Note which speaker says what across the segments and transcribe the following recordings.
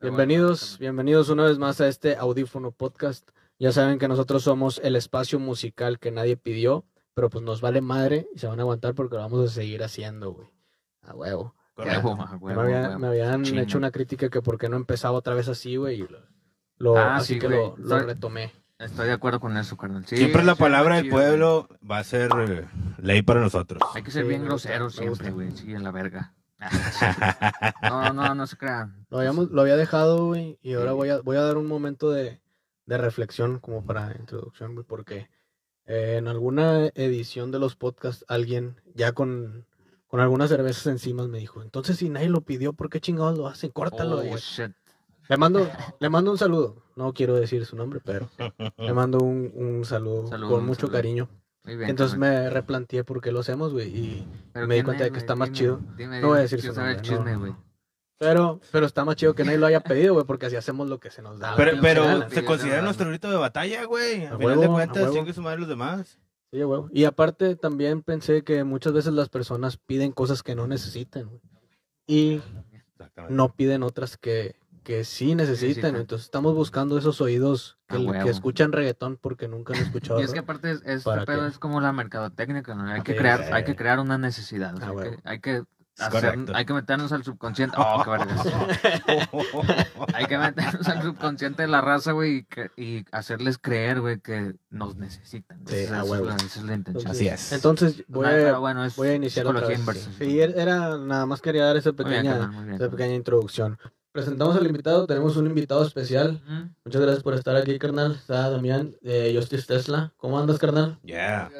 Speaker 1: Bienvenidos, bienvenidos una vez más a este Audífono Podcast. Ya saben que nosotros somos el espacio musical que nadie pidió, pero pues nos vale madre y se van a aguantar porque lo vamos a seguir haciendo, güey. A huevo.
Speaker 2: Huevo, ma,
Speaker 1: Me,
Speaker 2: huevo,
Speaker 1: había-
Speaker 2: huevo.
Speaker 1: me habían
Speaker 2: Chinga.
Speaker 1: hecho una crítica que por qué no empezaba otra vez así, güey. y lo- lo-
Speaker 2: Ah,
Speaker 1: así
Speaker 2: sí,
Speaker 1: que
Speaker 2: güey.
Speaker 1: lo, lo
Speaker 2: Soy-
Speaker 1: retomé.
Speaker 2: Estoy de acuerdo con eso, carnal. Sí,
Speaker 3: siempre la
Speaker 2: sí, está
Speaker 3: palabra del
Speaker 2: chido, güey.
Speaker 3: pueblo va a ser eh, ley para nosotros.
Speaker 2: Hay que ser
Speaker 1: Sí,
Speaker 2: bien
Speaker 1: me gusta,
Speaker 2: groseros
Speaker 1: me gusta.
Speaker 2: siempre, güey. Sí, en la verga. Ah, No, no, no se crean. Oh,
Speaker 1: Lo, habíamos, lo había dejado, güey, y ahora
Speaker 2: Sí.
Speaker 1: voy a, voy a dar un momento de, de reflexión como para introducción, güey, porque eh, en alguna edición de los podcasts alguien ya con, con algunas cervezas encima me dijo, entonces si nadie lo pidió, ¿por qué chingados lo hacen? Córtalo,
Speaker 2: Oh,
Speaker 1: güey".
Speaker 2: shit.
Speaker 1: Le mando, le mando un saludo. No quiero decir su nombre, pero le mando un, un saludo
Speaker 2: Saludo,
Speaker 1: con
Speaker 2: un
Speaker 1: mucho
Speaker 2: saludo.
Speaker 1: cariño.
Speaker 2: Muy bien.
Speaker 1: Entonces
Speaker 2: carnal.
Speaker 1: me replanteé por qué lo hacemos, güey. Y...
Speaker 2: Pero
Speaker 1: me di
Speaker 2: ¿quién
Speaker 1: cuenta
Speaker 2: es,
Speaker 1: de que
Speaker 2: güey?
Speaker 1: está más
Speaker 2: Dime,
Speaker 1: chido.
Speaker 2: dime,
Speaker 1: No voy a
Speaker 2: dime.
Speaker 1: decir
Speaker 2: Quiero
Speaker 1: su
Speaker 2: saber
Speaker 1: nombre,
Speaker 2: el chisme,
Speaker 1: no,
Speaker 2: güey.
Speaker 1: Pero, pero está más chido que nadie lo haya pedido, güey, porque así hacemos lo que se nos
Speaker 2: Ah,
Speaker 1: da.
Speaker 3: Pero,
Speaker 1: güey,
Speaker 3: pero
Speaker 1: nos regalan.
Speaker 3: se considera nuestro grito de batalla, güey.
Speaker 1: A
Speaker 3: Al final
Speaker 1: huevo,
Speaker 3: de
Speaker 1: a
Speaker 3: cuentas,
Speaker 1: huevo.
Speaker 3: chingue su madre los demás.
Speaker 1: Sí, güey. Y aparte también pensé que muchas veces las personas piden cosas que no necesitan, güey. Y
Speaker 3: Exactamente.
Speaker 1: no piden otras que, que sí necesitan.
Speaker 2: Necesitan.
Speaker 1: güey. Entonces estamos buscando esos oídos que,
Speaker 2: A
Speaker 1: que
Speaker 2: huevo.
Speaker 1: escuchan reggaetón porque nunca han escuchado.
Speaker 2: Y es que
Speaker 1: rock.
Speaker 2: aparte es, este
Speaker 1: ¿Para
Speaker 2: pedo
Speaker 1: qué? Ah,
Speaker 2: es como la mercadotecnia, carnal. Hay que
Speaker 1: Sí,
Speaker 2: crear,
Speaker 3: sí.
Speaker 2: hay que crear una necesidad. o sea,
Speaker 1: Ah,
Speaker 2: hay,
Speaker 1: huevo.
Speaker 2: que, hay que
Speaker 3: Es
Speaker 2: hacer-
Speaker 3: correcto.
Speaker 2: hay que meternos al subconsciente. Oh, qué vergas. Hay que meternos al subconsciente de la raza, güey, y, que- y hacerles creer, güey, que nos necesitan.
Speaker 1: Sí,
Speaker 2: esa,
Speaker 1: a
Speaker 2: es
Speaker 1: huevo.
Speaker 2: la, esa es la intención.
Speaker 1: Entonces-
Speaker 3: Así es.
Speaker 1: Entonces voy
Speaker 2: Nada,
Speaker 1: a,
Speaker 2: pues, pero bueno, es
Speaker 1: voy a iniciar otra
Speaker 2: psicología
Speaker 1: vez.
Speaker 2: inversa.
Speaker 1: Sí, er- era, nada más quería dar esa
Speaker 2: Muy bien,
Speaker 1: pequeña,
Speaker 2: carnal, muy bien,
Speaker 1: esa
Speaker 2: carnal.
Speaker 1: pequeña introducción. Presentamos al invitado, tenemos un invitado especial.
Speaker 2: Ujú.
Speaker 1: Muchas gracias por estar aquí, carnal. Está Damián de Justice Tesla. ¿Cómo andas, carnal?
Speaker 3: Yeah.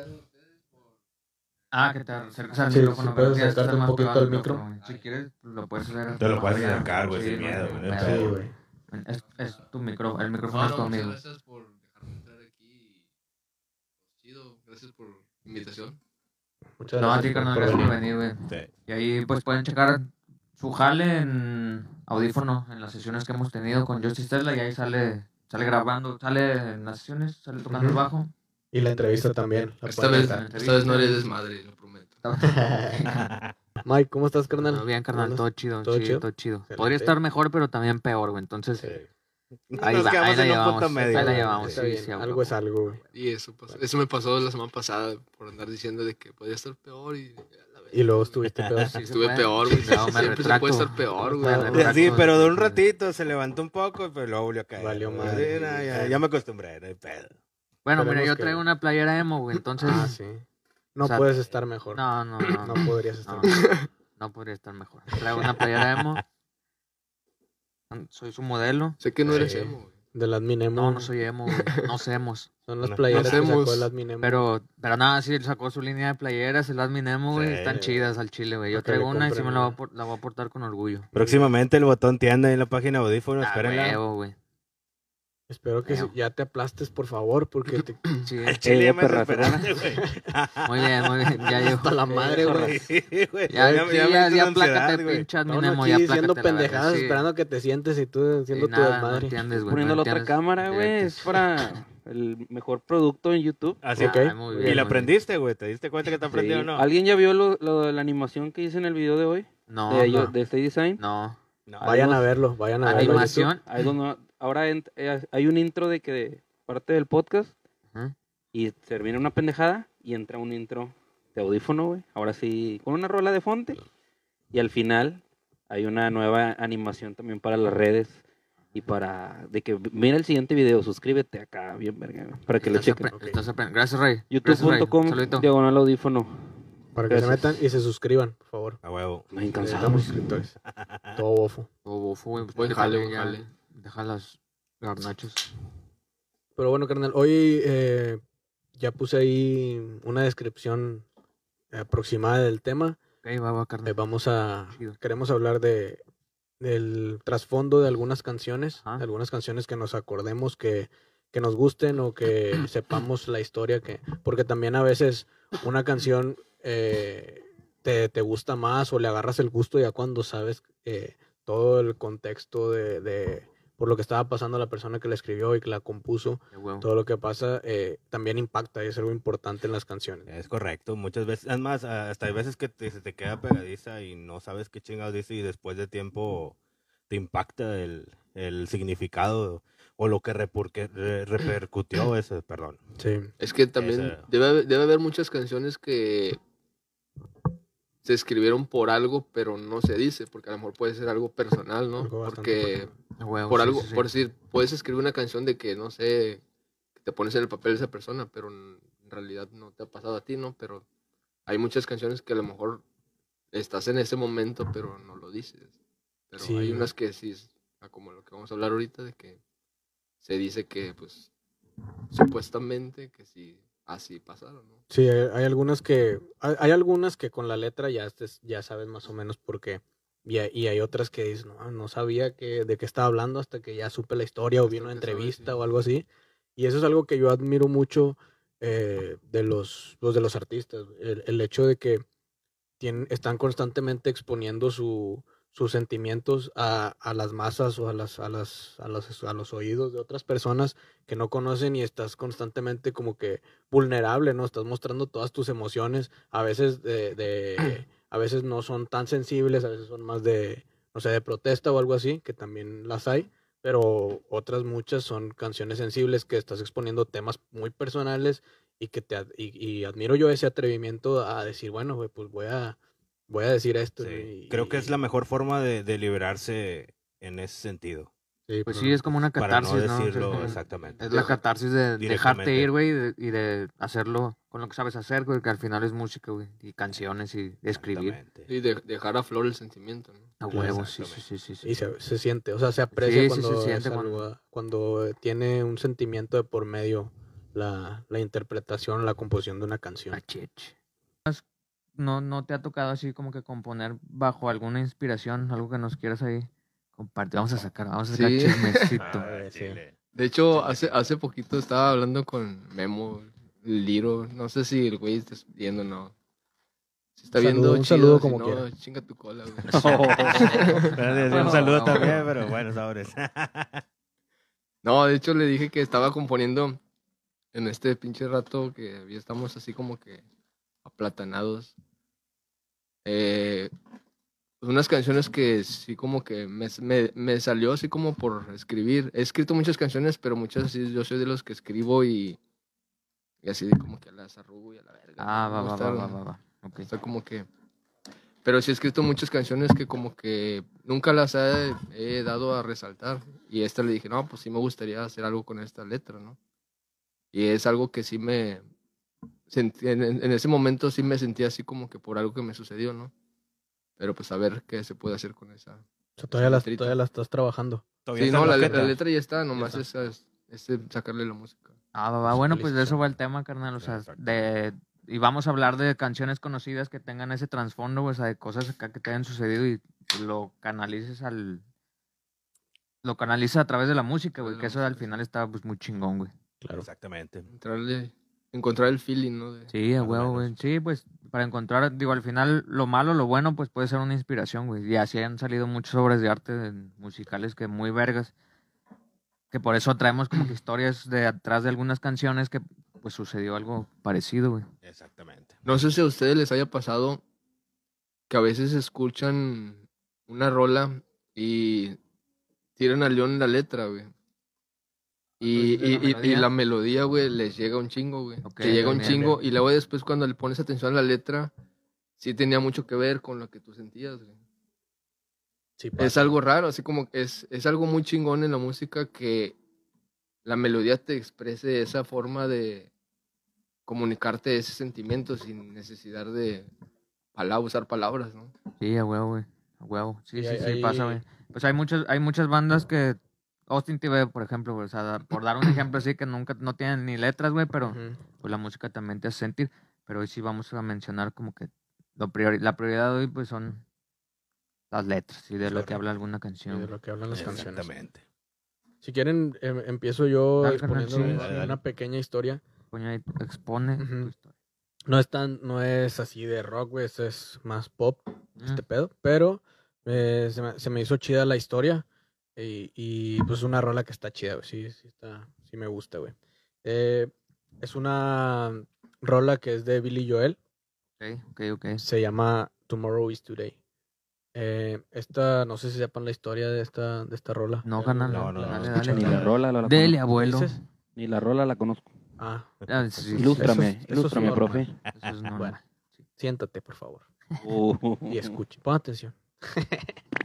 Speaker 2: Ah, que te acercas al
Speaker 1: Sí,
Speaker 2: micrófono.
Speaker 1: si puedes
Speaker 2: que tienes que
Speaker 1: acercarte
Speaker 2: estar
Speaker 1: un
Speaker 2: más
Speaker 1: poquito
Speaker 2: pegado
Speaker 1: al micro.
Speaker 2: güey. Si quieres, lo puedes hacer.
Speaker 3: Te lo puedes
Speaker 2: Ya,
Speaker 3: acercar, güey,
Speaker 2: sí,
Speaker 3: sin miedo, güey, no hay
Speaker 2: pero-
Speaker 3: pedo.
Speaker 1: Sí, güey.
Speaker 2: Es, es tu micro, el micrófono
Speaker 4: No,
Speaker 2: es
Speaker 4: Ah, no,
Speaker 2: tu
Speaker 4: muchas
Speaker 2: amigo.
Speaker 4: gracias por dejarme entrar aquí. pues, Chido, gracias por la invitación.
Speaker 1: Muchas
Speaker 2: No, a ti,
Speaker 1: gracias
Speaker 2: carnal,
Speaker 1: por
Speaker 2: gracias por
Speaker 1: venir.
Speaker 2: venir, güey.
Speaker 3: Sí.
Speaker 2: Y ahí, pues, pueden checar su jale en audífono, en las sesiones que hemos tenido con Justice Tesla, y ahí sale, sale grabando, sale en las sesiones, sale tocando el
Speaker 1: Ujú.
Speaker 2: bajo.
Speaker 1: Y la entrevista también. la
Speaker 4: Esta
Speaker 1: pueden
Speaker 4: vez,
Speaker 2: está.
Speaker 4: esta vez no eres desmadre, lo prometo.
Speaker 1: Mike, ¿cómo estás,
Speaker 2: Todo
Speaker 1: carnal?
Speaker 2: bien, carnal,
Speaker 1: ¿Cómo
Speaker 2: todo chido,
Speaker 1: ¿Todo
Speaker 2: sí,
Speaker 1: chido?
Speaker 2: todo chido.
Speaker 1: Excelente.
Speaker 2: Podría estar mejor, pero también peor, güey. Entonces,
Speaker 1: andas? Sí.
Speaker 2: ahí
Speaker 3: Nos
Speaker 2: va,
Speaker 3: quedamos
Speaker 2: ahí la
Speaker 3: en un punto
Speaker 2: llevamos,
Speaker 3: medio,
Speaker 2: ahí la
Speaker 3: güey.
Speaker 2: llevamos,
Speaker 1: Está
Speaker 2: sí,
Speaker 1: bien,
Speaker 2: sí, a
Speaker 1: algo
Speaker 2: huevo.
Speaker 1: es algo, güey.
Speaker 4: Y eso pasó, eso me pasó la semana pasada por andar diciendo de que podía estar peor y... a la vez,
Speaker 1: Y luego
Speaker 4: güey.
Speaker 1: estuviste peor.
Speaker 2: Sí, se
Speaker 4: Estuve
Speaker 2: puede.
Speaker 4: peor, güey.
Speaker 2: Chingado, me
Speaker 4: Siempre se
Speaker 2: retracto.
Speaker 4: puede estar peor,
Speaker 1: Me
Speaker 4: güey.
Speaker 1: retracto.
Speaker 3: Sí, pero de un ratito se levantó un poco, pero luego volvió a caer.
Speaker 1: Valió
Speaker 3: Sí,
Speaker 1: madre.
Speaker 3: no, ya, ya me acostumbré, no hay pedo.
Speaker 2: Bueno, mira,
Speaker 1: Esperemos
Speaker 2: yo
Speaker 1: que-
Speaker 2: traigo una playera emo, güey, entonces...
Speaker 1: Ah, sí. No
Speaker 2: O sea,
Speaker 1: puedes estar mejor. No,
Speaker 2: No, no, no. no.
Speaker 1: podrías estar
Speaker 2: No,
Speaker 1: mejor.
Speaker 2: no podría estar mejor. Traigo una playera emo. Soy su modelo.
Speaker 4: Sé que no eres
Speaker 1: Sí.
Speaker 4: emo, güey.
Speaker 1: Del admin emo.
Speaker 2: No, no
Speaker 1: güey.
Speaker 2: soy emo, güey. No semos.
Speaker 1: Son las
Speaker 3: No
Speaker 1: playeras que sacó
Speaker 4: hacemos,
Speaker 1: el admin emo.
Speaker 2: Pero, pero nada, sí, él sacó su línea de playeras, el admin emo, güey.
Speaker 3: Sí.
Speaker 2: Están chidas al chile, güey. Yo
Speaker 1: Para que le
Speaker 2: traigo una y sí
Speaker 1: compren
Speaker 2: me la voy, a
Speaker 1: una.
Speaker 2: por- la voy a portar con orgullo.
Speaker 3: Próximamente el botón tienda ahí en la página de audífonos,
Speaker 2: Ah,
Speaker 3: espérenla.
Speaker 2: huevo, güey.
Speaker 1: Espero que sí-
Speaker 2: Emo.
Speaker 1: ya te aplastes, por favor, porque te
Speaker 2: Sí.
Speaker 3: El chile ya me
Speaker 5: perra, te
Speaker 3: desesperaste, güey.
Speaker 2: Muy bien, muy bien. Ya llegó.
Speaker 1: hasta la madre, güey.
Speaker 3: Sí, güey,
Speaker 2: Ya,
Speaker 3: ya-
Speaker 2: sí,
Speaker 3: ya me
Speaker 2: ya, ya
Speaker 3: entró una ansiedad,
Speaker 2: aplácate,
Speaker 3: güey.
Speaker 2: pinche admin
Speaker 1: Estamos
Speaker 2: emo.
Speaker 1: aquí
Speaker 2: Ya
Speaker 1: diciendo
Speaker 2: aplácate la verga,
Speaker 1: pendejadas,
Speaker 2: sí.
Speaker 1: esperando que te sientes y tú
Speaker 2: Sí,
Speaker 1: haciendo tu
Speaker 2: nada, no
Speaker 1: desmadre.
Speaker 2: entiendes, güey.
Speaker 5: poniendo
Speaker 2: no
Speaker 5: la otra
Speaker 2: entiendes.
Speaker 5: cámara, güey.
Speaker 2: Directo.
Speaker 5: Es para el mejor producto en YouTube.
Speaker 3: Así
Speaker 1: Ok.
Speaker 2: Ah, muy bien, muy
Speaker 3: Y la
Speaker 2: bien.
Speaker 3: aprendiste, güey. ¿Te diste cuenta que te aprendió o
Speaker 5: Sí.
Speaker 3: no?
Speaker 5: ¿Alguien ya vio lo, lo de la animación que hice en el video de hoy?
Speaker 2: No, no.
Speaker 5: de, yo- de este design.
Speaker 2: no.
Speaker 3: No.
Speaker 1: Vayan a verlo, vayan a verlo.
Speaker 2: Animación.
Speaker 5: I don't know. Ahora ent- eh, hay un intro de que de parte del podcast
Speaker 2: Ujú.
Speaker 5: y termina una pendejada y entra un intro de audífono, güey. Ahora sí, con una rola de fonte. Y al final hay una nueva animación también para las redes. Y para de que mira el siguiente video, suscríbete acá, bien verga, güey, para que lo
Speaker 2: Estás
Speaker 5: chequen.
Speaker 2: apre- estás aprendiendo. Gracias, Rey. Gracias, Rey.
Speaker 5: YouTube.com
Speaker 2: Saludito.
Speaker 5: diagonal audífono.
Speaker 1: Para que se
Speaker 5: Gracias.
Speaker 1: metan y se suscriban, por favor.
Speaker 3: A huevo.
Speaker 5: Me
Speaker 1: Necesitamos
Speaker 5: incansamos.
Speaker 1: suscriptores. Todo bofo.
Speaker 2: Oh, bofo, güey, pues
Speaker 4: Buen
Speaker 2: tú
Speaker 4: jale,
Speaker 2: también
Speaker 4: buen
Speaker 2: ya
Speaker 4: jale.
Speaker 2: Deja las garnachas.
Speaker 1: Pero bueno, carnal, hoy eh, ya puse ahí una descripción aproximada del tema.
Speaker 2: Ok, va, va,
Speaker 1: Eh,
Speaker 2: carnal.
Speaker 1: vamos a.
Speaker 2: Chido.
Speaker 1: Queremos hablar de del trasfondo de algunas canciones,
Speaker 2: Ajá.
Speaker 1: de algunas canciones que nos acordemos que, que nos gusten o que sepamos la historia que. Porque también a veces una canción eh, te, te gusta más o le agarras el gusto ya cuando sabes eh, todo el contexto de, de por lo que estaba pasando la persona que la escribió y que la compuso
Speaker 2: De huevo.
Speaker 1: todo lo que pasa eh, también impacta y es algo importante en las canciones.
Speaker 3: Es correcto, muchas veces, es más, a- hasta hay veces que te- se te queda pegadiza y no sabes qué chingados dice y después de tiempo te impacta el, el significado o lo que repurque- re- repercutió ese, perdón.
Speaker 1: Sí.
Speaker 4: Es que también
Speaker 3: Esa-
Speaker 4: debe, haber- debe haber muchas canciones que se escribieron por algo, pero no se dice, porque a lo mejor puede ser algo personal, ¿no?
Speaker 1: Algo bastante
Speaker 4: porque
Speaker 1: personal.
Speaker 2: A huevo,
Speaker 4: por
Speaker 2: Ah, sí,
Speaker 4: algo,
Speaker 2: sí, sí.
Speaker 4: por decir, puedes escribir una canción de que, no sé, que te pones en el papel de esa persona, pero en realidad no te ha pasado a ti, ¿no? Pero hay muchas canciones que a lo mejor estás en ese momento, pero no lo dices. Pero
Speaker 1: Sí,
Speaker 4: hay
Speaker 1: güey.
Speaker 4: unas que sí, es- ah, como lo que vamos a hablar ahorita, de que se dice que, pues, supuestamente que sí, así pasaron, ¿no?
Speaker 1: Sí, hay, hay algunas que hay, hay algunas que con la letra ya te- ya sabes más o menos por qué. Y, hay- y hay otras que dices, no, no sabía que, de qué estaba hablando hasta que ya supe la historia o
Speaker 4: Hasta
Speaker 1: vi una
Speaker 4: que sabes,
Speaker 1: entrevista
Speaker 4: sí.
Speaker 1: o algo así. Y eso es algo que yo admiro mucho eh, de los, los de los artistas. El, el hecho de que tienen, están constantemente exponiendo su, sus sentimientos a, a las masas o a, las, a, las, a, las, a los oídos de otras personas que no conocen y estás constantemente como que vulnerable, ¿no? Estás mostrando todas tus emociones, a veces de, de- a veces no son tan sensibles, a veces son más de, no sé, de protesta o algo así, que también las hay, pero otras muchas son canciones sensibles que estás exponiendo temas muy personales y que te ad- y, y admiro yo ese atrevimiento a decir, bueno, güey, pues voy a voy a decir esto.
Speaker 3: Sí,
Speaker 1: y-
Speaker 3: Creo que es la mejor forma de, de liberarse en ese sentido.
Speaker 1: Sí,
Speaker 2: Pues
Speaker 1: pero-
Speaker 2: sí, es como una
Speaker 3: Para
Speaker 2: catarsis, ¿no? O
Speaker 3: no
Speaker 2: sea, es
Speaker 3: decirlo
Speaker 2: como-
Speaker 3: exactamente.
Speaker 2: Es la catarsis de dejarte
Speaker 3: Directamente.
Speaker 2: ir, güey, y de- y de hacerlo con lo que sabes hacer, güey, que al final es música, güey, y canciones y escribir.
Speaker 3: Exactamente.
Speaker 4: Y de- dejar a flor el sentimiento, ¿no?
Speaker 2: A huevo, sí, sí, sí,
Speaker 3: Exactamente.
Speaker 2: sí. sí.
Speaker 1: Y se, se siente, o sea, se aprecia
Speaker 2: sí, se
Speaker 1: cuando,
Speaker 2: siente
Speaker 1: es algo- cuando, eh, tiene un sentimiento de por medio la, la interpretación, la composición de una
Speaker 2: Ah,
Speaker 1: canción.
Speaker 2: chich. ¿Has- No, ¿No te ha tocado así como que componer bajo alguna inspiración, algo que nos quieras ahí compartir? Vamos a sacar, vamos a sacar
Speaker 4: Sí.
Speaker 2: chismecito.
Speaker 3: Ah,
Speaker 1: Sí.
Speaker 3: chile.
Speaker 4: De hecho, hace, hace poquito estaba hablando con Memo, Liro, no sé si el güey está viendo o no. Si está
Speaker 1: Un
Speaker 4: viendo,
Speaker 1: saludo, un
Speaker 4: chido,
Speaker 1: saludo
Speaker 4: si
Speaker 1: como
Speaker 4: no,
Speaker 1: quiera.
Speaker 4: chinga tu cola, güey.
Speaker 3: Pero le decía un saludo también, pero bueno, sabores.
Speaker 4: No, de hecho le dije que estaba componiendo en este pinche rato que había- estamos así como que aplatanados. Eh, unas canciones que sí como que me, me- me salió así como por escribir. He escrito muchas canciones, pero muchas así yo soy de los que escribo y, y así de como que las arrugo y a la verga.
Speaker 2: Ah,
Speaker 4: Me
Speaker 2: va, va, va,
Speaker 4: gustaron.
Speaker 2: va, va, va. Ok.
Speaker 4: Está como que. Pero sí he escrito muchas canciones que como que nunca las he, he dado a resaltar. Y esta le dije, no, pues sí me gustaría hacer algo con esta letra, ¿no? Y es algo que sí me... sentí- en, en- en ese momento sí me sentí así como que por algo que me sucedió, ¿no? Pero pues a ver qué se puede hacer con esa.
Speaker 1: O sea, todavía la
Speaker 4: letrita.
Speaker 1: todavía la estás trabajando.
Speaker 3: Todavía
Speaker 4: Sí,
Speaker 3: está
Speaker 4: no, la,
Speaker 3: en
Speaker 4: le-
Speaker 3: jeta.
Speaker 4: la letra ya está, nomás
Speaker 1: Ya
Speaker 4: es- es- es sacarle la música.
Speaker 2: Ah, va, va.
Speaker 1: Sí,
Speaker 2: Bueno, pues de
Speaker 1: listo.
Speaker 2: eso va el tema, carnal. O sea,
Speaker 3: Perfecto.
Speaker 2: de... Y vamos a hablar de canciones conocidas que tengan ese trasfondo, o sea, de cosas acá que te hayan sucedido y lo canalices al... Lo canalizas a través Pues, de la música, güey,
Speaker 4: De la
Speaker 2: que eso
Speaker 4: música,
Speaker 2: al
Speaker 4: sí.
Speaker 2: final está pues muy chingón, güey.
Speaker 1: Claro.
Speaker 3: Exactamente.
Speaker 4: Entrarle, encontrar el feeling, ¿no? De,
Speaker 2: Sí, a
Speaker 3: Más o
Speaker 2: huevo, güey.
Speaker 3: menos.
Speaker 2: Sí, pues para encontrar, digo, al final lo malo, lo bueno, pues puede ser una inspiración, güey. Y así han salido muchas obras de arte de- musicales que muy vergas. Que por eso traemos como que historias de atrás de algunas canciones que pues sucedió algo parecido, güey.
Speaker 3: Exactamente.
Speaker 4: No sé si a ustedes les haya pasado que a veces escuchan una rola y tiran al león la letra, güey. Y,
Speaker 2: ¿Entonces,
Speaker 4: y-
Speaker 2: Ah, pues la
Speaker 4: y- y
Speaker 2: melodía?
Speaker 4: la melodía, güey, les llega un chingo, güey.
Speaker 2: Ok,
Speaker 4: Te llega un
Speaker 2: también.
Speaker 4: chingo y luego después cuando le pones atención a la letra, sí tenía mucho que ver con lo que tú sentías, güey.
Speaker 1: Sí,
Speaker 4: Es
Speaker 1: pasa.
Speaker 4: algo raro, así como que es, es algo muy chingón en la música que la melodía te exprese esa forma de comunicarte ese sentimiento sin necesidad de pala- usar palabras, ¿no?
Speaker 2: Sí, a huevo, güey. A huevo. Sí,
Speaker 1: Y
Speaker 2: sí,
Speaker 1: hay-
Speaker 2: sí, pasa,
Speaker 1: hay-
Speaker 2: güey. Pues hay muchas, hay muchas bandas que. Austin TV, por ejemplo, güey, o sea, da- por dar un ejemplo así que nunca, no tienen ni letras, güey, pero
Speaker 1: Ujú.
Speaker 2: pues la música también te hace sentir. Pero hoy sí vamos a mencionar como que lo priori- la prioridad hoy pues son las letras y de lo que
Speaker 1: Correcto.
Speaker 2: habla alguna
Speaker 1: Y
Speaker 2: canción.
Speaker 1: de
Speaker 2: güey.
Speaker 1: lo que hablan las canciones.
Speaker 3: Exactamente.
Speaker 1: Si quieren, em- empiezo yo
Speaker 2: Dale, carnal,
Speaker 1: exponiendo
Speaker 2: sí.
Speaker 1: una-
Speaker 3: Dale, dale.
Speaker 1: una pequeña historia.
Speaker 2: Coño, ahí expone tu
Speaker 1: Ujú.
Speaker 2: historia.
Speaker 1: No es tan, no es así de rock, güey, es- es más pop este
Speaker 2: Mm.
Speaker 1: pedo, pero eh, se, me, se me hizo chida la historia y, y, pues una rola que está chida, güey, sí, sí, está, sí me gusta, güey. Eh, es una rola que es de Billy Joel,
Speaker 2: Ah, Ok, ok, ok.
Speaker 1: se llama Tomorrow is Today. Eh, esta, no sé si sepan la historia de esta, de esta rola.
Speaker 2: No, canal.
Speaker 3: No, no, no,
Speaker 2: dale,
Speaker 3: no
Speaker 2: dale.
Speaker 5: Ni la rola la, la
Speaker 2: Dele,
Speaker 5: conozco.
Speaker 2: abuelo.
Speaker 1: ¿Dices?
Speaker 5: Ni la rola la conozco.
Speaker 1: Ah,
Speaker 2: Ah, sí, sí,
Speaker 5: ilústrame,
Speaker 1: eso es- eso es
Speaker 5: ilústrame,
Speaker 1: normal.
Speaker 5: profe.
Speaker 2: eso es normal.
Speaker 1: Bueno. siéntate, por favor.
Speaker 5: Uh.
Speaker 1: y escuchen. Pon atención.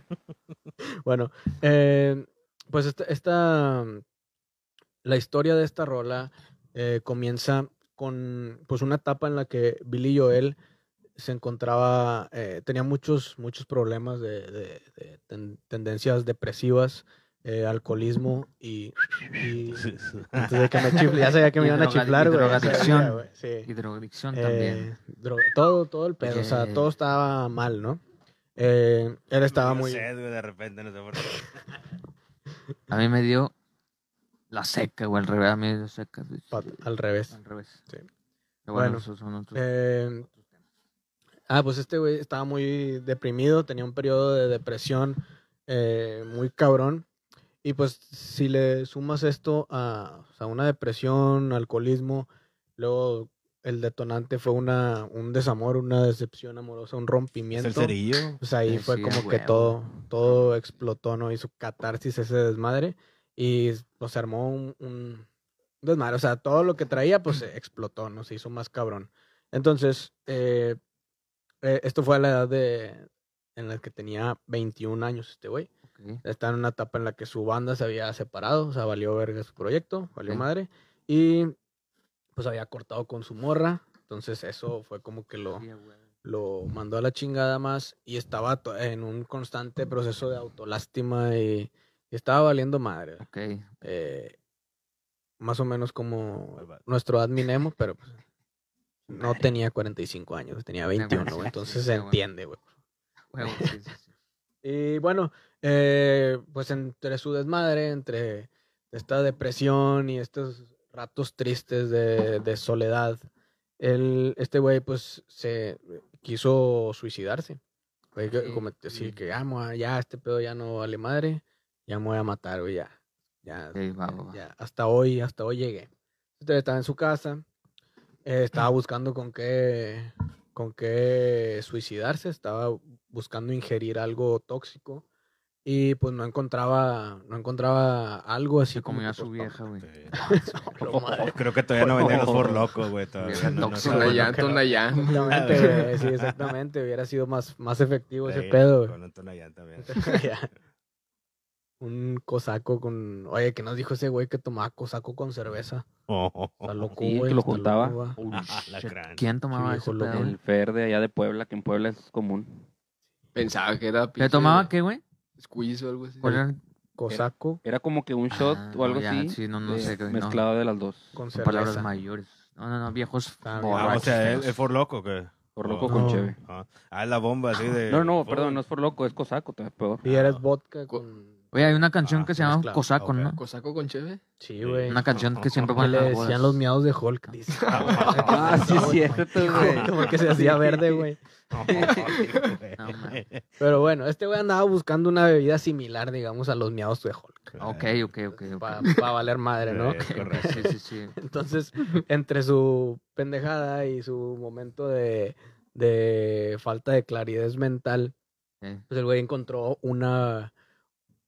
Speaker 1: bueno, eh, pues esta, esta- la historia de esta rola eh, comienza con pues una etapa en la que Billy Joel se encontraba, eh, tenía muchos, muchos problemas de, de- de ten- tendencias depresivas, eh, alcoholismo y, y- antes de que me chifle, ya sabía que me
Speaker 2: Y
Speaker 1: iban a
Speaker 2: droga- y
Speaker 1: chiflar, güey, ya sabía,
Speaker 2: drogadicción.
Speaker 1: güey, sí.
Speaker 2: Hidrodicción
Speaker 1: Eh,
Speaker 2: también.
Speaker 1: droga- todo, todo el pedo. O sea,
Speaker 2: Eh.
Speaker 1: todo estaba mal, ¿no? Eh, él estaba
Speaker 3: Me dio
Speaker 1: muy.
Speaker 3: sed, güey, de repente, no sé por qué.
Speaker 2: A mí me dio la seca, güey, al revés. A mí me dio seca. güey,
Speaker 1: pat- al revés.
Speaker 3: Ah,
Speaker 2: Al revés.
Speaker 1: Sí.
Speaker 2: Pero
Speaker 1: Bueno,
Speaker 2: bueno, esos son otros-
Speaker 1: Eh, ah, pues este güey estaba muy deprimido, tenía un periodo de depresión eh, muy cabrón. Y pues si le sumas esto a, o sea, una depresión, alcoholismo, luego el detonante fue una, un desamor, una decepción amorosa, un
Speaker 3: Es
Speaker 1: rompimiento.
Speaker 3: el cerillo.
Speaker 1: pues ahí
Speaker 2: Eh,
Speaker 1: fue
Speaker 2: sí, a
Speaker 1: como que
Speaker 2: huevo.
Speaker 1: todo, todo explotó, ¿no? Hizo catarsis ese desmadre y pues se armó un, un desmadre. O sea, todo lo que traía pues explotó, ¿no? Se hizo más cabrón. Entonces, eh, eh, esto fue a la edad de, en la que tenía 21 años este güey.
Speaker 2: ok.
Speaker 1: Está en una etapa en la que su banda se había separado, o sea, valió verga su proyecto, valió
Speaker 2: Ok.
Speaker 1: madre. Y pues había cortado con su morra. Entonces eso fue como que lo
Speaker 2: Sí, a huevo.
Speaker 1: lo mandó a la chingada más y estaba to- en un constante proceso de autolástima y, y estaba valiendo madre. ¿verdad?
Speaker 2: Ok.
Speaker 1: Eh, más o menos como
Speaker 3: Ahí va.
Speaker 1: nuestro adminemo, pero pues, no tenía 45 años, tenía 21, güey,
Speaker 2: sí,
Speaker 1: entonces
Speaker 2: sí,
Speaker 1: se
Speaker 2: sí, güey.
Speaker 1: entiende, güey.
Speaker 2: Huevo, sí, sí, sí.
Speaker 1: Y bueno, eh, pues entre su desmadre, entre esta depresión y estos ratos tristes de, de soledad, él, este güey pues se quiso suicidarse. Güey, que
Speaker 2: Ok,
Speaker 1: cometió- sí,
Speaker 2: mm.
Speaker 1: que ya, me voy a- ya este pedo ya no vale madre, ya me voy a matar, güey, ya. Ya,
Speaker 2: Ok, va, va, va.
Speaker 1: ya, hasta hoy, hasta hoy llegué. Entonces estaba en su casa, eh, estaba buscando con qué, con qué suicidarse, estaba buscando ingerir algo tóxico y pues no encontraba, no encontraba algo así
Speaker 2: Se
Speaker 1: como
Speaker 2: comió a
Speaker 1: que,
Speaker 2: su
Speaker 1: pues,
Speaker 2: vieja, güey.
Speaker 3: Sí.
Speaker 1: lo madre.
Speaker 3: Oh, Creo que todavía no vendían los por locos, güey. Todavía
Speaker 2: Vieja
Speaker 3: no, no,
Speaker 2: loca,
Speaker 3: no,
Speaker 2: güey.
Speaker 3: no,
Speaker 4: Tonayán,
Speaker 3: no,
Speaker 4: Tonayán.
Speaker 1: Exactamente, güey, sí, exactamente, hubiera sido más, más efectivo ese
Speaker 3: Sí,
Speaker 1: pedo. güey.
Speaker 3: Con un Tonayán también.
Speaker 1: Ya. Un cosaco con, oye, ¿qué nos dijo ese güey que tomaba cosaco con cerveza?
Speaker 3: Oh, oh, oh.
Speaker 1: Está loco,
Speaker 5: Sí, que
Speaker 1: güey,
Speaker 5: lo
Speaker 1: está
Speaker 5: juntaba.
Speaker 1: loco, va.
Speaker 2: Uy,
Speaker 3: Ah,
Speaker 2: shit,
Speaker 3: alacrán.
Speaker 2: ¿Quién tomaba
Speaker 1: Sí,
Speaker 2: eso?
Speaker 1: viejo loco.
Speaker 5: El Fer de allá de Puebla, que en Puebla es común.
Speaker 4: Pensaba que era
Speaker 2: ¿Le
Speaker 4: pinche
Speaker 2: tomaba qué, güey?
Speaker 4: Squeeze o algo así.
Speaker 2: ¿Cuál era?
Speaker 1: Cosaco
Speaker 5: Era como que un shot
Speaker 2: Ah,
Speaker 5: o algo
Speaker 2: no, ya,
Speaker 5: así.
Speaker 2: sí, no, no
Speaker 5: de-
Speaker 2: sé, güey, no.
Speaker 5: mezclado de las dos.
Speaker 1: con
Speaker 2: Con
Speaker 1: cerveza.
Speaker 2: palabras mayores. No, no, no, viejos
Speaker 1: Ah,
Speaker 3: Ah,
Speaker 2: borrachos.
Speaker 3: o sea,
Speaker 2: feos.
Speaker 3: es, es por loco, que.
Speaker 5: Por loco
Speaker 3: Oh.
Speaker 5: con
Speaker 1: No. Oh.
Speaker 5: cheve.
Speaker 3: Ah, ah, la bomba así de.
Speaker 5: No, no, perdón, no es por loco, es cosaco, todavía es peor.
Speaker 1: Y eres vodka
Speaker 4: Co-
Speaker 1: con...
Speaker 2: Oye, hay una canción
Speaker 3: Ah,
Speaker 2: que se llama
Speaker 1: mezclado,
Speaker 2: Cosaco,
Speaker 3: ok.
Speaker 2: ¿no?
Speaker 4: ¿Cosaco con cheve?
Speaker 1: Sí, güey.
Speaker 2: Una canción que siempre
Speaker 1: Que
Speaker 2: ponen
Speaker 1: le
Speaker 2: en las bodas.
Speaker 1: decían los miados de Hulk. dice.
Speaker 5: Ah, sí, es cierto, güey.
Speaker 1: Porque se hacía verde, güey.
Speaker 2: No, man.
Speaker 1: Pero bueno, este güey andaba buscando una bebida similar, digamos, a los miados de Hulk.
Speaker 2: Ok, ok, ok. ok.
Speaker 1: Para valer madre, ¿no?
Speaker 3: Sí, es correcto.
Speaker 2: Sí, sí, sí.
Speaker 1: Entonces, entre su pendejada y su momento de, de falta de claridad mental,
Speaker 2: Ok.
Speaker 1: pues el güey encontró una,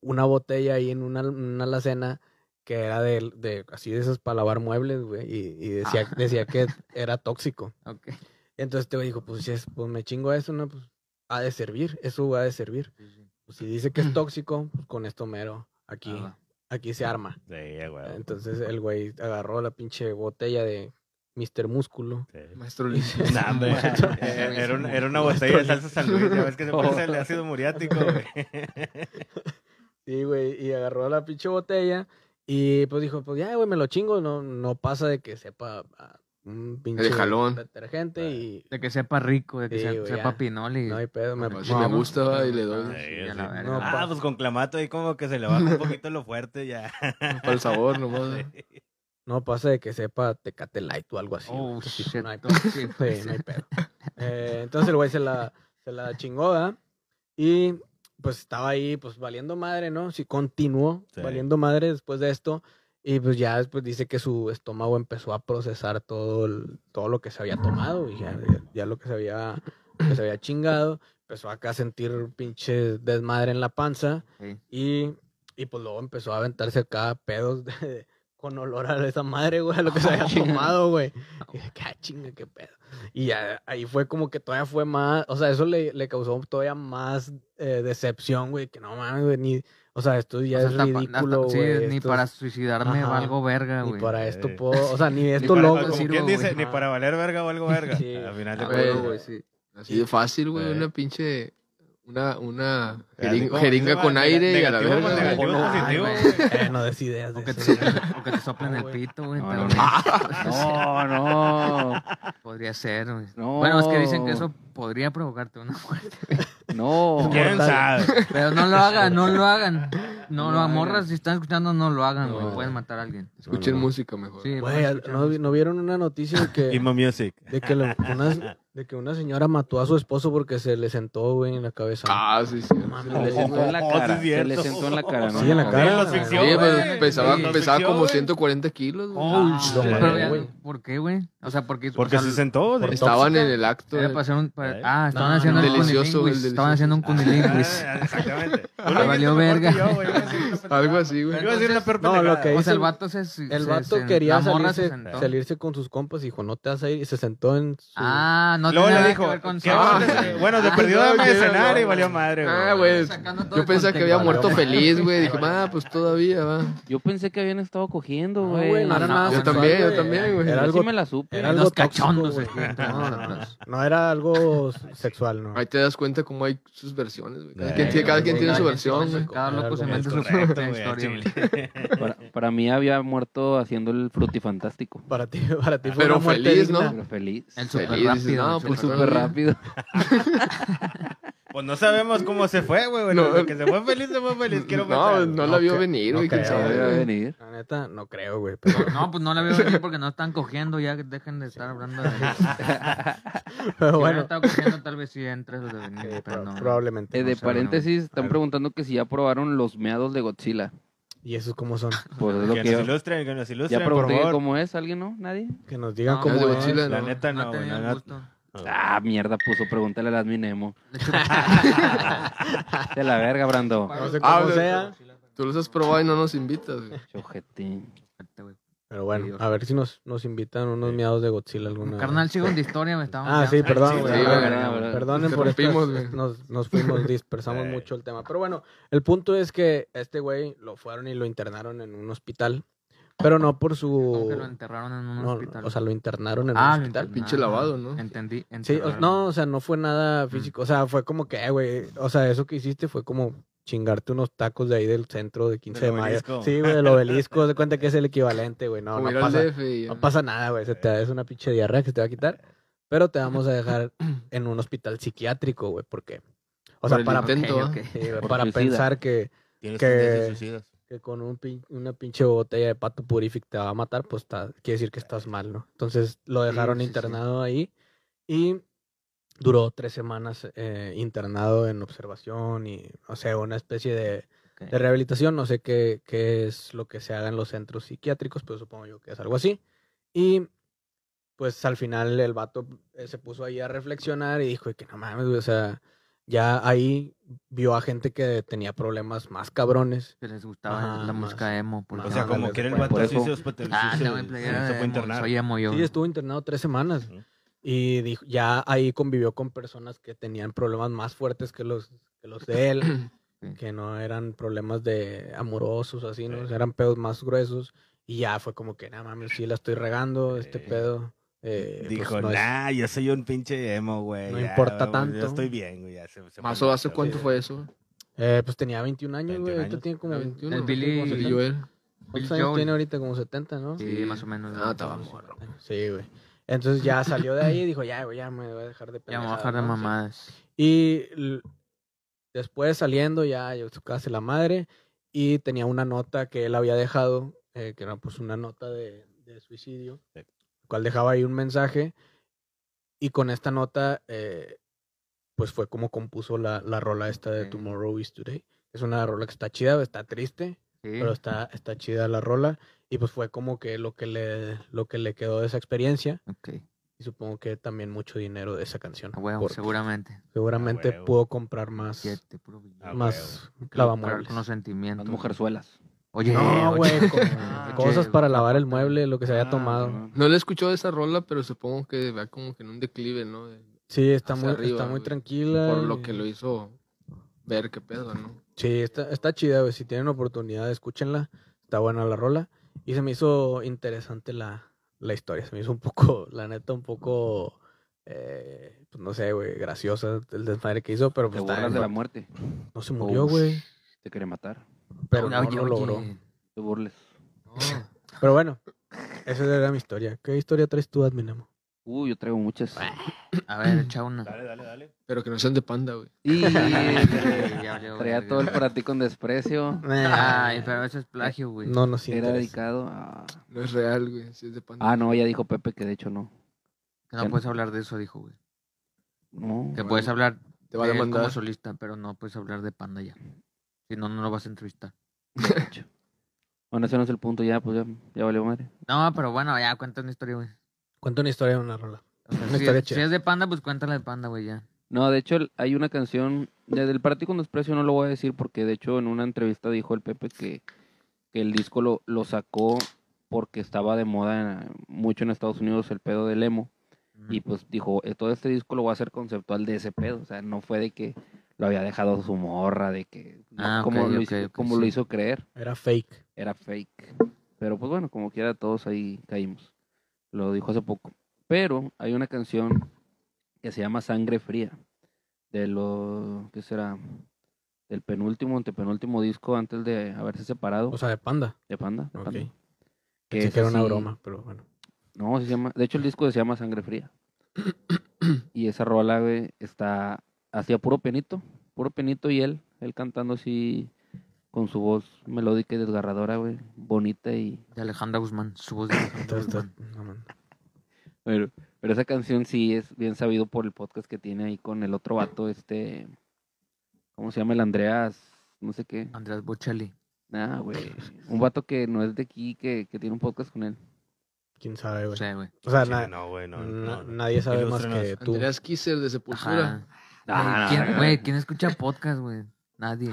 Speaker 1: una botella ahí en una, una alacena que era de, de así de esas para lavar muebles, güey, y, y decía,
Speaker 2: Ah.
Speaker 1: decía que era tóxico.
Speaker 2: Ok.
Speaker 1: Entonces este güey dijo, pues, si es- pues me chingo a eso, ¿no? Pues ha de servir, eso ha de servir.
Speaker 2: Sí, sí.
Speaker 1: Pues, si dice que es tóxico, pues con esto mero, aquí,
Speaker 2: Ah, va.
Speaker 1: aquí se arma.
Speaker 3: Sí, güey.
Speaker 1: Entonces el güey agarró la pinche botella de Mr. Músculo.
Speaker 3: Sí.
Speaker 4: Maestro Luis.
Speaker 3: Nah, hombre. era, una, era una botella de salsa San Luis, ya ves que se parece el ácido muriático, güey.
Speaker 1: Sí, güey, y agarró la pinche botella y pues dijo, pues ya, güey, me lo chingo, no, no pasa de que sepa a un pinche
Speaker 4: jalón.
Speaker 1: detergente y
Speaker 2: De que sepa rico, de que
Speaker 1: Sí,
Speaker 2: se-
Speaker 1: güey,
Speaker 2: sepa
Speaker 1: ya.
Speaker 2: pinol y...
Speaker 1: no hay pedo. Me,
Speaker 2: Pues
Speaker 4: si me
Speaker 1: vamos.
Speaker 4: gusta va, y le doy
Speaker 2: Ah, sí,
Speaker 3: Sí,
Speaker 2: a la
Speaker 3: sí.
Speaker 2: verga.
Speaker 1: No,
Speaker 3: Ah,
Speaker 1: pa-
Speaker 3: pues con clamato ahí como que se le baja un poquito lo fuerte ya.
Speaker 4: para el sabor nomás.
Speaker 1: No pasa de que sepa Tecate Light o algo así. güey.
Speaker 2: Oh,
Speaker 1: Entonces,
Speaker 2: shit.
Speaker 1: no hay pedo.
Speaker 2: Sí,
Speaker 1: Sí, pues, no hay pedo. Eh, entonces el güey se la, se la chingó, ¿verdad? Y pues estaba ahí, pues valiendo madre, ¿no? Sí, continuó
Speaker 3: Sí.
Speaker 1: valiendo madre después de esto. Y pues ya después dice que su estómago empezó a procesar todo, el- todo lo que se había tomado y ya, ya lo que se había, que se había chingado. empezó acá a sentir pinche desmadre en la panza
Speaker 2: Sí.
Speaker 1: y, y pues luego empezó a aventarse acá pedos de- con olor a esa madre, güey, a lo que se había tomado, güey. Y dije, "Ah, chinga, qué pedo. Y ya ahí fue como que todavía fue más, o sea, eso le, le causó todavía más eh, decepción, güey, que no mames, güey, ni, o sea, esto ya
Speaker 2: O sea,
Speaker 1: es
Speaker 2: hasta pa-
Speaker 1: ridículo,
Speaker 2: hasta- sí,
Speaker 1: güey.
Speaker 2: ni
Speaker 1: esto
Speaker 2: para
Speaker 1: es-
Speaker 2: suicidarme
Speaker 1: Ajá.
Speaker 2: valgo verga,
Speaker 1: ni
Speaker 2: güey.
Speaker 1: para esto
Speaker 3: Eh.
Speaker 1: puedo, o sea, ni
Speaker 3: Ni
Speaker 1: esto
Speaker 3: para-
Speaker 1: loco.
Speaker 3: Como
Speaker 2: sirvo,
Speaker 3: quien dice,
Speaker 2: güey.
Speaker 3: ni
Speaker 1: Ajá.
Speaker 3: para valer verga o algo verga.
Speaker 1: Sí.
Speaker 3: Al final de
Speaker 4: Ah,
Speaker 3: cuentas,
Speaker 4: bueno, güey,
Speaker 3: güey.
Speaker 4: sí. Así de fácil, güey,
Speaker 3: Eh.
Speaker 4: una pinche. Una, una
Speaker 3: Así
Speaker 4: jering-
Speaker 3: como
Speaker 4: jeringa
Speaker 3: dice,
Speaker 4: con
Speaker 3: va,
Speaker 4: aire y a la
Speaker 3: negativo
Speaker 4: verga.
Speaker 3: con
Speaker 4: güey.
Speaker 3: negativo,
Speaker 2: Ay,
Speaker 3: positivo,
Speaker 2: güey.
Speaker 3: güey.
Speaker 1: Eh, no des ideas de
Speaker 2: O que, te
Speaker 1: eso. güey.
Speaker 2: soplen, o que te soplen el pito, güey.
Speaker 5: No,
Speaker 2: también.
Speaker 5: no, No, no.
Speaker 2: Podría ser, güey.
Speaker 5: No.
Speaker 2: Bueno, es que dicen que eso podría provocarte una muerte.
Speaker 5: No.
Speaker 3: ¿Quién sabe?
Speaker 2: Pero no lo hagan, no lo hagan. No,
Speaker 5: No
Speaker 2: lo
Speaker 5: hagan.
Speaker 2: amorras, si están escuchando, no lo hagan, güey.
Speaker 4: No.
Speaker 2: Pueden matar a alguien.
Speaker 4: Escuchen
Speaker 5: No, no.
Speaker 4: música mejor.
Speaker 2: Sí,
Speaker 1: Güey,
Speaker 2: vamos a escuchar
Speaker 1: ¿no,
Speaker 2: música.
Speaker 1: ¿no vieron una noticia de que,
Speaker 3: Imo Music.
Speaker 1: de, que la- una, de que una señora mató a su esposo porque se le sentó, güey, en la cabeza?
Speaker 4: Ah, sí, sí.
Speaker 1: Mames,
Speaker 5: Se le sentó en la
Speaker 3: Oh, sí es
Speaker 5: cara. Se le
Speaker 3: cierto.
Speaker 5: sentó en la cara, ¿no?
Speaker 1: Sí, en la
Speaker 5: No,
Speaker 1: cara.
Speaker 3: lo
Speaker 1: Sí,
Speaker 4: Sí,
Speaker 3: asfixió,
Speaker 1: güey.
Speaker 4: pues,
Speaker 3: güey.
Speaker 4: pesaba,
Speaker 3: Lo
Speaker 4: pesaba
Speaker 3: asfixió,
Speaker 4: como
Speaker 3: güey.
Speaker 4: 140 kilos, güey.
Speaker 2: Ah,
Speaker 1: lo
Speaker 2: pero
Speaker 1: mató,
Speaker 2: ya-
Speaker 1: güey.
Speaker 2: ¿Por qué, güey? O sea, porque...
Speaker 3: Porque
Speaker 2: o sea,
Speaker 3: se sentó. de-
Speaker 4: Estaban
Speaker 1: tóxica.
Speaker 4: en el acto.
Speaker 2: Era
Speaker 4: de-
Speaker 2: para hacer un- para-
Speaker 3: ¿Eh?
Speaker 2: ah, estaban
Speaker 1: No,
Speaker 2: haciendo
Speaker 1: no.
Speaker 2: el
Speaker 4: Delicioso,
Speaker 2: cunilingüis.
Speaker 4: el
Speaker 2: Estaban haciendo un cunilingüis.
Speaker 3: Ah, Exactamente.
Speaker 2: Ah, valió verga.
Speaker 4: Algo así, güey.
Speaker 3: Iba a decir la peor
Speaker 1: No, lo
Speaker 3: pendejada.
Speaker 1: que
Speaker 2: O sea,
Speaker 1: hizo-
Speaker 2: el vato se... se-
Speaker 1: El
Speaker 2: se-
Speaker 1: vato
Speaker 2: se-
Speaker 1: quería
Speaker 2: la morra se
Speaker 1: salirse,
Speaker 2: sentó.
Speaker 1: salirse con sus compas y dijo, no te vas a ir. Y se sentó en su...
Speaker 2: Ah, no
Speaker 3: Luego
Speaker 2: tenía
Speaker 3: le
Speaker 2: nada que
Speaker 3: dijo,
Speaker 2: ver con...
Speaker 3: "Qué
Speaker 4: Ah,
Speaker 3: bueno,
Speaker 4: sí.
Speaker 3: bueno, te
Speaker 4: Ah,
Speaker 3: perdió
Speaker 4: no,
Speaker 3: dame de
Speaker 4: qué
Speaker 3: cenar y
Speaker 4: bueno.
Speaker 3: valió madre, güey.
Speaker 4: Ah, güey.
Speaker 2: Sacando todo
Speaker 4: Yo
Speaker 2: el
Speaker 4: pensaba que
Speaker 2: contexto.
Speaker 4: había muerto
Speaker 1: Valió
Speaker 4: feliz,
Speaker 1: madre.
Speaker 4: güey. Dije, ah, pues todavía, va.
Speaker 5: Yo pensé que habían estado cogiendo,
Speaker 1: No,
Speaker 5: güey.
Speaker 1: güey, no
Speaker 5: No,
Speaker 1: era
Speaker 2: no,
Speaker 1: nada
Speaker 2: yo
Speaker 1: sexual,
Speaker 4: también, yo
Speaker 1: Ah, güey.
Speaker 4: también, güey.
Speaker 1: Era
Speaker 5: sí
Speaker 1: algo,
Speaker 5: me la supe.
Speaker 1: era
Speaker 2: Dos
Speaker 1: algo
Speaker 2: cachondos,
Speaker 1: tóxico, güey.
Speaker 2: güey.
Speaker 1: No, no, no. No era algo sexual, ¿no?
Speaker 4: Ahí te das cuenta cómo hay sus versiones, güey. Cada
Speaker 3: Eh,
Speaker 4: quien tiene, cada
Speaker 1: güey,
Speaker 4: quien tiene
Speaker 1: cada
Speaker 4: su
Speaker 1: quien
Speaker 4: versión,
Speaker 1: tiene
Speaker 4: güey.
Speaker 1: su-
Speaker 2: Cada loco se
Speaker 1: Es
Speaker 2: inventa su
Speaker 3: correcto,
Speaker 2: propia
Speaker 3: güey,
Speaker 2: historia,
Speaker 3: al
Speaker 2: güey.
Speaker 5: Para, para mí había muerto haciendo el frutifantástico.
Speaker 1: Para ti, para ti fue
Speaker 4: Pero
Speaker 1: una muerte
Speaker 4: feliz,
Speaker 1: digna.
Speaker 4: ¿no?
Speaker 5: Pero feliz.
Speaker 2: El
Speaker 4: Feliz,
Speaker 2: súper
Speaker 4: dices, no,
Speaker 2: rápido.
Speaker 4: pues,
Speaker 2: el
Speaker 5: Súper rápido.
Speaker 3: Pues no sabemos cómo se fue, güey. Bueno,
Speaker 4: No.
Speaker 3: lo que se fue feliz, se fue feliz. Quiero
Speaker 4: No,
Speaker 3: pensar.
Speaker 4: no
Speaker 1: No
Speaker 4: la vio
Speaker 1: creo,
Speaker 4: venir,
Speaker 1: no
Speaker 4: güey. quién
Speaker 1: creo,
Speaker 5: No
Speaker 4: sabe,
Speaker 5: debe
Speaker 4: güey.
Speaker 5: venir.
Speaker 1: La neta, no creo, güey. Pero,
Speaker 2: No, pues no la veo venir porque no están cogiendo. Ya dejen de estar hablando de eso.
Speaker 1: pero
Speaker 2: Si bueno.
Speaker 1: bueno,
Speaker 2: estado cogiendo, tal vez sí entres de venir,
Speaker 1: eh,
Speaker 2: pero
Speaker 1: pro-
Speaker 2: no.
Speaker 1: probablemente.
Speaker 5: Eh, de
Speaker 2: sé,
Speaker 5: paréntesis, están
Speaker 1: Algo.
Speaker 5: preguntando que si ya probaron los meados de Godzilla.
Speaker 1: ¿Y esos cómo son?
Speaker 5: Pues es lo
Speaker 3: Que
Speaker 5: que
Speaker 3: nos
Speaker 5: yo-
Speaker 3: ilustren, que nos
Speaker 5: Ya
Speaker 3: ilustren, por
Speaker 5: pregunté que
Speaker 3: favor.
Speaker 5: cómo es, ¿alguien no? ¿Nadie?
Speaker 1: Que nos digan
Speaker 2: No,
Speaker 1: cómo
Speaker 4: los de
Speaker 1: es.
Speaker 4: Godzilla,
Speaker 3: La neta
Speaker 2: No
Speaker 3: no,
Speaker 2: he tenido
Speaker 3: güey,
Speaker 2: el
Speaker 3: la
Speaker 2: gusto.
Speaker 5: Ah, mierda, puso. Pregúntale a las Minemo. De la verga, Brando.
Speaker 1: No sé cómo
Speaker 4: Ah, o
Speaker 1: sea.
Speaker 4: sea, Tú los has probado y no nos invitas, güey.
Speaker 5: Chojetín.
Speaker 2: Espérate, güey.
Speaker 1: Pero bueno,
Speaker 2: Dios.
Speaker 1: a ver si nos, nos invitan unos miados de Godzilla alguna vez.
Speaker 2: Carnal, sigo en de historia, güey. estamos
Speaker 1: Ah,
Speaker 2: ya-
Speaker 1: sí,
Speaker 3: sí,
Speaker 1: perdón. güey.
Speaker 4: sí,
Speaker 1: Ah,
Speaker 5: verga,
Speaker 1: güey.
Speaker 5: verga.
Speaker 1: Perdonen
Speaker 4: Nos
Speaker 1: por esto.
Speaker 4: rompimos, güey.
Speaker 1: Nos, nos fuimos, dispersamos
Speaker 3: Eh.
Speaker 1: mucho el tema. Pero bueno, el punto es que a este güey lo fueron y lo internaron en un hospital. Pero no por
Speaker 2: Como que lo
Speaker 1: su.
Speaker 2: enterraron en un
Speaker 1: no,
Speaker 2: hospital.
Speaker 1: o sea, lo internaron en
Speaker 2: ah,
Speaker 1: un
Speaker 2: lo
Speaker 1: hospital.
Speaker 2: internaron.
Speaker 4: Pinche lavado, ¿no?
Speaker 2: Entendí.
Speaker 1: Sí, o-
Speaker 2: enterraron.
Speaker 1: no, o sea, no fue nada físico. O sea, fue como que, eh, güey. O sea, eso que hiciste fue como chingarte unos tacos de ahí del centro de 15
Speaker 3: Del
Speaker 1: de mayo.
Speaker 3: obelisco.
Speaker 1: Sí, güey, del obelisco. haz de cuenta que es el equivalente, güey. No,
Speaker 4: Como ir
Speaker 1: no
Speaker 4: al
Speaker 1: pasa.
Speaker 4: DF y ya.
Speaker 1: No pasa nada, güey. Se te da- es una pinche diarrea que se te va a quitar. Pero te vamos a dejar en un hospital psiquiátrico, güey, porque. O
Speaker 4: Por
Speaker 1: sea,
Speaker 4: el
Speaker 1: para,
Speaker 4: intento,
Speaker 2: Ok,
Speaker 4: ¿ah?
Speaker 2: ok.
Speaker 1: sí, güey,
Speaker 5: Por
Speaker 1: para
Speaker 5: suicida.
Speaker 1: pensar que,
Speaker 6: Tienes
Speaker 1: Que-
Speaker 6: tendencias suicidas.
Speaker 1: que con un pin- una pinche botella de pato purific te va a matar, pues está- quiere decir que estás mal, ¿no? Entonces lo dejaron
Speaker 2: sí, sí.
Speaker 1: internado ahí y duró tres semanas eh, internado en observación y, o sea, una especie de
Speaker 2: Ok.
Speaker 1: de rehabilitación. No sé qué, qué es lo que se haga en los centros psiquiátricos, pero supongo yo que es algo así. Y pues al final el vato eh, se puso ahí a reflexionar y dijo de que no mames, güey, o sea, ya ahí vio a gente que tenía problemas más cabrones.
Speaker 2: Que les gustaba
Speaker 1: Ajá,
Speaker 2: la
Speaker 1: más.
Speaker 2: música emo. porque-
Speaker 3: O sea,
Speaker 1: No,
Speaker 3: como
Speaker 1: no,
Speaker 3: quiere el
Speaker 1: Ah, por
Speaker 3: vato
Speaker 5: eso-
Speaker 3: así se hospitalizó.
Speaker 2: Ah,
Speaker 3: se-
Speaker 2: no, me
Speaker 3: se fue a internar.
Speaker 2: Soy emo yo.
Speaker 1: Sí, estuvo internado tres semanas.
Speaker 3: Ujú.
Speaker 1: Y dijo, ya ahí convivió con personas que tenían problemas más fuertes que los, que los de él.
Speaker 2: Sí.
Speaker 1: que no eran problemas de amorosos así, ¿no?
Speaker 3: Sí.
Speaker 1: O sea, eran pedos más gruesos y ya fue como que, nada mames, sí la estoy regando, este
Speaker 3: Sí.
Speaker 1: pedo. eh, pues,
Speaker 3: Dijo,
Speaker 1: no es-
Speaker 3: nah, yo soy un pinche emo, güey.
Speaker 1: No
Speaker 3: ya,
Speaker 1: importa
Speaker 3: güey,
Speaker 1: tanto".
Speaker 3: Yo estoy bien, güey. ya se- se
Speaker 4: Más
Speaker 3: fue
Speaker 4: o
Speaker 3: la
Speaker 4: hace
Speaker 3: verga,
Speaker 4: cuánto
Speaker 3: güey.
Speaker 4: fue eso?
Speaker 1: eh, pues tenía 21 años,
Speaker 3: 21
Speaker 1: güey, ahorita
Speaker 3: años.
Speaker 1: tiene como 21.
Speaker 2: El
Speaker 1: ¿no?
Speaker 2: Billy-
Speaker 1: Tiene como
Speaker 4: Sí,
Speaker 1: 70.
Speaker 4: yo era.
Speaker 1: ¿Cuántos
Speaker 2: Bill
Speaker 1: años
Speaker 2: Joel.
Speaker 1: tiene ahorita? Como 70, ¿no?
Speaker 2: Sí, más o menos.
Speaker 4: Ah, estaba morro.
Speaker 1: Sí, güey. Entonces ya salió de ahí y dijo, ya, güey, ya me voy a dejar de
Speaker 2: Ya me voy a
Speaker 1: pendejadas",
Speaker 2: bajar de
Speaker 1: ¿no? Sí.
Speaker 2: mamadas.
Speaker 1: Y l- después saliendo ya yo su casa la madre y tenía una nota que él había dejado, eh, que era pues una nota de, de suicidio,
Speaker 3: Sí.
Speaker 1: cual dejaba ahí un mensaje y con esta nota eh, pues fue como compuso la, la rola esta de
Speaker 2: Ok.
Speaker 1: Tomorrow is Today. Es una rola que está chida, está triste,
Speaker 2: Sí.
Speaker 1: pero está, está chida la rola y pues fue como que lo que le, lo que le quedó de esa experiencia
Speaker 2: Ok.
Speaker 1: Y supongo que también mucho dinero de esa canción.
Speaker 2: A huevo,
Speaker 1: porque
Speaker 2: seguramente.
Speaker 1: seguramente
Speaker 3: A huevo.
Speaker 1: pudo comprar más,
Speaker 2: Siete, puro billete.
Speaker 4: ah,
Speaker 3: A
Speaker 1: más
Speaker 2: Comprar
Speaker 1: lavamuebles.
Speaker 2: con los sentimientos.
Speaker 5: Las mujerzuelas.
Speaker 2: Oye,
Speaker 1: No,
Speaker 2: oye.
Speaker 1: güey, con-
Speaker 2: Ah,
Speaker 1: cosas
Speaker 2: che,
Speaker 1: para lavar el mueble, lo que se haya
Speaker 3: Ah,
Speaker 1: tomado.
Speaker 5: Simón.
Speaker 4: No le escuchó esa rola, pero supongo que va como que en un declive, ¿no? De-
Speaker 1: Sí, está
Speaker 4: Hacia
Speaker 1: muy,
Speaker 4: arriba,
Speaker 1: está muy
Speaker 4: güey.
Speaker 1: tranquila.
Speaker 4: por
Speaker 1: y-
Speaker 4: lo que lo hizo ver qué pedo, ¿no?
Speaker 1: Sí, está, está chida, güey. Si tienen oportunidad, escúchenla. Está buena la rola. Y se me hizo interesante la, la historia. Se me hizo un poco, la neta, un poco, eh, pues no sé, güey, graciosa el desmadre que hizo, pero
Speaker 5: Te
Speaker 1: pues está-
Speaker 5: burlas de la muerte.
Speaker 1: no se murió, güey.
Speaker 5: Te quiere matar.
Speaker 1: Pero no
Speaker 2: Oye,
Speaker 1: lo
Speaker 2: oye.
Speaker 1: logró.
Speaker 5: Te burles.
Speaker 4: Oh.
Speaker 1: Pero bueno, esa era mi historia. ¿Qué historia traes tú, Adminamo?
Speaker 5: Uy, yo traigo muchas.
Speaker 2: A ver, echa una.
Speaker 3: Dale, dale, dale.
Speaker 4: Pero que no sean de panda, güey.
Speaker 5: Y
Speaker 2: Ya valió
Speaker 5: traía
Speaker 2: verga.
Speaker 5: todo el para ti con desprecio.
Speaker 2: Ay, pero eso es plagio, güey.
Speaker 4: Pues,
Speaker 1: no nos
Speaker 5: Era
Speaker 1: interesa.
Speaker 5: dedicado a...
Speaker 4: No es real, güey. Si es de
Speaker 2: Mm.
Speaker 4: panda.
Speaker 5: Ah, no, ya dijo Pepe que de hecho no.
Speaker 2: Que no puedes hablar de eso, dijo, güey.
Speaker 5: No.
Speaker 2: Que puedes hablar
Speaker 4: te va a
Speaker 2: de él
Speaker 4: demandar.
Speaker 2: como solista, pero no puedes hablar de panda ya. Si no, no lo vas a entrevistar.
Speaker 5: de hecho. Bueno, ese no es el punto ya, pues ya, ya valió madre.
Speaker 2: No, pero bueno, ya cuenta una historia, güey.
Speaker 1: Cuenta una historia de una rola.
Speaker 2: O sea,
Speaker 1: Una
Speaker 2: si,
Speaker 1: historia
Speaker 2: es,
Speaker 1: chida.
Speaker 2: si es de panda, pues cuéntala de panda, güey, ya.
Speaker 5: No, de hecho el- hay una canción, desde el Para ti con desprecio no lo voy a decir porque de hecho en una entrevista dijo el Pepe que, que el disco lo, lo sacó porque estaba de moda en- mucho en Estados Unidos el pedo del emo. Y pues dijo, "Eh, todo este disco lo voy a hacer conceptual de ese pedo. O sea, no fue de que lo había dejado su morra, de que no,
Speaker 2: Ah,
Speaker 5: como,
Speaker 2: ok,
Speaker 5: lo,
Speaker 2: ok,
Speaker 5: hizo,
Speaker 2: ok,
Speaker 5: como lo
Speaker 2: sí.
Speaker 5: hizo creer,
Speaker 1: Era fake.
Speaker 5: era fake. Pero pues bueno, como quiera todos ahí caímos. Lo dijo hace poco. Pero hay una canción que se llama Sangre Fría. De lo que será del penúltimo, antepenúltimo disco antes de haberse separado
Speaker 1: O sea, de panda.
Speaker 5: de Panda. de
Speaker 1: Pues, Ok.
Speaker 5: Panda. Que
Speaker 1: Pensé
Speaker 5: es
Speaker 1: que era una
Speaker 5: así-
Speaker 1: broma, pero bueno.
Speaker 5: no, sí se llama. De hecho, el disco se llama Sangre Fría. y esa rola, güey, está así a puro penito. Puro penito y él. Él cantando así con su voz melódica y desgarradora, güey. Bonita y.
Speaker 2: De Alejandra Guzmán, su voz de Alejandra
Speaker 1: Entonces,
Speaker 2: Guzmán.
Speaker 1: está- no, man.
Speaker 5: Pero, pero esa canción sí es bien sabido por el podcast que tiene ahí con el otro vato, este. ¿Cómo se llama? El Andreas. No sé qué.
Speaker 2: Andrés Bocelli.
Speaker 5: Nada, güey. Un vato que no es de aquí, que, que tiene un podcast con él.
Speaker 1: ¿Quién sabe, güey?
Speaker 2: Sí, güey.
Speaker 1: O sea,
Speaker 3: Sí,
Speaker 1: na-
Speaker 3: no, güey, no,
Speaker 1: na-
Speaker 3: no, no.
Speaker 1: nadie sabe más que
Speaker 3: Ilústranos.
Speaker 1: tú.
Speaker 4: Andreas Kisser de Sepultura.
Speaker 2: Ajá. Güey, ¿Quién, güey, ¿quién escucha podcast, güey? Nadie.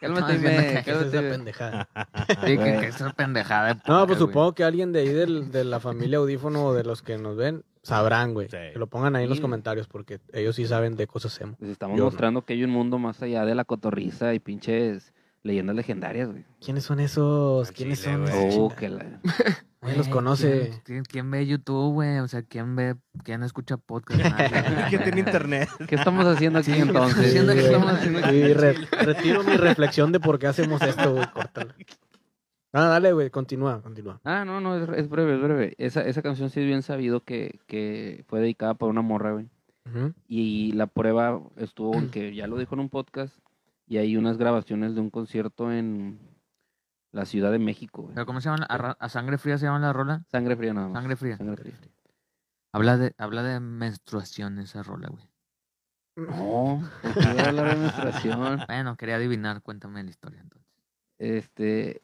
Speaker 5: Cálmate,
Speaker 2: No, es
Speaker 5: güey.
Speaker 2: una-
Speaker 1: ¿Qué es
Speaker 5: Cálmate,
Speaker 1: esa
Speaker 5: güey.
Speaker 1: pendejada?
Speaker 2: Sí, que, que esa pendejada de
Speaker 1: No, pues
Speaker 2: podcast, güey.
Speaker 1: supongo que alguien de ahí del- de la familia audífono o de los que nos ven sabrán, güey.
Speaker 3: Sí.
Speaker 1: Que lo pongan ahí en los
Speaker 5: Sí.
Speaker 1: comentarios porque ellos sí saben de cosas emo.
Speaker 5: Les estamos
Speaker 1: Yo no.
Speaker 5: mostrando que hay un mundo más allá de la cotorriza y pinches leyendas legendarias, güey.
Speaker 1: ¿Quiénes son esos?
Speaker 3: Al
Speaker 1: ¿Quiénes
Speaker 3: chile,
Speaker 1: son
Speaker 3: güey.
Speaker 1: esos?
Speaker 5: Oh,
Speaker 1: Pues, Chinga.
Speaker 5: que la...
Speaker 1: Nadie los
Speaker 2: Güey,
Speaker 1: conoce.
Speaker 2: ¿quién- ¿Quién, quién ve YouTube, güey? O sea, ¿quién ve, quién escucha podcast? Nadie,
Speaker 3: ¿Quién tiene
Speaker 2: güey.
Speaker 3: internet?
Speaker 5: ¿Qué estamos haciendo aquí
Speaker 1: Sí,
Speaker 5: entonces?
Speaker 2: haciendo
Speaker 1: güey.
Speaker 2: que estamos haciendo
Speaker 1: Sí, re- retiro mi reflexión de por qué hacemos esto, güey. Córtala. Ah, dale, güey. Continúa, continúa.
Speaker 5: Ah, no, no, es, es breve, es breve. Esa, esa canción sí es bien sabido que, que fue dedicada para una morra, güey.
Speaker 1: Ujú.
Speaker 5: Y la prueba estuvo en que ya lo dijo en un podcast y hay unas grabaciones de un concierto en la Ciudad de México, güey.
Speaker 2: ¿Pero cómo se llama? la- A, ra- a sangre fría se llama la rola?
Speaker 5: Sangre fría nada más.
Speaker 2: Sangre fría.
Speaker 5: Sangre fría.
Speaker 2: Habla de, habla de menstruación esa rola, güey.
Speaker 5: No, ¿por qué voy a hablar de menstruación?
Speaker 2: Bueno, quería adivinar, cuéntame la historia entonces.
Speaker 5: Este,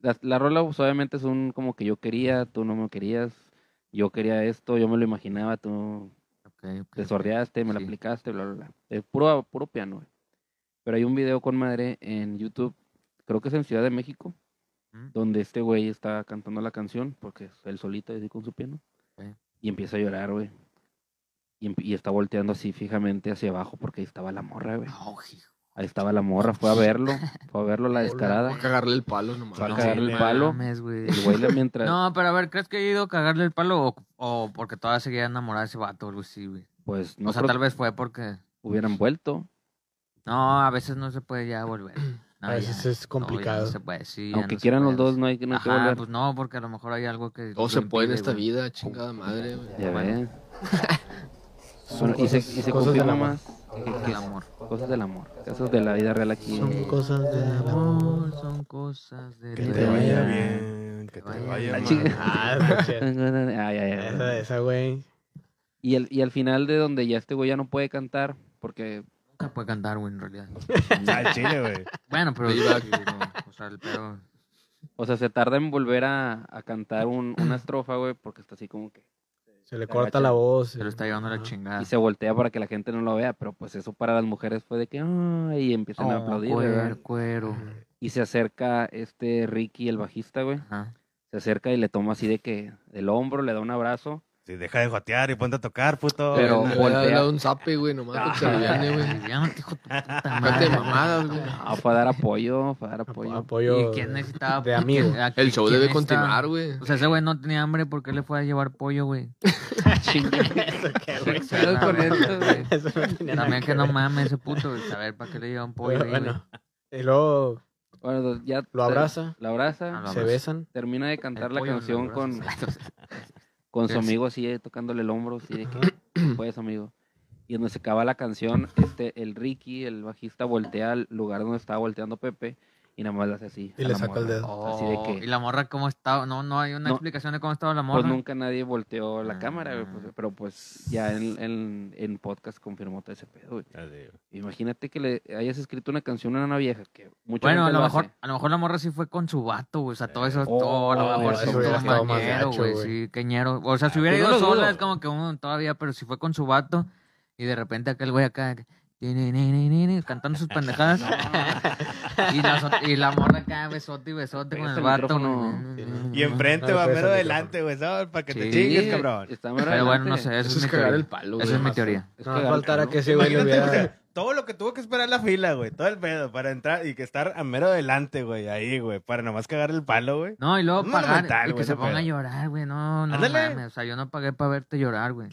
Speaker 5: la, la rola pues, obviamente es un como que yo quería, tú no me querías, yo quería esto, yo me lo imaginaba, tú
Speaker 2: Ok, ok, ok.
Speaker 5: te sordeaste, me lo
Speaker 2: sí.
Speaker 5: aplicaste, bla, bla, bla. Es puro, puro piano, güey. Pero hay un video con madre en YouTube, creo que es en Ciudad de México,
Speaker 2: ¿Mm?
Speaker 5: donde este güey está cantando la canción, porque es él solito así con su piano,
Speaker 2: Ok.
Speaker 5: y empieza a llorar, güey. Y, emp- y está volteando así fijamente hacia abajo porque ahí estaba la morra, güey.
Speaker 2: No, hijo.
Speaker 5: Ahí estaba la morra, fue a verlo, fue a verlo la
Speaker 4: Va
Speaker 5: descarada.
Speaker 4: a cagarle el palo nomás.
Speaker 3: Para
Speaker 2: No,
Speaker 3: cagarle el
Speaker 2: mames,
Speaker 5: palo.
Speaker 2: güey.
Speaker 5: El güey le- mientras...
Speaker 2: No, pero a ver, ¿crees que he ido a cagarle el palo o, o porque todavía seguía enamorada de ese vato o algo así, güey?
Speaker 5: pues no
Speaker 2: o sea,
Speaker 5: creo
Speaker 2: tal vez fue porque...
Speaker 5: que hubieran vuelto.
Speaker 2: No, a veces no se puede ya volver. No,
Speaker 1: A veces
Speaker 2: Ah, ya.
Speaker 1: es
Speaker 2: No, ya no
Speaker 1: complicado.
Speaker 2: se puede, sí, ya
Speaker 5: Aunque
Speaker 2: no se
Speaker 5: quieran los
Speaker 2: puede.
Speaker 5: dos, no hay, que- no hay que
Speaker 2: Ajá,
Speaker 5: volver.
Speaker 2: pues no, porque a lo mejor hay algo que...
Speaker 4: Todo
Speaker 2: lo
Speaker 4: se puede en
Speaker 2: impide,
Speaker 4: esta
Speaker 2: güey.
Speaker 4: vida, chingada madre, güey.
Speaker 5: Ya ves.
Speaker 1: Son
Speaker 5: Bueno, y se,
Speaker 1: cosas,
Speaker 5: y se
Speaker 1: cosas del
Speaker 5: confirma
Speaker 1: amor.
Speaker 5: más. que-
Speaker 2: El amor.
Speaker 5: Cosas del amor. Casos de la vida real aquí.
Speaker 1: Son cosas del
Speaker 2: El
Speaker 1: amor.
Speaker 2: amor son cosas de...
Speaker 3: Que
Speaker 2: la
Speaker 3: te vaya
Speaker 2: vida.
Speaker 3: bien, que te vaya
Speaker 5: La
Speaker 3: mal.
Speaker 5: chica-
Speaker 1: Ah, esa
Speaker 5: Ay,
Speaker 1: chida.
Speaker 5: ay, ay, ay.
Speaker 1: Esa, esa, güey.
Speaker 5: Y, el, y al final de donde ya este güey ya no puede cantar, porque
Speaker 2: Nunca Ah, puede cantar, güey, en realidad.
Speaker 3: Al Ah, chile, güey.
Speaker 2: Bueno, pero...
Speaker 4: Playback.
Speaker 2: pero, o sea, el pedo...
Speaker 5: O sea, se tarda en volver a, a cantar un- una estrofa, güey, porque está así como que se
Speaker 1: Se le
Speaker 5: Se
Speaker 1: corta
Speaker 5: agacha.
Speaker 1: la voz.
Speaker 2: Se lo está llevando la
Speaker 1: ajá.
Speaker 2: chingada.
Speaker 5: Y se voltea para que la gente no lo vea, pero pues eso para las mujeres fue de que, ay, y empiezan a
Speaker 2: Oh,
Speaker 5: aplaudir, ¿verdad?
Speaker 2: cuero, cuero.
Speaker 5: Y se acerca este Ricky, el bajista, güey.
Speaker 2: Ajá.
Speaker 5: Se acerca y le toma así de que, del hombro, le da un abrazo.
Speaker 3: Sí, deja de jotear y ponte a tocar, puto.
Speaker 5: Pero
Speaker 4: Pero le
Speaker 5: voltea.
Speaker 4: había dado un zape, güey, nomás para que se aliviane, güey.
Speaker 2: Ya no te dijo tu puta
Speaker 4: Déjate
Speaker 2: madre.
Speaker 4: de mamadas, güey.
Speaker 5: Ah, fue a dar apoyo, fue a dar
Speaker 1: Apoyo.
Speaker 5: apoyo.
Speaker 2: ¿Y quién necesitaba?
Speaker 1: de amigo.
Speaker 2: quién- a-
Speaker 4: El show
Speaker 2: quién
Speaker 4: debe
Speaker 2: necesitaba?
Speaker 4: continuar, güey.
Speaker 2: O sea, ese güey no tenía hambre, ¿por qué le fue a llevar pollo, güey?
Speaker 4: pedo con esto, güey?
Speaker 1: Eso no tenía nada
Speaker 2: También que no
Speaker 1: ver.
Speaker 2: mames ese puto, güey. A ver, ¿para qué le llevan pollo ahí, güey?
Speaker 1: Bueno, y luego
Speaker 5: Bueno, ya.
Speaker 1: lo abraza,
Speaker 5: La abraza.
Speaker 2: Ah, lo
Speaker 1: se
Speaker 2: abraza.
Speaker 1: besan.
Speaker 5: Termina de
Speaker 2: El
Speaker 5: cantar la
Speaker 2: pollo en
Speaker 5: canción
Speaker 2: los
Speaker 5: con,
Speaker 2: brazos.
Speaker 5: con su
Speaker 2: Yes.
Speaker 5: amigo así, eh, tocándole el hombro, así de que, pues, amigo. Y donde se acaba la canción, este, el Ricky, el bajista, voltea al lugar donde estaba volteando Pepe y nada más le hace así.
Speaker 1: Y
Speaker 5: a
Speaker 1: le
Speaker 5: la
Speaker 1: saca el
Speaker 5: morra.
Speaker 1: dedo.
Speaker 5: Así de que-
Speaker 2: Oh, ¿Y la morra cómo estaba? No, no hay una
Speaker 5: No.
Speaker 2: explicación de cómo estaba la morra.
Speaker 5: Pues nunca nadie volteó la cámara, güey, pues,
Speaker 2: Ah.
Speaker 5: pero pues ya en, en, en podcast confirmó todo ese pedo, güey.
Speaker 3: Ah,
Speaker 5: Imagínate que le hayas escrito una canción a una vieja que mucha
Speaker 2: bueno,
Speaker 5: gente
Speaker 2: a lo,
Speaker 5: lo
Speaker 2: mejor,
Speaker 5: hace.
Speaker 2: a lo mejor la morra sí fue con su vato, güey. O sea, todo eso,
Speaker 5: Oh,
Speaker 2: todo, a lo mejor
Speaker 1: eso
Speaker 2: sí
Speaker 1: hubiera
Speaker 2: estuvo
Speaker 1: estado más
Speaker 2: mañero,
Speaker 1: gacho,
Speaker 2: güey.
Speaker 1: güey.
Speaker 2: Sí, queñero. O sea, si
Speaker 5: Ah,
Speaker 2: hubiera
Speaker 5: pues no
Speaker 2: ido
Speaker 5: lo dudo.
Speaker 2: sola, es como que uno todavía, pero si fue con su vato y de repente aquel güey acá tininininini, cantando sus pendejadas y, la, so- y la morra acá besote y besote con
Speaker 5: Pégase
Speaker 2: el
Speaker 5: el
Speaker 2: vato.
Speaker 5: micrófono.
Speaker 2: güey.
Speaker 3: Y enfrente,
Speaker 1: No,
Speaker 3: va
Speaker 1: pues,
Speaker 3: mero
Speaker 1: el
Speaker 3: adelante, güey, ¿sabes? Para que te
Speaker 2: Sí.
Speaker 3: chingues, cabrón.
Speaker 5: Está mero
Speaker 2: Pero bueno, no
Speaker 5: adelante.
Speaker 2: sé, eso,
Speaker 4: Eso
Speaker 2: es
Speaker 4: es
Speaker 2: mi
Speaker 4: cagar el
Speaker 2: teoría.
Speaker 4: palo, güey.
Speaker 2: Esa es mi
Speaker 3: Más-
Speaker 2: teoría.
Speaker 5: Es
Speaker 1: No
Speaker 5: cagar el
Speaker 1: faltara
Speaker 5: palo.
Speaker 1: que ese güey le
Speaker 3: Imagínate,
Speaker 1: hubiera.
Speaker 3: o sea, todo lo que tuvo que esperar la fila, güey. Todo el pedo para entrar y que estar a mero adelante, güey. Ahí, güey. Para nomás cagar el palo, güey.
Speaker 2: No, y luego
Speaker 3: Es
Speaker 2: pagar
Speaker 3: monumental,
Speaker 2: y que
Speaker 3: güey,
Speaker 2: se
Speaker 3: ese
Speaker 2: ponga a
Speaker 3: pedo.
Speaker 2: llorar, güey. No, no
Speaker 3: Ándale.
Speaker 2: mames. O sea, yo no pagué para verte llorar, güey.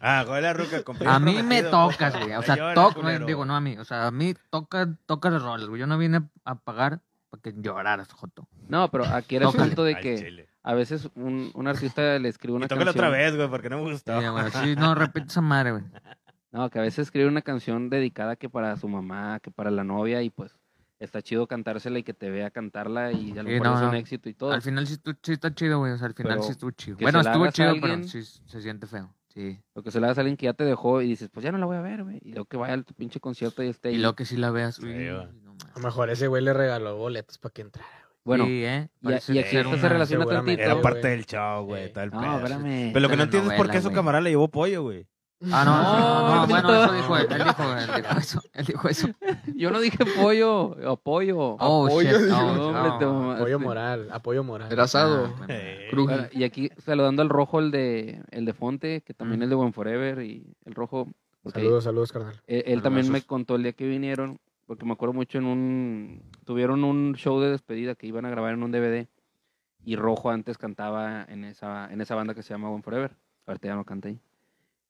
Speaker 3: Ah, joder, la ruca. cumplió
Speaker 2: A mí me
Speaker 3: prometido,
Speaker 2: tocas,
Speaker 3: puto.
Speaker 2: güey. O
Speaker 3: Ahí
Speaker 2: sea,
Speaker 3: llora,
Speaker 2: toca,
Speaker 3: culero.
Speaker 2: digo, no a mí. O sea, a mí toca, toca los roles, güey. Yo no vine a pagar para que lloraras, Joto.
Speaker 5: No, pero aquí era el
Speaker 2: Tócale.
Speaker 5: punto de
Speaker 3: Al
Speaker 5: que
Speaker 3: chile.
Speaker 5: a veces un, un artista le escribe
Speaker 3: Y
Speaker 5: una
Speaker 3: tócala
Speaker 5: canción.
Speaker 3: otra vez, güey, porque no me
Speaker 2: Sí,
Speaker 3: gustó.
Speaker 2: güey. Sí, no, repite esa madre, güey.
Speaker 5: No, que a veces escribe una canción dedicada que para su mamá, que para la novia y pues está chido cantársela y que te vea cantarla y a lo
Speaker 2: Sí,
Speaker 5: mejor
Speaker 2: no,
Speaker 5: es un
Speaker 2: no.
Speaker 5: éxito y todo.
Speaker 2: Al final sí, estu- sí está chido, güey. O sea, al final
Speaker 5: Pero
Speaker 2: sí estuvo chido.
Speaker 5: que
Speaker 2: Bueno,
Speaker 5: se la
Speaker 2: estuvo
Speaker 5: hagas a
Speaker 2: chido, pero
Speaker 5: alguien.
Speaker 2: sí se siente feo. Sí.
Speaker 5: Lo que se le hace a alguien que ya te dejó y dices, pues ya no la voy a ver, güey. Y luego que vaya a tu pinche concierto y esté
Speaker 2: Y
Speaker 5: ahí.
Speaker 2: lo que sí la veas, uy,
Speaker 3: Sí, güey.
Speaker 2: no
Speaker 1: A lo
Speaker 2: mames.
Speaker 1: mejor ese güey le regaló boletos para que entrara.
Speaker 5: Bueno,
Speaker 2: sí, ¿eh?
Speaker 5: y, a-
Speaker 2: Parece
Speaker 5: y
Speaker 3: que
Speaker 5: aquí
Speaker 3: era
Speaker 5: esto se
Speaker 3: una-
Speaker 5: relaciona
Speaker 1: seguramente
Speaker 5: tantito.
Speaker 3: Era
Speaker 1: güey.
Speaker 3: parte del show, güey.
Speaker 1: Sí.
Speaker 3: Todo el
Speaker 5: No,
Speaker 3: pedo.
Speaker 5: espérame.
Speaker 3: Pero lo que no entiendes es por
Speaker 2: telenovela,
Speaker 3: qué su
Speaker 2: güey.
Speaker 3: camarada le llevó pollo, güey.
Speaker 2: Ah, no, no, no,
Speaker 5: No,
Speaker 2: bueno,
Speaker 5: no.
Speaker 2: eso dijo él, él dijo, él dijo eso, él dijo eso.
Speaker 5: Yo no dije pollo, apoyo.
Speaker 2: Oh,
Speaker 4: Apoyo,
Speaker 2: shit,
Speaker 4: dijo.
Speaker 2: no,
Speaker 5: No, hombre,
Speaker 2: no.
Speaker 5: te mamaste.
Speaker 1: Apoyo moral, apoyo moral.
Speaker 4: Era asado.
Speaker 3: Eh,
Speaker 2: Ah, bueno.
Speaker 4: Cruji.
Speaker 5: Bueno, y aquí saludando al rojo, el de, el de Fonte, que también
Speaker 2: Mm.
Speaker 5: es de Buen Forever, y el rojo. porque
Speaker 1: Saludos, saludos, carnal.
Speaker 5: Eh, Él, él también me
Speaker 2: Saludazos.
Speaker 5: contó el día que vinieron, porque me acuerdo mucho en un... Tuvieron un show de despedida que iban a grabar en un DVD y Rojo antes cantaba en esa, en esa banda que se llama One Forever. Ahorita ya no canta ahí.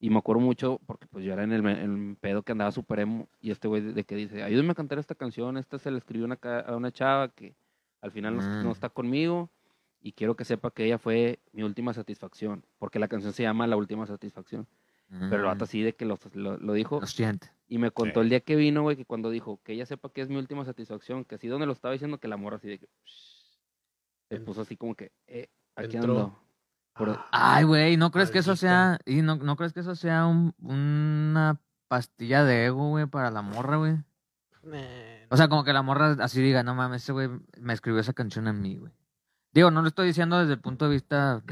Speaker 5: Y me acuerdo mucho porque pues yo era en el, me- el pedo que andaba super emo y este güey de, de que dice, ayúdenme a cantar esta canción, esta se la escribió una, ca- a una chava que al final no,
Speaker 2: Mm.
Speaker 5: no está conmigo y quiero que sepa que ella fue mi última satisfacción, porque la canción se llama La Última Satisfacción. Pero lo
Speaker 2: Mm,
Speaker 5: vato así de que lo, lo- lo dijo
Speaker 2: Lo siente.
Speaker 5: y me contó el día que vino, güey, que cuando dijo que ella sepa que es mi última satisfacción, que así donde lo estaba diciendo, que la morra así de que. "Shh", Se
Speaker 1: En-
Speaker 5: puso así como que. Eh, aquí
Speaker 1: entró.
Speaker 5: ando. Por-
Speaker 1: Ah.
Speaker 2: Ay, güey, ¿no crees que eso sea,
Speaker 1: Maldita.
Speaker 2: y no, no crees que eso sea un- una pastilla de ego, güey, para la morra, güey? O sea, como que la morra así diga, no mames, ese güey me escribió esa canción a mí, güey. Digo, no lo estoy diciendo desde el punto de vista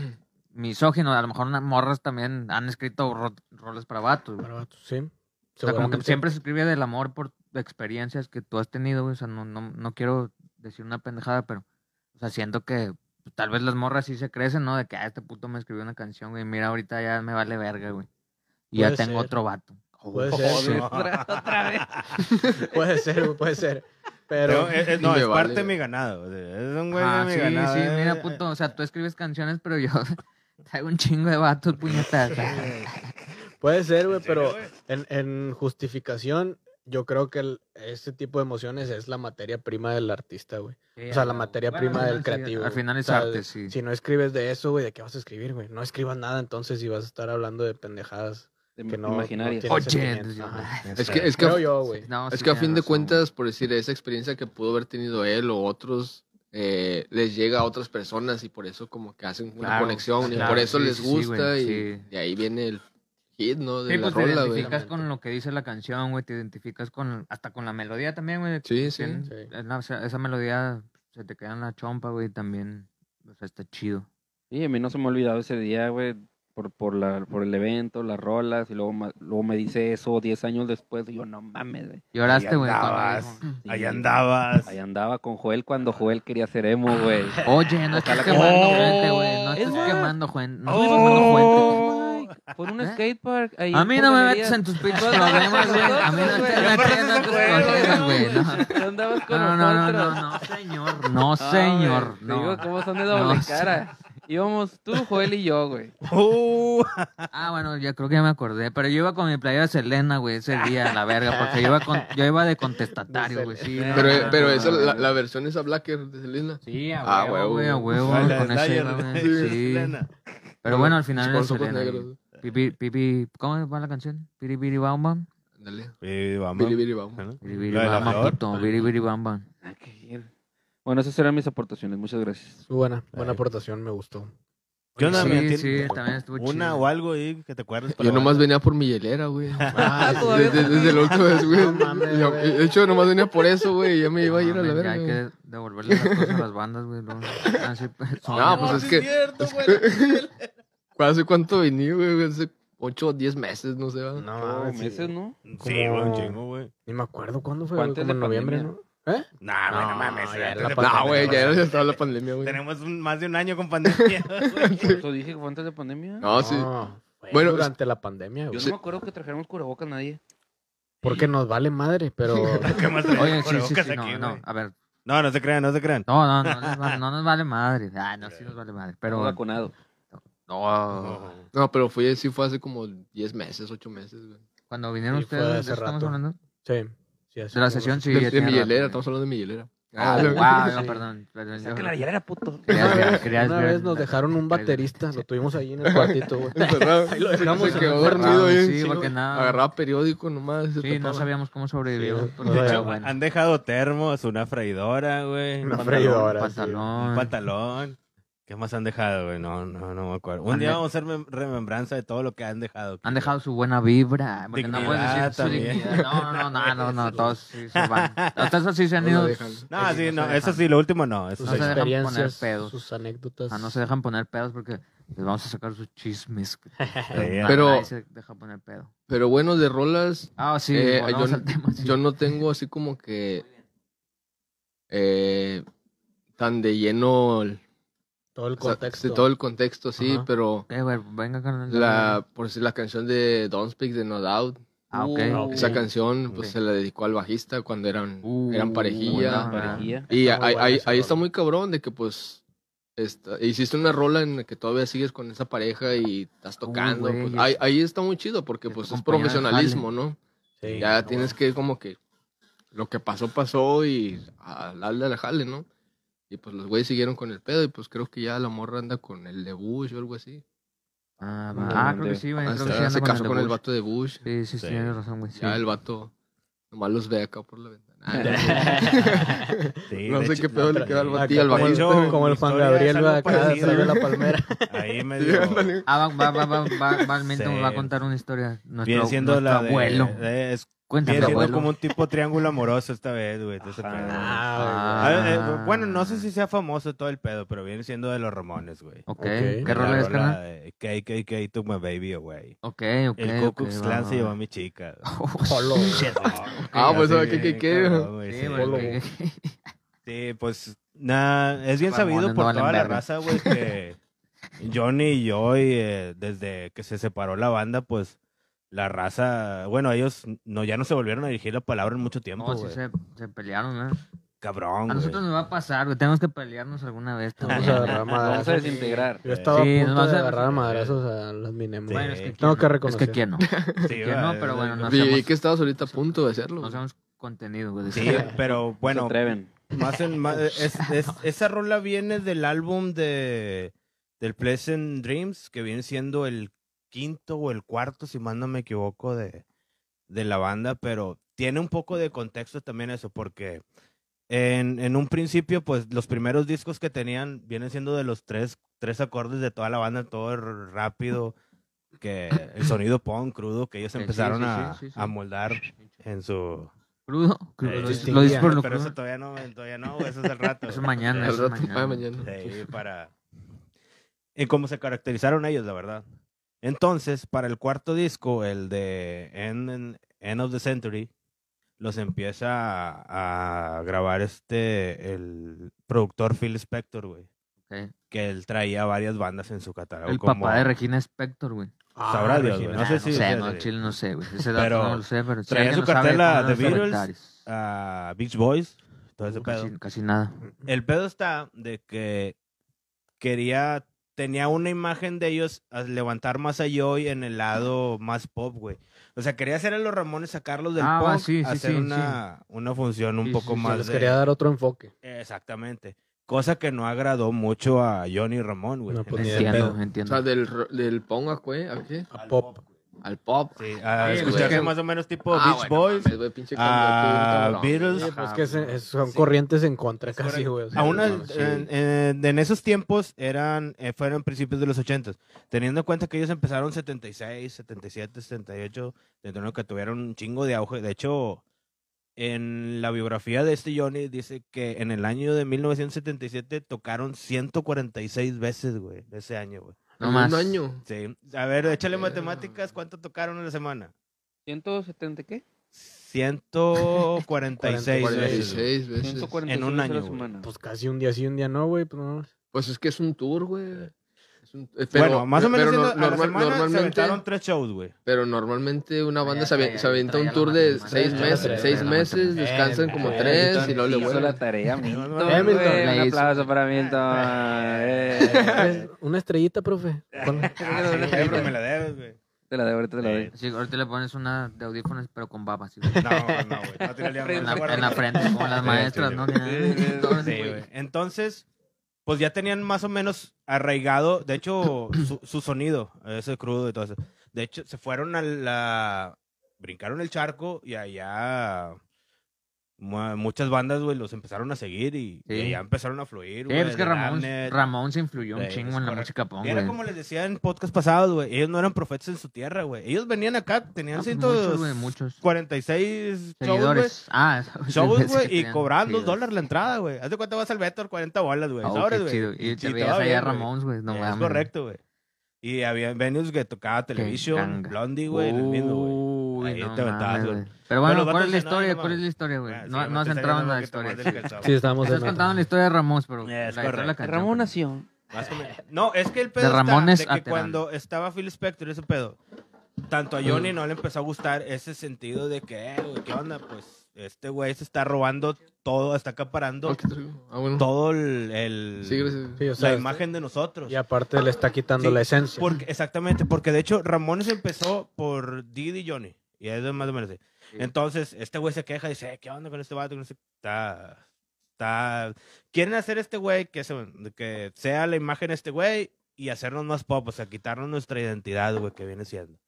Speaker 2: misógino, a lo mejor unas morras también han escrito ro- roles para vatos, güey.
Speaker 1: Bueno, sí.
Speaker 2: O sea, como que
Speaker 1: seguramente.
Speaker 2: siempre se escribe del amor por experiencias que tú has tenido, güey. O sea, no, no, no quiero decir una pendejada, pero, o sea, siento que pues, tal vez las morras sí se crecen, ¿no? De que, ah, este puto me escribió una canción, güey. Mira, ahorita ya me vale verga, güey. Y ya
Speaker 1: Puede
Speaker 2: tengo
Speaker 1: ser.
Speaker 2: otro vato.
Speaker 1: Puede
Speaker 2: Oh,
Speaker 1: ser.
Speaker 5: Joder,
Speaker 1: sí.
Speaker 5: otra, otra vez.
Speaker 1: Puede ser, güey, puede ser. Pero.
Speaker 3: Pero, eh, eh, no,
Speaker 4: Me
Speaker 3: es
Speaker 4: vale,
Speaker 3: parte de
Speaker 4: güey.
Speaker 3: mi ganado. o sea, Es un güey
Speaker 2: Ah,
Speaker 3: de mi
Speaker 2: sí,
Speaker 3: ganado.
Speaker 2: sí,
Speaker 3: eh,
Speaker 2: mira,
Speaker 3: eh,
Speaker 2: puto. O sea, tú escribes canciones, pero yo traigo un chingo de vatos, puñetas.
Speaker 1: Puede ser, güey,
Speaker 3: ¿En serio,
Speaker 1: pero
Speaker 3: güey?
Speaker 1: en, en justificación, yo creo que el- este tipo de emociones es la materia prima del artista, güey. O sea, la materia
Speaker 2: Bueno,
Speaker 1: prima
Speaker 2: al
Speaker 1: del
Speaker 2: final sí,
Speaker 1: creativo.
Speaker 2: Al
Speaker 1: güey.
Speaker 2: final
Speaker 1: O
Speaker 2: es
Speaker 1: sea,
Speaker 2: arte, sí.
Speaker 1: Si no escribes de eso, güey, ¿de qué vas a escribir, güey? No escribas nada entonces si vas a estar hablando de pendejadas
Speaker 5: De
Speaker 1: que no.
Speaker 5: imaginarias.
Speaker 1: no tienen
Speaker 2: Oye,
Speaker 1: sentimiento,
Speaker 2: yo-
Speaker 1: ajá.
Speaker 4: Es que, es que,
Speaker 1: Creo yo, güey.
Speaker 2: No,
Speaker 4: es
Speaker 2: sí,
Speaker 4: que a
Speaker 2: tienes
Speaker 4: fin de
Speaker 2: razón,
Speaker 4: cuentas, por decir, esa experiencia que pudo haber tenido él o otros, eh, les llega a otras personas y por eso como que hacen una
Speaker 2: Claro,
Speaker 4: conexión y
Speaker 2: claro,
Speaker 4: por eso
Speaker 2: sí,
Speaker 4: les
Speaker 2: sí, güey,
Speaker 4: gusta y
Speaker 2: sí.
Speaker 4: de ahí viene el hit, ¿no? De
Speaker 2: Sí,
Speaker 4: la
Speaker 2: pues te
Speaker 4: rola, güey.
Speaker 2: identificas con lo que dice la canción, güey. Te identificas con hasta con la melodía también, güey.
Speaker 4: Sí, sí.
Speaker 2: Tien-
Speaker 1: Sí.
Speaker 2: es la- o sea, esa melodía se te queda en la chompa, güey. También, o sea, está chido.
Speaker 5: Y a mí no se me ha olvidado ese día, güey.
Speaker 6: por, por, la, por el evento, las rolas, y luego, ma- luego me dice eso 10 años después, y yo no mames, güey.
Speaker 2: Lloraste, güey. cuando
Speaker 3: andabas.
Speaker 2: dijo.
Speaker 6: Sí,
Speaker 3: Ahí andabas.
Speaker 6: Ahí andaba con Joel cuando Joel quería ser emo, güey.
Speaker 2: Oye, no estás
Speaker 6: Ojalá que-
Speaker 2: quemando
Speaker 3: ¡Oh!
Speaker 2: gente, güey. No
Speaker 6: Es
Speaker 2: estás
Speaker 6: más.
Speaker 2: quemando gente. No estás quemando fuentes.
Speaker 6: Oh, Por un
Speaker 2: Oh. ¿Eh?
Speaker 6: skatepark. ahí
Speaker 2: A mí
Speaker 6: por
Speaker 2: no me
Speaker 6: galerías.
Speaker 2: metes en tus pinches
Speaker 6: Tú andabas
Speaker 2: problemas,
Speaker 6: con
Speaker 2: güey. A mí no
Speaker 6: nosotros,
Speaker 2: me
Speaker 6: güey.
Speaker 2: metes en tus
Speaker 3: Yo por eso te
Speaker 2: cosas,
Speaker 6: No,
Speaker 2: güey. No.
Speaker 6: Tú andabas con
Speaker 2: No, no, no,
Speaker 6: nosotros.
Speaker 2: no, no, señor.
Speaker 5: Ah,
Speaker 2: No,
Speaker 6: No,
Speaker 2: señor.
Speaker 6: güey, te
Speaker 2: No.
Speaker 6: Digo, ¿cómo son de doble
Speaker 2: No, sí.
Speaker 6: cara? Íbamos tú, Joel y yo, güey.
Speaker 3: Uh,
Speaker 2: Ah, bueno, ya creo que ya me acordé. Pero yo iba con mi playera Selena, güey, ese día, la verga. Porque yo iba, con, yo iba de contestatario, güey. Sí, no,
Speaker 4: Pero, eh,
Speaker 2: no, no,
Speaker 4: pero
Speaker 2: no,
Speaker 4: esa,
Speaker 2: no.
Speaker 4: la, la versión esa Blacker de Selena.
Speaker 2: Sí, a
Speaker 4: Ah,
Speaker 2: huevo,
Speaker 4: huevo.
Speaker 2: güey, a huevo.
Speaker 3: la de
Speaker 2: Con ese,
Speaker 3: Slayer,
Speaker 2: güey.
Speaker 3: de
Speaker 2: Sí.
Speaker 3: Selena.
Speaker 2: Pero bueno, al final
Speaker 4: Con
Speaker 2: era
Speaker 4: los ojos
Speaker 2: Selena.
Speaker 4: negros.
Speaker 2: güey. Pipi, pipi, ¿cómo va la canción? Piri, piri, bam, bam.
Speaker 4: Ándale.
Speaker 3: Sí, vamos.
Speaker 4: Biri, biri, vamos.
Speaker 3: Bueno.
Speaker 2: Piri, piri,
Speaker 3: ¿La de la
Speaker 2: bam, bam,
Speaker 3: flor?
Speaker 2: puto. Piri, piri, bam, bam.
Speaker 6: Ah, qué bien. Bueno, esas eran mis aportaciones. Muchas gracias.
Speaker 1: Muy buena, buena
Speaker 2: Eh.
Speaker 3: Ay.
Speaker 1: aportación, me gustó.
Speaker 3: ¿Qué onda,
Speaker 2: Sí,
Speaker 3: mira, tiene-
Speaker 2: sí, también estuvo chido.
Speaker 3: Una o algo ahí que te acuerdes. para
Speaker 4: Yo nomás
Speaker 3: guardar.
Speaker 4: venía por mi hielera, güey.
Speaker 6: todavía
Speaker 4: desde, desde la última vez, güey.
Speaker 1: No mames,
Speaker 4: Yo-
Speaker 1: güey.
Speaker 4: de hecho, nomás venía por eso, güey. Ya me
Speaker 2: No
Speaker 4: iba a ir a la
Speaker 2: mames, ya
Speaker 4: verga.
Speaker 2: Hay
Speaker 4: güey.
Speaker 2: que devolverle las cosas a las bandas, güey. luego. Ah, sí, pues, son-
Speaker 4: No,
Speaker 3: No,
Speaker 4: pues
Speaker 3: sí
Speaker 4: es
Speaker 3: es
Speaker 4: que.
Speaker 3: cierto,
Speaker 4: es
Speaker 3: güey.
Speaker 4: que- ¿Hace cuánto venía, güey? Hace 8 o 10 meses, no sé. ¿va?
Speaker 1: No
Speaker 6: Oh,
Speaker 1: mames, sí.
Speaker 6: meses, ¿no?
Speaker 3: Sí, güey, un
Speaker 1: Como-
Speaker 3: chingo, güey.
Speaker 1: Ni me acuerdo cuándo fue, güey,
Speaker 6: Antes
Speaker 1: como en
Speaker 6: de
Speaker 1: noviembre,
Speaker 6: pandemia.
Speaker 1: ¿no? ¿Eh?
Speaker 3: Nah, güey, no,
Speaker 1: No,
Speaker 3: mames.
Speaker 1: ya
Speaker 3: antes
Speaker 1: era
Speaker 3: de
Speaker 1: la
Speaker 4: No,
Speaker 1: pandemia,
Speaker 4: güey, ya
Speaker 1: güey.
Speaker 4: estaba la pandemia, güey.
Speaker 3: Tenemos un- más de un año con pandemia. güey.
Speaker 6: Por eso dije que fue antes de pandemia.
Speaker 2: Ah,
Speaker 4: No, sí.
Speaker 1: No, fue
Speaker 4: Bueno,
Speaker 1: durante la pandemia,
Speaker 6: Yo
Speaker 1: güey.
Speaker 6: no me acuerdo que trajéramos cubrebocas nadie.
Speaker 1: Porque nos vale madre, pero
Speaker 3: ¿Qué más tenemos
Speaker 2: Oye, sí, sí,
Speaker 3: cubrebocas
Speaker 2: sí, no,
Speaker 3: pues, aquí,
Speaker 2: no,
Speaker 3: güey?
Speaker 2: a ver,
Speaker 3: No, no se crean, no se crean.
Speaker 2: no, no, no, les va- no nos vale madre, ah, no, sí nos vale madre,
Speaker 6: Pero
Speaker 2: pero,
Speaker 6: vacunado.
Speaker 3: ah.
Speaker 2: no,
Speaker 4: No, pero fue, sí fue hace como 10 meses, 8 meses, güey.
Speaker 2: cuando vinieron
Speaker 1: Sí, fue
Speaker 2: ustedes,
Speaker 1: hace
Speaker 2: ¿de qué estamos
Speaker 1: rato.
Speaker 2: hablando?
Speaker 1: sí. sí así
Speaker 2: De la
Speaker 1: fue,
Speaker 2: sesión, sí,
Speaker 4: De,
Speaker 2: ya
Speaker 4: de
Speaker 2: tiene
Speaker 4: mi
Speaker 2: rato,
Speaker 4: hielera,
Speaker 2: güey.
Speaker 4: estamos hablando de mi hielera.
Speaker 2: Ah,
Speaker 4: Ah, la-
Speaker 2: wow, no, perdón, perdón, yo-
Speaker 6: Saca la hielera, puto.
Speaker 2: querías ver-
Speaker 1: güey.
Speaker 2: querías
Speaker 1: Una
Speaker 2: ver-
Speaker 1: vez nos dejaron un baterista, lo tuvimos ahí en el cuartito, güey.
Speaker 4: Encerrado.
Speaker 1: lo dejamos
Speaker 4: se
Speaker 1: en
Speaker 4: quedó
Speaker 1: el cuarto.
Speaker 4: dormido ahí.
Speaker 2: Sí,
Speaker 4: encima.
Speaker 2: porque nada.
Speaker 4: Agarraba periódico nomás. se
Speaker 2: Sí, no
Speaker 4: tapaba.
Speaker 2: sabíamos cómo sobrevivió,
Speaker 1: Sí,
Speaker 2: porque,
Speaker 1: no,
Speaker 2: pero
Speaker 1: ya,
Speaker 2: bueno,
Speaker 3: Han dejado termos, una freidora, güey.
Speaker 1: Una
Speaker 3: un
Speaker 1: freidora, sí.
Speaker 2: pantalón,
Speaker 3: Un pantalón. ¿Qué más han dejado, güey? No, no, no me acuerdo. Un
Speaker 2: Han
Speaker 3: día
Speaker 2: de-
Speaker 3: vamos a hacer mem- remembranza de todo lo que han dejado.
Speaker 2: han dejado su buena vibra, porque no puedes
Speaker 1: ah,
Speaker 3: Dignidad
Speaker 2: decir su
Speaker 3: también.
Speaker 2: dignidad. no, no, no, no, no, no, todos sí se van, hasta esos sí se han
Speaker 4: No lo
Speaker 2: ido,
Speaker 4: dejan.
Speaker 3: No,
Speaker 2: Sí,
Speaker 3: sí,
Speaker 2: no
Speaker 3: no,
Speaker 2: se
Speaker 3: eso
Speaker 2: dejan.
Speaker 3: sí, lo último no. Eso
Speaker 1: Sus
Speaker 2: No
Speaker 3: sí.
Speaker 2: se dejan
Speaker 1: experiencias,
Speaker 2: poner pedos.
Speaker 1: sus anécdotas.
Speaker 2: Ah, no se dejan poner pedos porque les vamos a sacar sus chismes.
Speaker 4: Pero-
Speaker 2: Nadie se deja poner pedo.
Speaker 4: Pero bueno, de rolas,
Speaker 2: Ah, sí,
Speaker 4: Eh,
Speaker 2: volvamos
Speaker 4: yo-
Speaker 2: al tema. sí.
Speaker 4: yo no tengo así como que. eh, tan de lleno el-
Speaker 1: Todo el
Speaker 4: o sea,
Speaker 1: contexto.
Speaker 4: de todo el contexto, sí,
Speaker 1: Ajá.
Speaker 4: pero
Speaker 2: Eh, güey, venga, carnal.
Speaker 4: la, por si la canción de Don't Speak the No Doubt,
Speaker 2: Ah, ok.
Speaker 1: Uh,
Speaker 4: esa
Speaker 1: Sí.
Speaker 4: canción pues
Speaker 2: Ok.
Speaker 4: se la dedicó al bajista cuando eran,
Speaker 2: Uh, buena
Speaker 4: eran parejilla.
Speaker 2: onda.
Speaker 6: Parejilla.
Speaker 4: Y
Speaker 1: Está muy
Speaker 4: ahí,
Speaker 1: buena
Speaker 4: ahí-
Speaker 1: esa
Speaker 4: ahí está
Speaker 1: rola.
Speaker 4: muy cabrón de que pues esta- hiciste una rola en la que todavía sigues con esa pareja y estás
Speaker 2: Uy,
Speaker 4: tocando.
Speaker 2: güey,
Speaker 4: pues,
Speaker 2: es-
Speaker 4: ahí, ahí está muy chido porque
Speaker 2: es tu
Speaker 4: pues es
Speaker 2: compañera de jale.
Speaker 4: profesionalismo, ¿no?
Speaker 1: Sí,
Speaker 4: ya
Speaker 1: no,
Speaker 4: tienes
Speaker 1: güey.
Speaker 4: que como que lo que pasó pasó y al darle al jale, ¿no? Y pues los güeyes siguieron con el pedo y pues creo que ya la morra anda con el de Bush o algo así.
Speaker 2: Ah, va. Ah, creo que sí, güey. Creo que sí
Speaker 4: Hasta
Speaker 2: anda
Speaker 4: se
Speaker 2: con
Speaker 4: casó con el
Speaker 2: Bush.
Speaker 4: vato de Bush.
Speaker 2: Sí, sí, sí,
Speaker 3: Sí.
Speaker 2: tienes razón, güey. sí.
Speaker 4: Ya el vato nomás los ve acá por la ventana.
Speaker 3: Sí,
Speaker 4: no
Speaker 3: de
Speaker 4: sé
Speaker 3: hecho-
Speaker 4: qué pedo
Speaker 3: no,
Speaker 4: le queda al
Speaker 3: sí.
Speaker 4: batillo, al
Speaker 3: Acá,
Speaker 1: Como
Speaker 4: batillo.
Speaker 1: el-
Speaker 3: hecho,
Speaker 1: como,
Speaker 3: mi
Speaker 1: el Juan
Speaker 3: historia es
Speaker 1: Gabriel
Speaker 3: algo
Speaker 1: va acá
Speaker 3: parecido.
Speaker 1: detrás de la palmera.
Speaker 3: Ahí me
Speaker 4: Sí, ándale.
Speaker 2: Ah, va, va, va, va, va, va, el Milton
Speaker 3: Sí.
Speaker 2: va a contar una historia. Nuestro,
Speaker 3: Viene siendo
Speaker 2: nuestro
Speaker 3: la de-
Speaker 2: abuelo.
Speaker 3: de- es-
Speaker 2: Cuéntame,
Speaker 3: Viene siendo
Speaker 2: abuelo.
Speaker 3: como un tipo triángulo amoroso esta vez, güey. todo ese
Speaker 6: Ajá.
Speaker 3: pedo.
Speaker 1: Ah,
Speaker 3: A ver, eh, bueno, no sé si sea famoso todo el pedo, pero viene siendo de los Ramones, güey.
Speaker 2: Ok,
Speaker 1: Ok.
Speaker 2: ¿qué rola es, carnal?
Speaker 3: Que, que, que, took my baby away.
Speaker 2: Ok, ok.
Speaker 3: El Ku
Speaker 2: ok,
Speaker 3: Klux
Speaker 2: va,
Speaker 3: Klan
Speaker 2: va,
Speaker 3: se
Speaker 2: va.
Speaker 3: llevó a mi chica. Ah,
Speaker 1: Jolo, güey.
Speaker 4: Ah, pues,
Speaker 3: Así
Speaker 4: ¿sabe qué,
Speaker 3: bien,
Speaker 4: qué, qué?
Speaker 3: cabrón, güey,
Speaker 2: Sí,
Speaker 3: sí.
Speaker 2: güey,
Speaker 1: Polo.
Speaker 2: que-
Speaker 3: Sí, pues nada, es bien
Speaker 2: Ramones
Speaker 3: sabido
Speaker 2: no
Speaker 3: por
Speaker 2: valen
Speaker 3: toda la
Speaker 2: verga.
Speaker 3: raza, güey, que Johnny y yo, y, eh, desde que se separó la banda, pues la raza, bueno, ellos no ya no se volvieron a dirigir la palabra en mucho tiempo,
Speaker 2: No, sí
Speaker 3: güey.
Speaker 2: se, se pelearon, ¿eh?
Speaker 3: Cabrón,
Speaker 2: A
Speaker 3: güey.
Speaker 2: nosotros nos va a pasar, güey. Tenemos que pelearnos alguna vez.
Speaker 1: Vamos
Speaker 2: también.
Speaker 1: a agarrar
Speaker 6: Vamos a
Speaker 1: madrazos.
Speaker 6: desintegrar.
Speaker 1: Yo estaba
Speaker 2: Sí, nos
Speaker 1: a punto
Speaker 2: vamos
Speaker 1: de
Speaker 2: a-
Speaker 1: agarrar a madrazos a las minemos.
Speaker 3: Sí.
Speaker 2: Bueno, es que
Speaker 1: Tengo
Speaker 2: quién
Speaker 1: que
Speaker 2: no. Es
Speaker 1: reconocer.
Speaker 2: que quién no.
Speaker 3: Sí,
Speaker 2: que
Speaker 3: güey, eh,
Speaker 2: no,
Speaker 3: es-
Speaker 2: pero bueno, no
Speaker 4: Vi,
Speaker 2: hacemos-
Speaker 4: vi que estabas ahorita a punto de hacerlo.
Speaker 2: No
Speaker 4: güey.
Speaker 2: sabemos contenido, güey. de
Speaker 3: Sí,
Speaker 2: eso.
Speaker 3: pero
Speaker 6: Bueno.
Speaker 3: bueno,
Speaker 6: atreven.
Speaker 3: más en más, es- es- esa rola viene del álbum de del Pleasant Dreams, que viene siendo el quinto o el cuarto, si mal no me equivoco, de, de la banda, pero tiene un poco de contexto también eso, porque en, en un principio, pues los primeros discos que tenían vienen siendo de los tres, tres acordes de toda la banda, todo r- rápido, que el sonido punk crudo que ellos
Speaker 2: Sí, sí,
Speaker 3: empezaron
Speaker 2: sí,
Speaker 3: a,
Speaker 2: sí, sí, sí.
Speaker 3: a moldar en su...
Speaker 2: Crudo,
Speaker 3: Eh,
Speaker 2: crudo. lo dis-
Speaker 1: distinguía,
Speaker 2: lo dices por lo
Speaker 3: pero eso
Speaker 2: crudo.
Speaker 3: todavía no, todavía no, eso es el rato.
Speaker 2: Eso es mañana,
Speaker 3: Sí.
Speaker 4: Al rato,
Speaker 2: mañana.
Speaker 4: ah, mañana.
Speaker 3: Sí, para. En cómo se caracterizaron ellos, la verdad. Entonces, para el cuarto disco, el de End, en- End of the Century, los empieza a, a grabar este, el productor Phil Spector, güey.
Speaker 2: ok.
Speaker 3: Que él traía varias bandas en su catálogo.
Speaker 2: El
Speaker 3: como-
Speaker 2: papá de Regina Spector, güey.
Speaker 3: Sabrá Dios, güey.
Speaker 1: Regina.
Speaker 3: No sé
Speaker 2: Ah,
Speaker 3: si.
Speaker 2: sé,
Speaker 3: ustedes-
Speaker 2: no, chile, no sé, güey. Ese dato
Speaker 3: Pero
Speaker 2: no lo sé, pero si
Speaker 3: traía
Speaker 2: alguien
Speaker 3: su
Speaker 2: lo sabe,
Speaker 3: cartela
Speaker 2: ponlo en
Speaker 3: de
Speaker 2: los
Speaker 3: Beatles,
Speaker 2: comentarios.
Speaker 3: a Beach Boys, todo ese pedo.
Speaker 2: Casi, casi nada.
Speaker 3: El pedo está de que quería, tenía una imagen de ellos a levantar más a Joy en el lado más pop, güey. O sea, quería hacer a los Ramones, sacarlos del
Speaker 2: Ah, va,
Speaker 3: pop,
Speaker 2: sí, sí,
Speaker 3: hacer
Speaker 2: sí,
Speaker 3: una, una función un
Speaker 2: Sí,
Speaker 3: poco
Speaker 2: sí, sí,
Speaker 1: Se
Speaker 3: más
Speaker 1: les
Speaker 3: Ah, pues de...
Speaker 1: quería dar otro enfoque.
Speaker 3: Exactamente. Cosa que no agradó mucho a Johnny Ramón, güey.
Speaker 1: No, pues, ni de
Speaker 2: Entiendo,
Speaker 1: pedo.
Speaker 4: O
Speaker 2: entiendo.
Speaker 4: sea, del, ro- del punk a qué, a qué?
Speaker 1: A pop.
Speaker 4: Al pop.
Speaker 3: Sí, a
Speaker 4: Sí,
Speaker 3: escucharse
Speaker 4: güey.
Speaker 3: más o menos tipo
Speaker 4: Ah,
Speaker 3: Beach
Speaker 4: bueno,
Speaker 3: Boys.
Speaker 4: mames, güey, pinche
Speaker 3: ah,
Speaker 4: cambio aquí, bien cabrón.
Speaker 3: Beatles.
Speaker 1: Sí, pues que se- es- son
Speaker 3: Sí.
Speaker 1: corrientes en contra
Speaker 3: Es
Speaker 1: casi,
Speaker 3: correcto.
Speaker 1: güey. o sea,
Speaker 3: Aún
Speaker 1: no
Speaker 3: al-
Speaker 1: mames.
Speaker 3: en, en- en esos tiempos eran, eh, fueron principios de los 80, teniendo en cuenta que ellos empezaron 76, 77, 78, 79, que tuvieron un chingo de auge. De hecho, en la biografía de este Johnny dice que en el año de 1977 tocaron 146 veces, güey, de ese año, güey.
Speaker 2: no
Speaker 4: En
Speaker 2: más.
Speaker 4: Un año.
Speaker 3: Sí. A ver, échale
Speaker 4: Ah.
Speaker 3: matemáticas, ¿cuánto tocaron en la semana?
Speaker 5: ¿170 qué?
Speaker 3: 146 veces. güey.
Speaker 4: 46 veces.
Speaker 5: 140
Speaker 3: En un año, güey.
Speaker 1: Pues casi un día sí, un día no, güey. Pues, no.
Speaker 4: Pues es que es un tour, güey. Es un- eh,
Speaker 3: bueno, más o menos
Speaker 4: pero
Speaker 3: en
Speaker 4: no-
Speaker 3: la- a la
Speaker 4: normal-
Speaker 3: semana se
Speaker 4: normalmente,
Speaker 3: aventaron tres shows, güey.
Speaker 4: pero normalmente una banda
Speaker 2: Ya,
Speaker 4: se, avien-
Speaker 2: ya, ya,
Speaker 4: se avienta
Speaker 2: traía
Speaker 4: un
Speaker 2: la
Speaker 4: tour de
Speaker 2: matemática.
Speaker 4: seis
Speaker 1: Ya,
Speaker 4: meses,
Speaker 1: traía
Speaker 4: seis
Speaker 2: la
Speaker 4: meses,
Speaker 2: matemática.
Speaker 4: descansan como
Speaker 3: Eh,
Speaker 4: tres
Speaker 3: Hamilton
Speaker 4: y luego le
Speaker 6: Hizo
Speaker 4: vuelven.
Speaker 6: la tarea, Milton.
Speaker 3: Hamilton.
Speaker 6: güey,
Speaker 2: Le
Speaker 6: Un
Speaker 2: hizo.
Speaker 6: aplauso para Milton. eh.
Speaker 1: Una estrellita, profe. ¿Cuál?
Speaker 3: Ah, sí, güey, pero me la debes, güey.
Speaker 6: Te la debo, ahorita te la doy.
Speaker 2: Sí, ahorita le pones una de audífonos, pero con babas. sí, güey.
Speaker 3: No, no, güey. No te la
Speaker 2: en,
Speaker 3: liamos,
Speaker 2: la,
Speaker 3: no te
Speaker 2: en la
Speaker 3: guardes.
Speaker 2: frente, como las
Speaker 3: Sí,
Speaker 2: maestras,
Speaker 3: sí,
Speaker 2: ¿no?
Speaker 3: sí.
Speaker 2: Todas,
Speaker 3: Sí,
Speaker 2: güey.
Speaker 3: güey. Entonces, pues ya tenían más o menos arraigado, de hecho, su, su sonido, ese crudo y todo eso. De hecho, se fueron a la... Brincaron el charco y allá mu- muchas bandas, güey, los empezaron a seguir y,
Speaker 2: Sí.
Speaker 3: y allá empezaron a fluir,
Speaker 2: Sí,
Speaker 3: güey.
Speaker 2: es que
Speaker 3: de
Speaker 2: Ramón,
Speaker 3: Damned.
Speaker 2: Ramón se influyó un
Speaker 3: Sí,
Speaker 2: chingo
Speaker 3: es
Speaker 2: en la
Speaker 3: correcto.
Speaker 2: música punk,
Speaker 3: Y Era como
Speaker 2: güey.
Speaker 3: les decía en podcast pasados, güey. Ellos no eran profetas en su tierra, güey. Ellos venían acá,
Speaker 2: Ah,
Speaker 3: tenían
Speaker 2: pues Muchos, güey,
Speaker 3: 146
Speaker 2: muchos.
Speaker 3: 46 shows, güey.
Speaker 2: Seguidores. Ah, sabes,
Speaker 3: Shows,
Speaker 2: es que
Speaker 3: güey, y
Speaker 2: tenían
Speaker 3: cobran dos
Speaker 2: seguidores.
Speaker 3: dólares la entrada, güey. Haz de cuenta vas al Betor 40 bolas, güey.
Speaker 2: Ah, oh,
Speaker 3: Sobres,
Speaker 2: qué
Speaker 3: güey.
Speaker 2: chido. Y te
Speaker 3: va
Speaker 2: veías allá
Speaker 3: bien,
Speaker 2: a
Speaker 3: güey.
Speaker 2: Ramón, güey. No
Speaker 3: es
Speaker 2: mames.
Speaker 3: correcto, güey. Y había venues que tocaba Television,
Speaker 2: ganga. Uh,
Speaker 3: Blondie, güey, en el mismo, güey.
Speaker 2: Uy,
Speaker 3: Ahí
Speaker 2: no
Speaker 3: te aventabas,
Speaker 2: mames,
Speaker 3: güey.
Speaker 2: güey. Pero
Speaker 3: Pero
Speaker 2: bueno,
Speaker 3: los
Speaker 2: ¿cuál
Speaker 3: vatos
Speaker 2: es la
Speaker 3: decían, "No,
Speaker 2: historia? ¿Cuál es
Speaker 3: no mames".
Speaker 2: la historia, güey?
Speaker 3: Ah, sí,
Speaker 2: No
Speaker 3: me
Speaker 2: no has
Speaker 3: estás
Speaker 2: entrado en
Speaker 3: diciendo
Speaker 2: la
Speaker 3: que te
Speaker 2: historia.
Speaker 3: muerdes el calzón.
Speaker 1: Sí, estábamos
Speaker 2: Estás
Speaker 1: en
Speaker 2: contando la historia de Ramón, pero
Speaker 3: Eh, Es
Speaker 2: la historia de la
Speaker 3: correcto.
Speaker 2: canción.
Speaker 5: Ramón
Speaker 2: pero-
Speaker 5: nació.
Speaker 3: Más o menos. No, es que el
Speaker 2: De
Speaker 3: pedo
Speaker 2: Ramones
Speaker 3: está
Speaker 2: a
Speaker 3: de que
Speaker 2: Terán.
Speaker 3: cuando estaba Phil Spector y ese pedo, tanto a
Speaker 2: Mm.
Speaker 3: Johnny no le empezó a gustar ese sentido de que, eh, güey, ¿qué onda? Pues este güey se está robando todo, está acaparando
Speaker 4: Ah, ¿qué traigo? Ah, bueno.
Speaker 3: todo el, el-
Speaker 4: Sí, gracias.
Speaker 1: Sí, o
Speaker 3: la
Speaker 1: sea,
Speaker 3: imagen de nosotros.
Speaker 1: Y aparte le está quitando
Speaker 3: Sí,
Speaker 1: la esencia.
Speaker 3: Porque, exactamente, porque de hecho Ramones empezó por Didi Johnny. Y es más o menos así.
Speaker 4: Sí.
Speaker 3: Entonces, este güey se queja y dice, "Eh, ¿qué onda con este vato? Que no sé qué". Está, está... Quieren hacer este güey que, se- que sea la imagen de este güey y hacernos más pop, o sea, quitarnos nuestra identidad, güey, que viene siendo.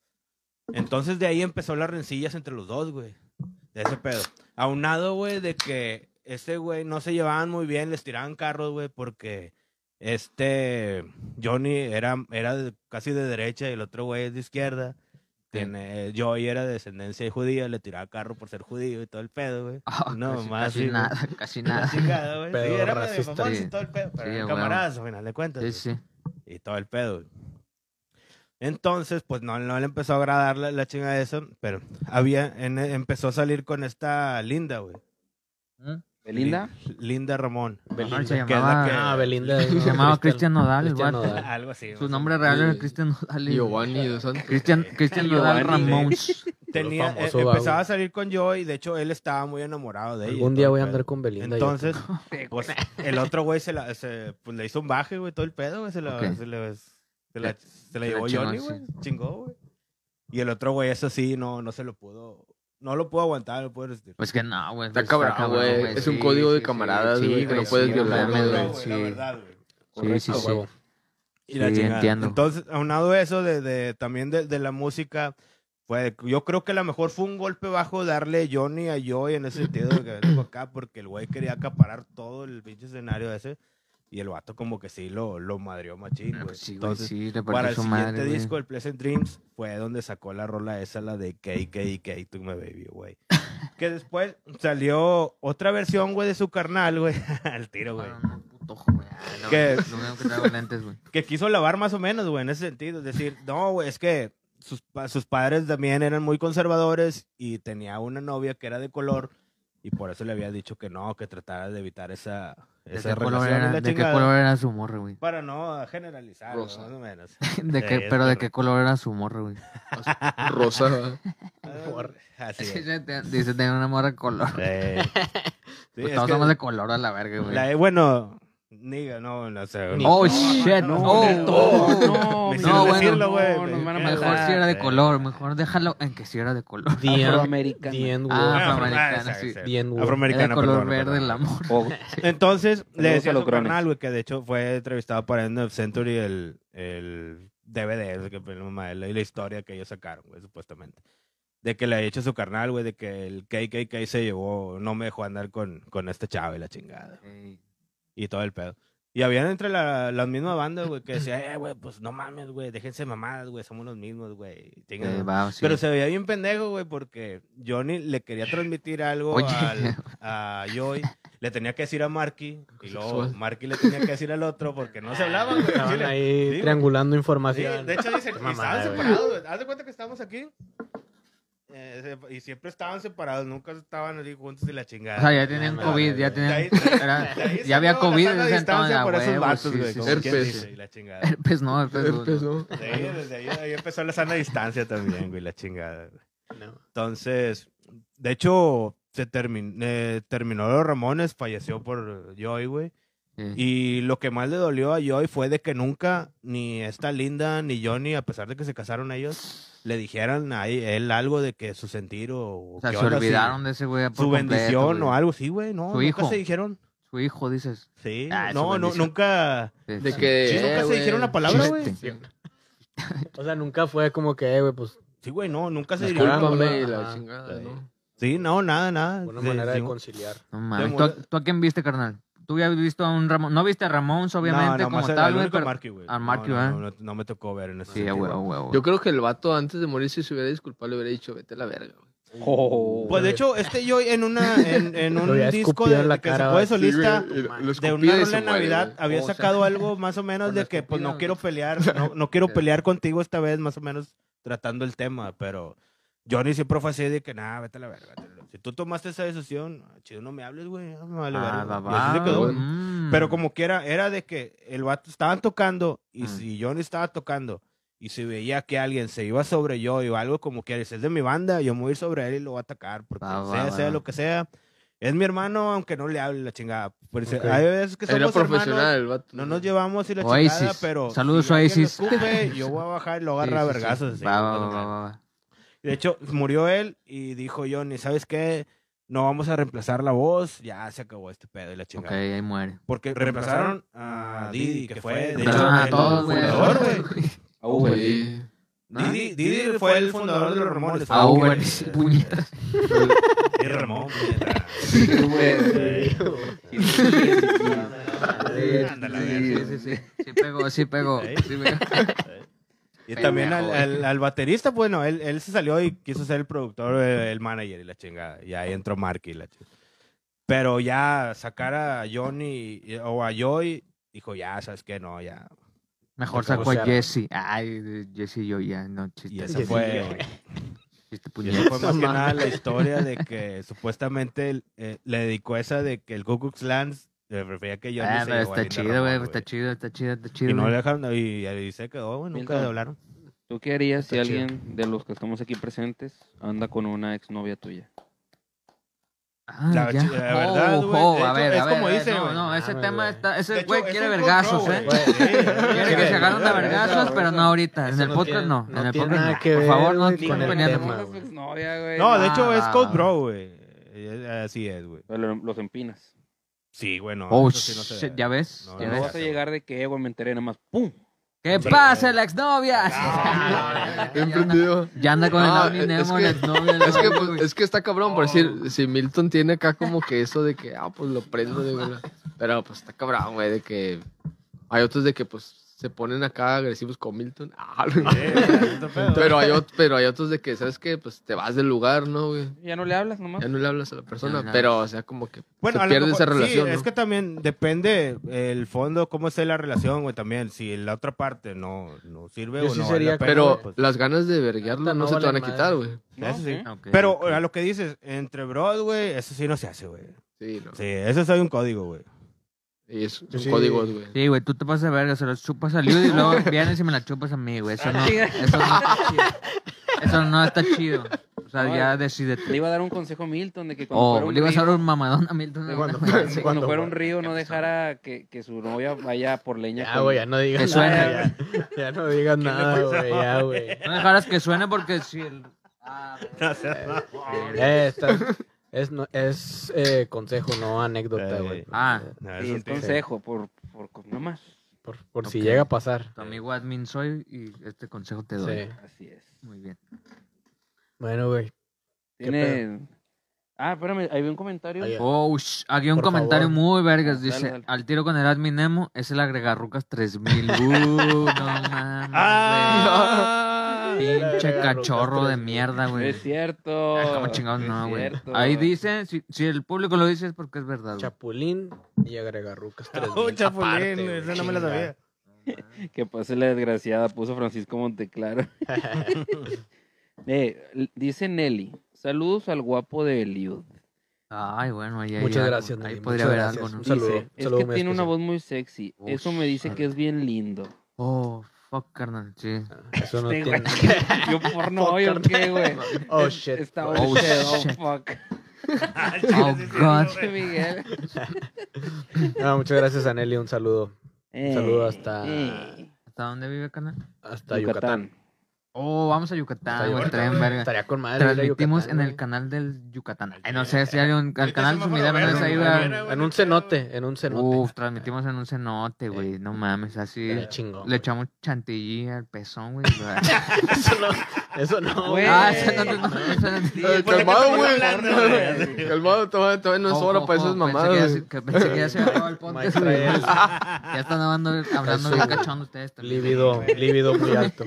Speaker 3: Entonces, de ahí empezó las rencillas entre los dos, güey. De ese pedo. Aunado, güey, de que este güey no se llevaban muy bien, les tiraban carros, güey, porque este Johnny era, era de- casi de derecha y el otro güey es de izquierda. Tiene, Joy era de descendencia judía, le tiraba carro por ser judío y todo el pedo, güey.
Speaker 2: Ah,
Speaker 3: No,
Speaker 2: casi-
Speaker 3: más, sí,
Speaker 2: Casi
Speaker 3: güey.
Speaker 2: nada, casi
Speaker 3: La
Speaker 2: nada.
Speaker 3: chingada, güey.
Speaker 1: Pedo
Speaker 3: Sí, era medio
Speaker 1: racista.
Speaker 3: famoso y
Speaker 2: Sí.
Speaker 3: todo el pedo, pero
Speaker 2: Sí,
Speaker 3: eran
Speaker 2: a huevo.
Speaker 3: camaradas, al final de cuentas.
Speaker 2: Sí,
Speaker 3: güey.
Speaker 2: sí.
Speaker 3: Y todo el pedo, güey. Entonces, pues no, no le empezó a agradar la, la chinga de eso, pero había, en- empezó a salir con esta Linda, güey.
Speaker 2: ¿Mm?
Speaker 6: ¿Belinda?
Speaker 3: Linda Ramón.
Speaker 2: Ajá, Se
Speaker 3: que es la que-
Speaker 2: llamaba
Speaker 1: Ah, Belinda.
Speaker 2: se llamaba Cristian Nodal, el
Speaker 1: Cristian
Speaker 2: vato.
Speaker 1: Nodal.
Speaker 3: Algo así.
Speaker 2: Su
Speaker 3: más o
Speaker 2: nombre
Speaker 3: menos.
Speaker 2: real era
Speaker 4: Sí.
Speaker 2: Cristian Nodal. y-
Speaker 4: Giovanni dos Santos.
Speaker 2: Cristian, Cristian Nodal
Speaker 5: Giovanni.
Speaker 2: Ramón.
Speaker 3: Tenía,
Speaker 1: Famoso,
Speaker 3: eh,
Speaker 1: va, güey.
Speaker 3: empezaba a salir con Joy, de hecho él estaba muy enamorado de ella. y
Speaker 1: Algún
Speaker 3: todo
Speaker 1: día
Speaker 3: el
Speaker 1: voy a
Speaker 3: pedo.
Speaker 1: andar con Belinda. yo
Speaker 3: Entonces, pues, el otro güey se la, se, pues, le hizo un baje, güey, todo el pedo, güey. Se la,
Speaker 2: Ok.
Speaker 3: se la, se la,
Speaker 2: Se-
Speaker 3: se la
Speaker 2: se la
Speaker 3: llevó
Speaker 2: chingó,
Speaker 3: Johnny,
Speaker 2: sí.
Speaker 3: güey. Chingó, güey. Y el otro güey, eso sí, no, no se lo pudo. No lo pudo aguantar, no lo pudo resistir.
Speaker 2: Pues que no, güey.
Speaker 4: Está
Speaker 2: pues,
Speaker 4: cabrón, güey. Es un código de camaradas, güey, que no puedes
Speaker 2: sí,
Speaker 4: violar,
Speaker 2: mames,
Speaker 4: güey.
Speaker 2: güey,
Speaker 3: La
Speaker 2: Sí,
Speaker 3: verdad, güey.
Speaker 2: Sí, sí,
Speaker 1: Ah,
Speaker 2: sí.
Speaker 1: huevo.
Speaker 3: Y la
Speaker 2: Sí,
Speaker 3: chingada.
Speaker 2: entiendo.
Speaker 3: Entonces, aunado a eso de, de- también de, de la música, pues yo creo que a lo mejor fue un golpe bajo darle Johnny a Joy en ese sentido de que vengo acá, porque el güey quería acaparar todo el pinche escenario ese. Y el vato como que sí lo, lo madrió machín,
Speaker 2: Ah,
Speaker 3: güey.
Speaker 2: pues sí, güey,
Speaker 3: Entonces,
Speaker 2: sí, le
Speaker 3: para
Speaker 2: partió
Speaker 3: el
Speaker 2: su
Speaker 3: siguiente
Speaker 2: madre, güey.
Speaker 3: disco, el Pleasant Dreams, fue donde sacó la rola esa, la de KKK, tú me baby, güey. que después salió otra versión, güey, de su carnal, güey. Al tiro, güey.
Speaker 2: Fueron un puto, güey. Ah, no,
Speaker 3: ¿Qué?
Speaker 2: Lo único que traigo es lentes, güey.
Speaker 3: que quiso lavar más o menos, güey, en ese sentido. Es decir, no, güey, es que sus, pa- sus padres también eran muy conservadores y tenía una novia que era de color y por eso le había dicho que no, que tratara de evitar esa,
Speaker 2: ¿De
Speaker 3: esa
Speaker 2: qué, color
Speaker 3: relación. y
Speaker 2: era,
Speaker 3: la
Speaker 2: de qué
Speaker 3: chingada.
Speaker 2: color era su morro, güey?
Speaker 3: Para no generalizar, güey,
Speaker 4: Rosa.
Speaker 3: más o menos.
Speaker 2: ¿De qué,
Speaker 3: Sí, es
Speaker 2: pero de
Speaker 3: correcto.
Speaker 2: qué color era su morro, güey.
Speaker 4: Rosa. ¿verdad?
Speaker 3: Ah, Así es.
Speaker 2: Dice, te- dice, tenía una morra de color.
Speaker 3: Eh, sí,
Speaker 2: Pues
Speaker 3: es
Speaker 2: todos
Speaker 3: que
Speaker 2: somos Pues de color a la verga, güey.
Speaker 3: la- eh, bueno, niga, no, no sé.
Speaker 4: Ni-
Speaker 2: Oh, shit,
Speaker 6: no,
Speaker 2: no.
Speaker 6: no,
Speaker 2: Oh,
Speaker 5: no, no,
Speaker 3: Me
Speaker 5: no,
Speaker 3: hicieron
Speaker 5: bueno,
Speaker 3: decirlo,
Speaker 5: no,
Speaker 3: güey.
Speaker 5: nos van a
Speaker 3: Mejor
Speaker 2: Mejor
Speaker 5: matar.
Speaker 2: si era de
Speaker 3: eh.
Speaker 2: color, mejor déjalo en que si era de color.
Speaker 1: The end,
Speaker 5: Afroamericana.
Speaker 1: the end
Speaker 2: Ah,
Speaker 1: world.
Speaker 3: Bueno,
Speaker 2: afroamericana,
Speaker 3: ah, esa,
Speaker 2: sí.
Speaker 3: esa.
Speaker 1: The end world.
Speaker 2: Era de
Speaker 3: Afroamericana,
Speaker 2: color
Speaker 3: perdón,
Speaker 2: verde
Speaker 3: perdón.
Speaker 2: el amor.
Speaker 6: O-
Speaker 3: Entonces, le
Speaker 6: Saludos a
Speaker 3: decía a
Speaker 6: los
Speaker 3: su
Speaker 6: crones.
Speaker 3: carnal, güey, que de hecho fue entrevistado para End of Century el, el DVD, ese que fue la mamá de él, y la historia que ellos sacaron, güey, supuestamente. De que le ha hecho su carnal, güey, de que el KKK se llevó, no me dejó andar con, con este chavo y la chingada. Y todo el pedo. Y habían entre la, las mismas bandas, güey, que decía, eh, güey, pues no mames, güey, déjense mamadas, güey, somos los mismos, güey. tengan-
Speaker 2: Eh, va, sí.
Speaker 3: Pero se veía bien pendejo, güey, porque Johnny le quería transmitir algo
Speaker 2: Oye.
Speaker 3: al- a Joy. Le tenía que decir a Marky. Y luego
Speaker 4: Sexual.
Speaker 3: Marky le tenía que decir al otro porque no se hablaban, güey. al
Speaker 1: Estaban
Speaker 3: chile.
Speaker 1: ahí
Speaker 3: Sí,
Speaker 1: triangulando
Speaker 3: Sí,
Speaker 1: información.
Speaker 3: de hecho, dicen, y
Speaker 1: Mamada,
Speaker 3: estaban
Speaker 1: güey.
Speaker 3: separados. güey. Haz de cuenta que estábamos aquí. eh, se- y siempre estaban separados. Nunca estaban así juntos y la chingada.
Speaker 2: O sea, ya tenían
Speaker 1: Ah,
Speaker 2: COVID, ya
Speaker 1: madre,
Speaker 3: De ahí-
Speaker 2: tenían...
Speaker 3: de
Speaker 2: era-
Speaker 3: ahí
Speaker 2: ya había
Speaker 3: salió la
Speaker 2: COVID
Speaker 3: sana
Speaker 2: en ese entonces,
Speaker 3: distancia
Speaker 2: a
Speaker 3: por esos
Speaker 2: huevos,
Speaker 3: vatos,
Speaker 2: sí,
Speaker 3: güey,
Speaker 2: sí,
Speaker 3: como
Speaker 2: sí.
Speaker 3: quien
Speaker 4: Herpes.
Speaker 3: dice, y la chingada.
Speaker 2: Herpes no, herpes no.
Speaker 4: Herpes, ¿no?
Speaker 3: Sí, desde ahí, ahí empezó la sana distancia también, güey, la chingada. güey.
Speaker 1: No.
Speaker 3: Entonces, de hecho, se terminó terminó los Ramones, falleció por Joy, güey.
Speaker 2: Sí.
Speaker 3: Y lo que más le dolió a Joy fue de que nunca, ni esta Linda, ni Johnny, a pesar de que se casaron ellos, le dijeran a e-, él algo de que su sentir o...
Speaker 2: O sea,
Speaker 3: qué
Speaker 2: se
Speaker 3: onda, si-
Speaker 2: olvidaron de ese güey por
Speaker 3: Su
Speaker 2: completo,
Speaker 3: bendición
Speaker 2: güey.
Speaker 3: o algo, sí, güey, no,
Speaker 2: Su
Speaker 3: nunca
Speaker 2: hijo.
Speaker 3: se dijeron.
Speaker 2: Su hijo, dices.
Speaker 3: Sí,
Speaker 2: Ah, su
Speaker 3: no, no,
Speaker 2: bendición.
Speaker 3: nunca...
Speaker 2: Sí,
Speaker 4: De
Speaker 2: sí.
Speaker 4: que.
Speaker 3: Sí, nunca
Speaker 4: eh,
Speaker 3: se
Speaker 4: güey,
Speaker 3: dijeron una palabra,
Speaker 4: chiste.
Speaker 3: güey.
Speaker 1: O sea, nunca fue como que, eh, güey, pues,
Speaker 3: Sí, güey, no, nunca se
Speaker 1: Las
Speaker 3: dijeron.
Speaker 1: caras.
Speaker 4: Discúlpame y la
Speaker 1: Ajá.
Speaker 4: chingada, ¿no?
Speaker 3: Sí, no, nada, nada.
Speaker 1: una
Speaker 3: Sí,
Speaker 1: manera de
Speaker 3: sí,
Speaker 1: conciliar.
Speaker 2: No mames. ¿Tú,
Speaker 3: murió-
Speaker 2: a- tú a quién viste, carnal? Tú ya habías visto a un Ramón. No viste a Ramón, obviamente,
Speaker 3: No, no,
Speaker 2: como
Speaker 3: más al-
Speaker 2: tal,
Speaker 3: al
Speaker 2: güey,
Speaker 3: único
Speaker 2: pero...
Speaker 3: Marky, güey.
Speaker 2: al
Speaker 3: No,
Speaker 2: Marky,
Speaker 3: no,
Speaker 2: ¿verdad?
Speaker 3: no, no, no me tocó ver en ese
Speaker 2: Sí, a
Speaker 3: sentido.
Speaker 2: huevo, a huevo.
Speaker 4: Yo creo que el vato antes de morirse se hubiera disculpado, le hubiera dicho, vete a la verga, güey.
Speaker 6: Oh.
Speaker 3: Pues de hecho, este yo en una en, en
Speaker 1: Lo
Speaker 3: un
Speaker 1: había
Speaker 3: disco
Speaker 1: escupido
Speaker 3: de,
Speaker 1: en la
Speaker 3: de que
Speaker 1: cara,
Speaker 3: se
Speaker 1: güey.
Speaker 3: fue solista
Speaker 4: Sí, güey, lo- lo
Speaker 3: de
Speaker 4: escupía
Speaker 3: una
Speaker 4: y
Speaker 3: rola
Speaker 4: se
Speaker 3: de
Speaker 4: muere,
Speaker 3: Navidad
Speaker 4: güey.
Speaker 3: había
Speaker 2: O sea,
Speaker 3: sacado algo más o menos
Speaker 2: con
Speaker 3: de
Speaker 2: la
Speaker 3: que pues no
Speaker 2: escupida,
Speaker 3: quiero
Speaker 2: güey.
Speaker 3: pelear, no, no quiero
Speaker 2: Sí.
Speaker 3: pelear contigo esta vez, más o menos tratando el tema, pero Johnny siempre fue así de que nada, vete a la verga. vete a la verga. Si tú tomaste esa decisión, "Ah, chido, no me hables, güey. no me vale
Speaker 2: Ah,
Speaker 3: verga.
Speaker 2: va,
Speaker 3: Y así se
Speaker 2: va.
Speaker 3: quedó, güey.
Speaker 2: Mm.
Speaker 3: Pero como quiera, era de que el vato estaban tocando y
Speaker 2: Mm.
Speaker 3: si Johnny estaba tocando y se veía que alguien se iba sobre yo o algo como que es de mi banda, yo me voy a ir sobre él y lo voy a atacar, porque
Speaker 2: Va, va,
Speaker 3: sea,
Speaker 2: va.
Speaker 3: sea lo que sea. Es mi hermano, aunque no le hable la chingada. Pero dice,
Speaker 1: Ok.
Speaker 3: Hay veces que somos
Speaker 4: Era profesional
Speaker 3: hermanos,
Speaker 4: el vato.
Speaker 3: no nos llevamos y la
Speaker 2: Oasis.
Speaker 3: chingada, pero
Speaker 2: Saludos,
Speaker 3: si alguien lo
Speaker 2: Oasis.
Speaker 3: escupe, yo voy a bajar y lo agarra a
Speaker 2: Sí, sí, sí.
Speaker 3: vergazos. así,
Speaker 2: Va,
Speaker 3: no
Speaker 2: va,
Speaker 3: pasa
Speaker 2: va,
Speaker 3: nada.
Speaker 2: va, va.
Speaker 3: De hecho, murió él y dijo Johnny, ¿sabes qué? No vamos a reemplazar la voz, ya se acabó este pedo y la
Speaker 2: Ok,
Speaker 3: chingada.
Speaker 2: ahí muere.
Speaker 3: Porque reemplazaron a Didi, que fue, de hecho,
Speaker 2: Pero a
Speaker 3: el
Speaker 2: todos, güey.
Speaker 3: fundador, güey.
Speaker 6: Ah, güey.
Speaker 4: Sí.
Speaker 2: ¿No?
Speaker 3: Didi, Didi fue el fundador de los Ramones.
Speaker 2: Ah,
Speaker 3: Aunque-
Speaker 2: güey, sí, puñetas.
Speaker 3: Y Ramón, güey. Ándale,
Speaker 2: Sí,
Speaker 3: güey.
Speaker 2: sí, sí. Sí pegó, sí pegó.
Speaker 3: Ahí.
Speaker 2: Sí pegó.
Speaker 3: Y también al,
Speaker 2: Pendejo,
Speaker 3: al- al baterista, bueno, él, él se salió y quiso ser el productor, eh, el manager y la chingada. Y ahí entró Marky y la chingada. Pero ya sacar a Johnny eh, o a Joy, dijo, ya, ¿sabes qué? No, ya.
Speaker 2: Mejor
Speaker 1: Se acabó
Speaker 2: sacó a
Speaker 1: cerdo.
Speaker 2: Jesse. Ay, de- Jesse y yo ya, no,
Speaker 3: Y
Speaker 2: chiste.
Speaker 3: esa fue, güey.
Speaker 2: Chiste
Speaker 3: Y eso fue
Speaker 2: puñetas.
Speaker 3: más que
Speaker 1: Mamá.
Speaker 3: nada la historia de que supuestamente el- eh, le dedicó esa de que el Ku Klux Klan eh, prefería que yo
Speaker 2: Ah, pero
Speaker 3: se llevó a
Speaker 2: está
Speaker 3: Linda
Speaker 2: chido,
Speaker 3: Ramón,
Speaker 2: güey. Está chido, está chido, está chido.
Speaker 3: Y no
Speaker 2: güey.
Speaker 3: le dejaron, y, y se quedó, "Oh, güey, nunca
Speaker 6: Milton.
Speaker 3: le hablaron.
Speaker 6: ¿Tú qué harías
Speaker 1: Está
Speaker 6: si
Speaker 1: chido.
Speaker 6: alguien de los que estamos aquí presentes anda con una exnovia tuya?
Speaker 2: Ah,
Speaker 3: La
Speaker 2: ya.
Speaker 3: chi- la verdad,
Speaker 2: Oh,
Speaker 3: güey,
Speaker 2: oh,
Speaker 3: de
Speaker 2: a
Speaker 3: hecho,
Speaker 2: ver,
Speaker 3: es
Speaker 2: a ver,
Speaker 3: como
Speaker 2: a ver,
Speaker 3: dice,
Speaker 2: no,
Speaker 3: güey.
Speaker 2: no, ese
Speaker 1: Mames,
Speaker 2: tema
Speaker 1: güey.
Speaker 2: está, ese
Speaker 3: De
Speaker 2: güey
Speaker 3: hecho,
Speaker 2: quiere
Speaker 3: es un
Speaker 2: vergazos,
Speaker 3: control,
Speaker 2: eh.
Speaker 3: güey.
Speaker 2: Quiere que se agarren a
Speaker 1: Sí,
Speaker 2: vergazos,
Speaker 1: güey.
Speaker 2: pero no ahorita. En
Speaker 1: Eso
Speaker 2: el
Speaker 1: no
Speaker 2: podcast
Speaker 1: tiene-
Speaker 2: no.
Speaker 1: no
Speaker 2: En el
Speaker 1: tiene
Speaker 2: podcast
Speaker 1: nada
Speaker 2: no.
Speaker 1: que
Speaker 2: Por favor,
Speaker 1: ver,
Speaker 2: no
Speaker 1: güey,
Speaker 2: estén
Speaker 1: con el
Speaker 2: peleando.
Speaker 1: tema, güey.
Speaker 3: No, de
Speaker 2: Ah,
Speaker 3: hecho es
Speaker 2: va, va.
Speaker 3: Code Bro, güey. Eh, Así es, güey.
Speaker 6: O sea, lo- Los empinas.
Speaker 3: Sí, bueno.
Speaker 2: Oh,
Speaker 3: eso sí no se
Speaker 2: shit,
Speaker 3: da.
Speaker 2: ya ves.
Speaker 3: No,
Speaker 2: ya
Speaker 3: no
Speaker 2: ves.
Speaker 3: va
Speaker 6: vas a llegar de que, "Eh, güey, me enteré nada más. ¡Pum!
Speaker 2: ¿Qué
Speaker 3: Sí.
Speaker 2: pasa, la exnovia?
Speaker 4: Bien prendido.
Speaker 2: Ya anda con el
Speaker 4: No,
Speaker 2: Omni
Speaker 4: es
Speaker 2: Nemo,
Speaker 4: que-
Speaker 2: la exnovia.
Speaker 4: Es que,
Speaker 2: güey. Oh.
Speaker 4: pues, es que está cabrón, por decir, si Milton tiene acá como que eso de que, ah, pues lo prendo, de verdad. Pero pues está cabrón, güey, de que hay otros de que, pues, se ponen acá agresivos con Milton. Ah,
Speaker 3: Eh, tanto pedo.
Speaker 4: pero, hay, ot- pero hay otros de que, ¿sabes qué? Pues te vas del lugar, ¿no, güey?
Speaker 5: Ya no le hablas nomás.
Speaker 4: Ya no le hablas a la
Speaker 2: Ya no
Speaker 4: persona,
Speaker 2: le
Speaker 4: pero, o sea, como que
Speaker 3: Bueno,
Speaker 4: se
Speaker 3: a lo
Speaker 4: pierde
Speaker 3: mejor-
Speaker 4: esa relación,
Speaker 3: Sí,
Speaker 4: ¿no?
Speaker 3: es que también depende el fondo, cómo esté la relación, güey, también. Si la otra parte no, no sirve
Speaker 1: Yo
Speaker 3: o
Speaker 1: sí
Speaker 3: no vale
Speaker 1: sería
Speaker 3: la pena,
Speaker 4: Pero
Speaker 3: güey, pues,
Speaker 4: las ganas de verguearla
Speaker 1: Ahorita
Speaker 4: no,
Speaker 1: no
Speaker 4: se te van a
Speaker 1: valen
Speaker 4: quitar,
Speaker 1: madre.
Speaker 4: güey.
Speaker 5: ¿No?
Speaker 3: eso sí.
Speaker 5: ¿Eh?
Speaker 2: Ok,
Speaker 3: Pero
Speaker 2: ok.
Speaker 3: a lo que dices, entre bros, güey, eso sí no se hace, güey.
Speaker 4: Sí, no.
Speaker 3: Sí, eso es un código, güey.
Speaker 4: Y es un
Speaker 1: Sí.
Speaker 4: código, güey.
Speaker 2: Sí, güey, tú te pasas de verga, se los chupas al Luis y luego vienes y me la chupas a mí, güey. Eso no,
Speaker 5: Ah, chinga.
Speaker 2: eso no está chido. Eso no está chido. O sea,
Speaker 5: No,
Speaker 2: ya
Speaker 5: güey. Le
Speaker 2: decídete.
Speaker 5: iba a dar un consejo a Milton de que cuando fuera
Speaker 2: O Oh,
Speaker 5: un
Speaker 2: le ibas a
Speaker 5: río-
Speaker 2: dar un mamadón a Milton. de
Speaker 1: Cuando-
Speaker 2: una vez.
Speaker 5: cuando
Speaker 1: cuando
Speaker 5: fuera
Speaker 1: fuera.
Speaker 5: un río no dejara que, que su novia vaya por leña.
Speaker 1: Ya,
Speaker 5: con-
Speaker 1: güey, ya no digas
Speaker 2: Que suene,
Speaker 1: nada. Ya, ya no digas nada, güey. Ya, güey.
Speaker 2: No dejaras que suene porque si el... Ah, güey.
Speaker 3: No seas mamón.
Speaker 1: Eh, está- es no- es eh, consejo, no anécdota,
Speaker 3: Eh,
Speaker 1: güey.
Speaker 2: ah.
Speaker 3: No, es
Speaker 5: Sí, es
Speaker 3: un tigre.
Speaker 5: consejo, por, por, no más.
Speaker 1: Por, por
Speaker 2: Ok.
Speaker 1: si llega a pasar.
Speaker 2: Tu amigo admin soy y este consejo te doy.
Speaker 1: Sí.
Speaker 5: Así es.
Speaker 2: Muy bien.
Speaker 1: Bueno, güey. ¿Qué
Speaker 5: Tiene... Ah, espérame, ahí vi un comentario.
Speaker 1: Ahí-
Speaker 2: Oh, sh- aquí un
Speaker 1: Por
Speaker 2: comentario
Speaker 1: favor.
Speaker 2: muy vergas.
Speaker 5: Dale,
Speaker 2: Dice,
Speaker 5: dale.
Speaker 2: al tiro con el admin Nemo es el agregarrucas 3000. Uh, no mames,
Speaker 3: Ah,
Speaker 2: güey. Pinche
Speaker 1: agregarrucas
Speaker 2: cachorro de
Speaker 1: 3000.
Speaker 2: mierda,
Speaker 5: No
Speaker 2: Oh, güey.
Speaker 5: es cierto.
Speaker 2: Ay, cómo chingados
Speaker 5: es
Speaker 2: no, güey.
Speaker 5: cierto.
Speaker 2: Ahí dice, si, si el público lo dice es porque es verdad, güey.
Speaker 1: Chapulín y agregarrucas.
Speaker 3: Oh,
Speaker 1: 3000.
Speaker 3: chapulín,
Speaker 1: Aparte,
Speaker 3: esa
Speaker 1: güey,
Speaker 3: no me la sabía.
Speaker 5: Que pase la desgraciada, puso Francisco Monteclaro.
Speaker 1: chinga.
Speaker 5: Eh, l- dice Nelly, saludos al guapo de Eliud.
Speaker 2: Ay, bueno, ahí hay
Speaker 1: Muchas
Speaker 2: algo.
Speaker 1: gracias,
Speaker 2: Ahí
Speaker 1: Nelly,
Speaker 2: podría haber
Speaker 1: muchas gracias.
Speaker 2: algo, ¿no?
Speaker 1: Un saludo,
Speaker 5: Dice,
Speaker 1: un
Speaker 5: es
Speaker 1: saludo
Speaker 5: que
Speaker 1: muy
Speaker 5: tiene una
Speaker 1: especial".
Speaker 5: voz muy sexy.
Speaker 2: Uy,
Speaker 5: Eso me dice que es bien lindo.
Speaker 2: Oh, fuck, carnal, sí.
Speaker 1: Eso no
Speaker 5: Sí,
Speaker 1: tiene.
Speaker 5: güey. Yo porno,
Speaker 1: Fuck,
Speaker 5: ¿yo
Speaker 1: carnal.
Speaker 5: qué, güey?
Speaker 1: Oh, shit.
Speaker 5: Está
Speaker 1: Oh,
Speaker 5: oh, shit,
Speaker 2: shit.
Speaker 5: oh, fuck.
Speaker 3: Ah, chile,
Speaker 2: Oh,
Speaker 3: sí, sí,
Speaker 2: God.
Speaker 3: no, güey.
Speaker 5: Miguel.
Speaker 1: No, muchas gracias a Nelly, un saludo.
Speaker 3: Eh,
Speaker 5: Un
Speaker 1: saludo hasta-
Speaker 2: ¿Hasta dónde vive, carnal?
Speaker 1: Hasta Yucatán.
Speaker 5: Yucatán.
Speaker 2: Oh, vamos a
Speaker 1: Hasta
Speaker 2: Yucatán, güey,
Speaker 1: Yucatán,
Speaker 2: estaría en
Speaker 1: güey.
Speaker 2: verga.
Speaker 1: Estaría con madre. ir a
Speaker 2: Transmitimos
Speaker 1: Yucatán,
Speaker 2: en el
Speaker 1: güey.
Speaker 2: canal del Yucatán. Ay, no sé si hay un al canal
Speaker 3: semáforo
Speaker 2: Sumidero, no
Speaker 3: verde,
Speaker 2: es ahí,
Speaker 3: güey.
Speaker 2: güey.
Speaker 1: En un cenote, en un cenote. Eh,
Speaker 2: Uf, transmitimos en un cenote, güey. No mames, así
Speaker 1: Estaría chingón,
Speaker 2: le
Speaker 1: güey.
Speaker 2: echamos chantilly al pezón, güey.
Speaker 1: Eso no, eso no, güey.
Speaker 2: ah, ese no, no, no, ese no.
Speaker 5: Sí,
Speaker 3: ¿por
Speaker 4: Eh,
Speaker 3: pues, qué
Speaker 4: calmado,
Speaker 3: estamos
Speaker 4: güey.
Speaker 3: hablando, güey?
Speaker 4: Calmado, todavía, todavía no es
Speaker 2: Ojo,
Speaker 4: hora para
Speaker 2: ojo,
Speaker 4: esas
Speaker 2: Pensé que
Speaker 4: mamadas.
Speaker 2: ya,
Speaker 4: güey.
Speaker 2: se- que pensé que ya se había acabado el podcast.
Speaker 1: Mike
Speaker 2: güey.
Speaker 1: Trael.
Speaker 2: Ya están hablando, hablando
Speaker 1: Eso,
Speaker 2: bien
Speaker 1: güey.
Speaker 2: cachón ustedes también.
Speaker 1: Lívido, lívido muy alto.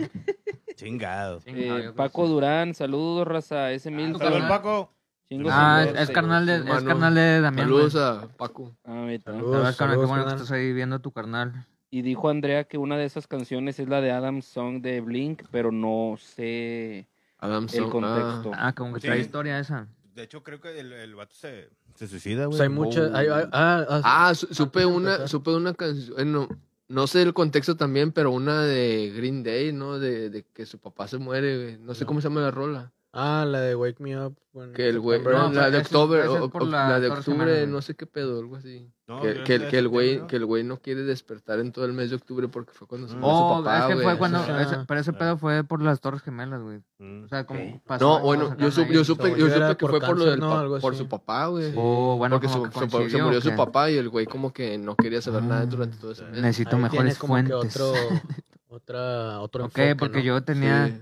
Speaker 3: Chingado.
Speaker 5: Eh, Paco Durán, saludos, raza. Ese Milton.
Speaker 3: Saludos, Paco.
Speaker 5: Chingo
Speaker 2: Ah,
Speaker 5: su
Speaker 2: es,
Speaker 5: madre,
Speaker 2: es carnal de, es
Speaker 4: Manu.
Speaker 2: carnal de Damián. güey.
Speaker 4: Saludos a Paco.
Speaker 5: Ah, ahorita.
Speaker 1: Saludos.
Speaker 2: Saludos, carnal, qué
Speaker 1: saludos,
Speaker 2: bueno que
Speaker 1: carnal.
Speaker 2: estás ahí viendo a tu carnal.
Speaker 5: Y dijo Andrea que una de esas canciones es la de Adam Song de Blink, pero no sé
Speaker 4: Adam
Speaker 5: el
Speaker 4: Song, ah.
Speaker 5: contexto.
Speaker 2: Ah, como que
Speaker 3: Sí.
Speaker 2: trae historia esa.
Speaker 3: De hecho, creo que el, el vato se, se suicida,
Speaker 1: O
Speaker 3: güey.
Speaker 1: sea, Pues hay muchas. hay- hay- ah, ah,
Speaker 4: Ah, su-
Speaker 1: Antes
Speaker 4: supe
Speaker 1: de
Speaker 4: una,
Speaker 1: empezar.
Speaker 4: supe una canción, eh, no, no sé el contexto también, pero una de Green Day, ¿no? De, de que su papá se muere, güey. No sé
Speaker 1: No.
Speaker 4: cómo se llama la rola.
Speaker 1: ah, la de Wake Me Up. when
Speaker 4: Que el güey,
Speaker 1: Mm, September
Speaker 2: No,
Speaker 1: ends.
Speaker 4: la
Speaker 2: pero
Speaker 4: de
Speaker 2: eso es-
Speaker 4: octubre,
Speaker 2: eso es
Speaker 4: o-
Speaker 2: por
Speaker 4: o-
Speaker 2: la
Speaker 4: la de
Speaker 2: Torre Gemela,
Speaker 4: octubre,
Speaker 2: güey.
Speaker 4: no sé qué pedo, algo así.
Speaker 3: No,
Speaker 4: que,
Speaker 3: creo
Speaker 4: que-
Speaker 3: es
Speaker 4: que el güey,
Speaker 3: septiembre,
Speaker 4: que el güey no quiere despertar en todo el mes de octubre porque fue cuando se murió
Speaker 2: Oh,
Speaker 4: su papá,
Speaker 2: es que
Speaker 4: güey.
Speaker 2: fue cuando.
Speaker 1: Eso
Speaker 2: ese-
Speaker 1: ya-
Speaker 2: pero ese pedo fue por las Torres Gemelas, güey.
Speaker 3: ¿no?
Speaker 2: O sea, como
Speaker 5: Ok.
Speaker 2: pasó
Speaker 4: No,
Speaker 2: algo
Speaker 4: bueno,
Speaker 2: cercano
Speaker 4: yo, su-
Speaker 2: ahí.
Speaker 4: yo supe, yo
Speaker 1: Era
Speaker 4: supe que
Speaker 1: por
Speaker 4: fue por lo
Speaker 1: cáncer,
Speaker 4: del
Speaker 1: ¿no?
Speaker 4: pa-
Speaker 1: Algo
Speaker 4: por
Speaker 1: así.
Speaker 4: su papá, güey.
Speaker 1: Sí.
Speaker 2: Oh, bueno,
Speaker 4: porque
Speaker 2: como
Speaker 4: su-
Speaker 2: que
Speaker 4: su- se
Speaker 2: coincidió,
Speaker 4: murió
Speaker 2: ¿o
Speaker 4: su
Speaker 2: qué?
Speaker 4: papá y el güey como que no quería saber nada durante todo ese mes.
Speaker 2: Necesito
Speaker 1: Ahí
Speaker 2: mejores
Speaker 1: tienes como que
Speaker 2: fuentes.
Speaker 1: Otro, otra, otro
Speaker 2: ok,
Speaker 1: enfoque,
Speaker 2: porque
Speaker 1: ¿no?
Speaker 2: yo
Speaker 4: Sí.
Speaker 2: tenía.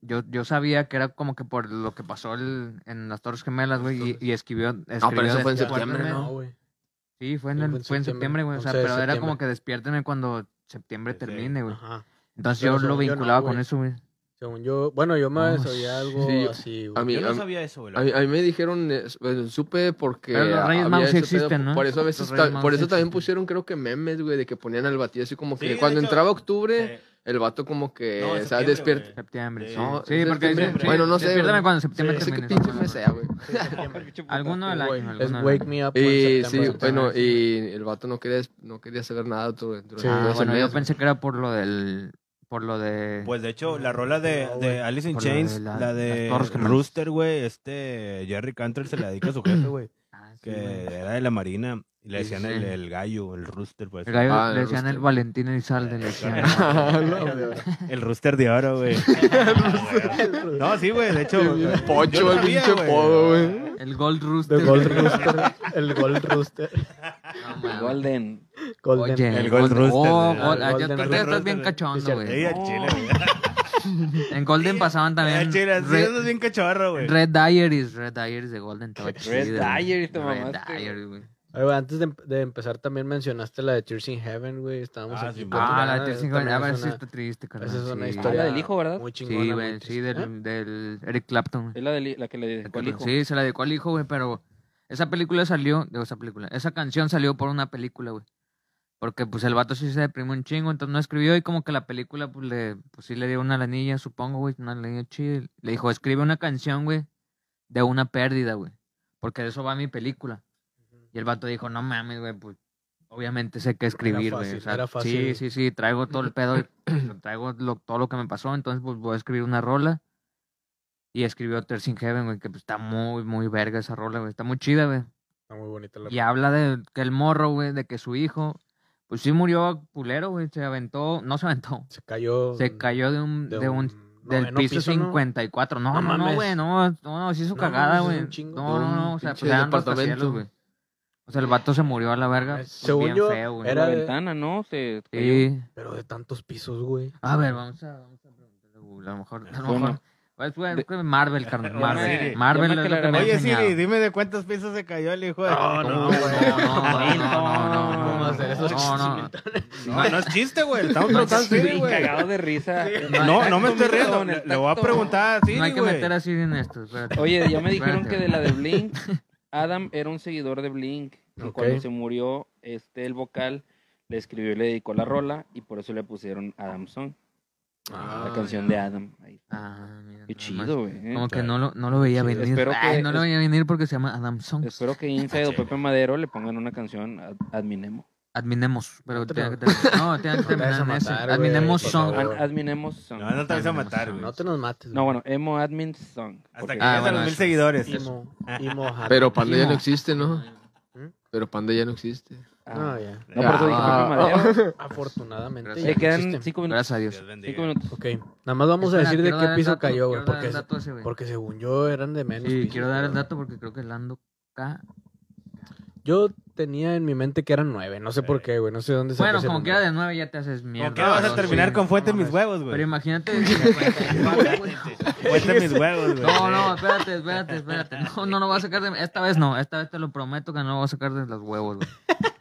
Speaker 2: Yo, yo sabía que era como que por lo que pasó el- en las Torres Gemelas, güey, y, y escribió,
Speaker 4: No, Ah, pero eso
Speaker 2: escribió
Speaker 4: fue en
Speaker 2: de-
Speaker 4: septiembre,
Speaker 1: No,
Speaker 4: ¿no?
Speaker 1: güey.
Speaker 2: Sí, fue en,
Speaker 1: Sí,
Speaker 2: el-
Speaker 1: fue en
Speaker 2: fue en septiembre,
Speaker 1: septiembre,
Speaker 2: güey. O sea,
Speaker 1: 11 de
Speaker 2: pero era como
Speaker 1: septiembre.
Speaker 2: que despiértenme cuando septiembre
Speaker 3: Sí.
Speaker 2: termine, güey.
Speaker 1: Ajá.
Speaker 2: Entonces
Speaker 1: Pero
Speaker 2: yo
Speaker 1: según
Speaker 2: lo
Speaker 1: yo no,
Speaker 2: vinculaba con
Speaker 1: güey.
Speaker 2: eso, güey.
Speaker 1: Según yo, bueno, yo me
Speaker 2: Oh,
Speaker 1: sabía algo
Speaker 4: sí, yo-
Speaker 1: así,
Speaker 4: A
Speaker 1: güey.
Speaker 4: mí,
Speaker 3: Yo
Speaker 4: a
Speaker 3: no
Speaker 4: mí-
Speaker 3: sabía eso, güey.
Speaker 4: A mí, a mí me dijeron, eh, s- bueno, supe porque...
Speaker 2: Pero los
Speaker 4: ah,
Speaker 2: Reyes
Speaker 4: había
Speaker 2: Magos sí
Speaker 4: ese pedo,
Speaker 2: existen, ¿no?
Speaker 4: Por eso a veces,
Speaker 2: Los Reyes
Speaker 4: ta-
Speaker 2: Magos
Speaker 4: por
Speaker 2: sí
Speaker 4: eso también
Speaker 2: existen.
Speaker 4: pusieron creo que memes, güey, de que ponían al batillo así como
Speaker 3: Sí,
Speaker 4: que...
Speaker 3: de
Speaker 4: cuando
Speaker 3: hecho,
Speaker 4: entraba octubre,
Speaker 3: Eh,
Speaker 4: el vato como que,
Speaker 3: No, en
Speaker 4: o sea,
Speaker 3: septiembre,
Speaker 4: despierta...
Speaker 3: güey.
Speaker 2: Septiembre, sí.
Speaker 3: Sí.
Speaker 4: No,
Speaker 2: sí,
Speaker 4: es
Speaker 2: porque
Speaker 4: septiembre.
Speaker 2: dicen,
Speaker 4: Bueno, no sé,
Speaker 2: Despiértame
Speaker 4: güey.
Speaker 2: cuando septiembre
Speaker 4: No sé qué
Speaker 2: termine.
Speaker 4: pinche
Speaker 2: ¿no?
Speaker 4: mes sea, güey.
Speaker 2: Alguno de la
Speaker 1: Güey,
Speaker 2: alguno
Speaker 1: Es
Speaker 2: de la-
Speaker 1: Wake Me Up.
Speaker 4: Y
Speaker 1: en
Speaker 4: sí,
Speaker 1: septiembre,
Speaker 4: bueno,
Speaker 1: septiembre.
Speaker 4: y el vato no quería, no quería saber nada durante
Speaker 1: Sí.
Speaker 4: todo
Speaker 2: Ah,
Speaker 4: ese
Speaker 2: bueno, yo
Speaker 4: mes,
Speaker 2: pensé que era por lo del. Por lo de.
Speaker 3: Pues de hecho, la rola de, de Alice in
Speaker 2: Por la de
Speaker 3: Chains,
Speaker 2: la-
Speaker 3: la de
Speaker 2: las Torres Gemelas.
Speaker 3: Rooster, güey, este Jerry Cantrell se la dedica a su jefe, güey,
Speaker 2: Ah, sí,
Speaker 3: que
Speaker 2: güey.
Speaker 3: era de la Marina y le
Speaker 2: Sí,
Speaker 3: decían
Speaker 2: sí.
Speaker 3: el, el gallo, el Rooster, pues.
Speaker 2: El gallo
Speaker 4: Ah,
Speaker 2: le
Speaker 4: el
Speaker 2: decían el
Speaker 4: Rooster.
Speaker 2: Valentín Elizalde, le decían.
Speaker 3: El Rooster de oro, güey. no, sí, güey, de hecho. güey. Yo
Speaker 4: Pocho,
Speaker 3: no
Speaker 4: el
Speaker 3: sabía,
Speaker 4: pinche
Speaker 3: güey.
Speaker 4: podo, güey.
Speaker 2: El Gold
Speaker 1: The
Speaker 2: Rooster.
Speaker 1: Gold
Speaker 2: güey.
Speaker 1: Rooster. El Gold Rooster.
Speaker 2: No, mames.
Speaker 5: Golden.
Speaker 1: Golden.
Speaker 2: Oye,
Speaker 3: El Gold Rooster,
Speaker 2: Oh,
Speaker 3: el
Speaker 2: Gold- ah, ya-
Speaker 1: Golden
Speaker 2: tú ya estás
Speaker 3: Rooster.
Speaker 2: bien
Speaker 1: Sí,
Speaker 2: cachondo,
Speaker 3: Ey,
Speaker 2: güey.
Speaker 3: al chile, güey.
Speaker 2: En Golden pasaban
Speaker 3: Al
Speaker 2: también.
Speaker 3: Ah, chile, sí,
Speaker 2: Red-
Speaker 3: eso es bien cachorro, güey.
Speaker 2: Red Diaries, Red Diaries de Golden estaba
Speaker 5: Red
Speaker 2: chida, güey.
Speaker 5: Diaries, te
Speaker 2: Red
Speaker 5: mamaste,
Speaker 2: Diaries, güey.
Speaker 1: Oye, güey, antes de, em- de empezar también mencionaste la de Tears in Heaven, güey. Estábamos
Speaker 3: Ah,
Speaker 1: aquí
Speaker 3: sí,
Speaker 1: platicando,
Speaker 2: Ah, la de
Speaker 1: esa
Speaker 2: Tears in
Speaker 1: también
Speaker 2: Heaven, A ver
Speaker 1: es
Speaker 2: si
Speaker 1: una-
Speaker 2: está triste, carnal.
Speaker 1: Esa es una
Speaker 2: sí.
Speaker 1: historia
Speaker 5: del hijo, ¿verdad?
Speaker 1: muy chingona. ¿eh?
Speaker 2: Sí,
Speaker 1: muy
Speaker 2: güey, sí,
Speaker 1: triste.
Speaker 2: del, del Eric Clapton. güey.
Speaker 5: Es la, del- la que le dedicó al hijo.
Speaker 2: Sí, se la dedicó al hijo, güey, pero esa película salió, digo, esa película, esa canción salió por una película, güey. Porque pues el vato sí se deprimió un chingo, entonces no escribió y como que la película pues le pues sí le dio una lanilla, supongo, güey, una lanilla chida. Le dijo, "Escribe una canción, güey, de una pérdida, güey, porque de eso va mi película." Y el vato dijo, "No mames, güey, pues obviamente sé qué escribir, güey."
Speaker 1: fácil,
Speaker 2: O sea,
Speaker 1: era fácil.
Speaker 2: Sí, sí, sí, traigo todo el pedo, y traigo lo- todo lo que me pasó, entonces pues voy a escribir una rola. Y escribió Tears in Heaven, güey, que pues, está muy, muy verga esa rola, güey. Está muy chida, güey.
Speaker 1: Está muy bonita la
Speaker 2: Y habla de que el morro, güey, de que su hijo, pues sí murió culero, güey. Se aventó, no se aventó,
Speaker 1: Se cayó.
Speaker 2: se cayó de un, de un, del
Speaker 1: noveno
Speaker 2: piso,
Speaker 1: ¿no?
Speaker 2: 54. No, no,
Speaker 1: No
Speaker 2: no,
Speaker 1: mames.
Speaker 2: güey, no, no, sí su
Speaker 1: No
Speaker 2: cagada,
Speaker 1: mames, es
Speaker 2: güey.
Speaker 1: un chingo.
Speaker 2: No, no, no, o sea,
Speaker 4: Pinche
Speaker 2: pues eran
Speaker 4: departamento.
Speaker 2: rascacielos, güey. O sea, el vato se murió a la verga.
Speaker 1: Eh,
Speaker 2: pues,
Speaker 1: según
Speaker 2: bien
Speaker 1: yo,
Speaker 2: feo, güey.
Speaker 5: Era
Speaker 1: Era
Speaker 5: la
Speaker 1: de-
Speaker 5: ventana, ¿no? Se cayó.
Speaker 2: Sí.
Speaker 1: Pero de tantos pisos, güey.
Speaker 2: A ver, vamos a, vamos a preguntarle a Google, a lo mejor, a lo
Speaker 6: Bueno.
Speaker 2: mejor. Pues, güey, creo que Marvel, carnal,
Speaker 3: Ya
Speaker 2: Marvel.
Speaker 3: me-
Speaker 2: Marvel
Speaker 5: ya me
Speaker 2: es lo que me ha
Speaker 5: aclararon.
Speaker 3: Oye,
Speaker 2: enseñado.
Speaker 3: Siri, dime de cuántos pisos se cayó el hijo de...
Speaker 2: No,
Speaker 1: No,
Speaker 2: no,
Speaker 1: no,
Speaker 2: no,
Speaker 1: güey.
Speaker 2: no, no, no,
Speaker 1: Vamos a
Speaker 2: no,
Speaker 1: hacer esos
Speaker 2: no, no.
Speaker 3: No, no es chiste, güey. Estamos preguntando a
Speaker 5: Sí,
Speaker 3: Siri, güey.
Speaker 5: cagado de risa.
Speaker 3: No, no me
Speaker 5: Tacto,
Speaker 3: estoy riendo.
Speaker 5: mi
Speaker 3: Le
Speaker 5: don, el
Speaker 3: le voy a
Speaker 5: tacto.
Speaker 3: preguntar a Siri,
Speaker 2: No hay que
Speaker 3: güey.
Speaker 2: meter así en esto. espérate.
Speaker 5: Oye, ya me dijeron
Speaker 2: Espérate,
Speaker 5: que de
Speaker 2: güey.
Speaker 5: la de Blink, Adam era un seguidor de Blink. Y
Speaker 1: Ok.
Speaker 5: cuando se murió, este, el vocal le escribió y le dedicó la rola. Y por eso le pusieron Adam Song,
Speaker 1: Ah,
Speaker 5: la canción de Adam. Ahí.
Speaker 2: Ah, mira,
Speaker 5: Qué
Speaker 2: nada
Speaker 5: chido, güey. ¿eh?
Speaker 2: más. Como que no lo, no lo veía
Speaker 1: Sí,
Speaker 2: venir.
Speaker 5: espero
Speaker 2: Ay,
Speaker 5: que-
Speaker 2: no lo veía venir porque se llama Adam Song.
Speaker 5: Espero que Inside o Pepe Madero le pongan una canción a Adminemo.
Speaker 2: Adminemos. Pero
Speaker 1: No te
Speaker 2: tenía que
Speaker 1: lo-
Speaker 2: terminar. No, tenía que
Speaker 1: No te
Speaker 2: terminar en
Speaker 1: vayas a
Speaker 2: ese.
Speaker 1: matar, güey,
Speaker 2: Adminemos
Speaker 1: por
Speaker 2: Song.
Speaker 1: favor.
Speaker 5: Ad- Adminemos Song.
Speaker 3: No, no te vas a matar, güey.
Speaker 1: No te nos mates.
Speaker 5: No,
Speaker 1: güey.
Speaker 5: bueno, Emo Admin Song.
Speaker 3: Hasta
Speaker 5: Ok.
Speaker 3: que
Speaker 2: Ah,
Speaker 3: llegues a
Speaker 2: bueno,
Speaker 3: los mil
Speaker 2: eso.
Speaker 3: seguidores.
Speaker 1: Imo, Imo Hat.
Speaker 4: Pero Panda ya
Speaker 2: Imo.
Speaker 4: no existe, ¿no?
Speaker 1: ¿Mm?
Speaker 4: Pero Panda ya no existe.
Speaker 5: Ah.
Speaker 1: No, ya.
Speaker 5: No, por eso dije
Speaker 4: Ah.
Speaker 5: Pepe Madero.
Speaker 1: Afortunadamente.
Speaker 2: Gracias.
Speaker 1: ya
Speaker 5: Le
Speaker 1: no
Speaker 5: quedan
Speaker 1: existe.
Speaker 5: cinco minutos.
Speaker 2: Gracias a Dios.
Speaker 3: Dios bendiga.
Speaker 5: Cinco minutos.
Speaker 1: Ok, nada más vamos a
Speaker 2: Espera,
Speaker 1: decir de
Speaker 2: quiero
Speaker 1: qué
Speaker 2: dar el
Speaker 1: piso
Speaker 2: dato,
Speaker 1: cayó, güey.
Speaker 2: quiero dar
Speaker 1: Porque,
Speaker 2: el dato ese, güey.
Speaker 1: porque según yo eran de menos.
Speaker 2: Sí,
Speaker 1: pisos,
Speaker 2: quiero dar el
Speaker 1: pero-
Speaker 2: dato porque creo que Lando K.
Speaker 1: Yo tenía en mi mente que eran nueve. No sé por qué, güey. No sé dónde saqué
Speaker 2: Bueno,
Speaker 1: ese
Speaker 2: como
Speaker 1: número.
Speaker 2: quiera de nueve ya te haces mierda.
Speaker 3: ¿Con qué vas
Speaker 2: No,
Speaker 3: a terminar
Speaker 2: Ah, sí.
Speaker 3: con fuente
Speaker 2: No
Speaker 3: mis
Speaker 2: mames.
Speaker 3: huevos,
Speaker 2: Pero
Speaker 3: güey?
Speaker 2: imagínate. 54, güey.
Speaker 3: Fuente mis huevos, güey.
Speaker 2: No, no, espérate, espérate, espérate. No, no, no voy a sacar de... Esta vez no, esta vez te lo prometo que no lo voy a sacar de los huevos, güey.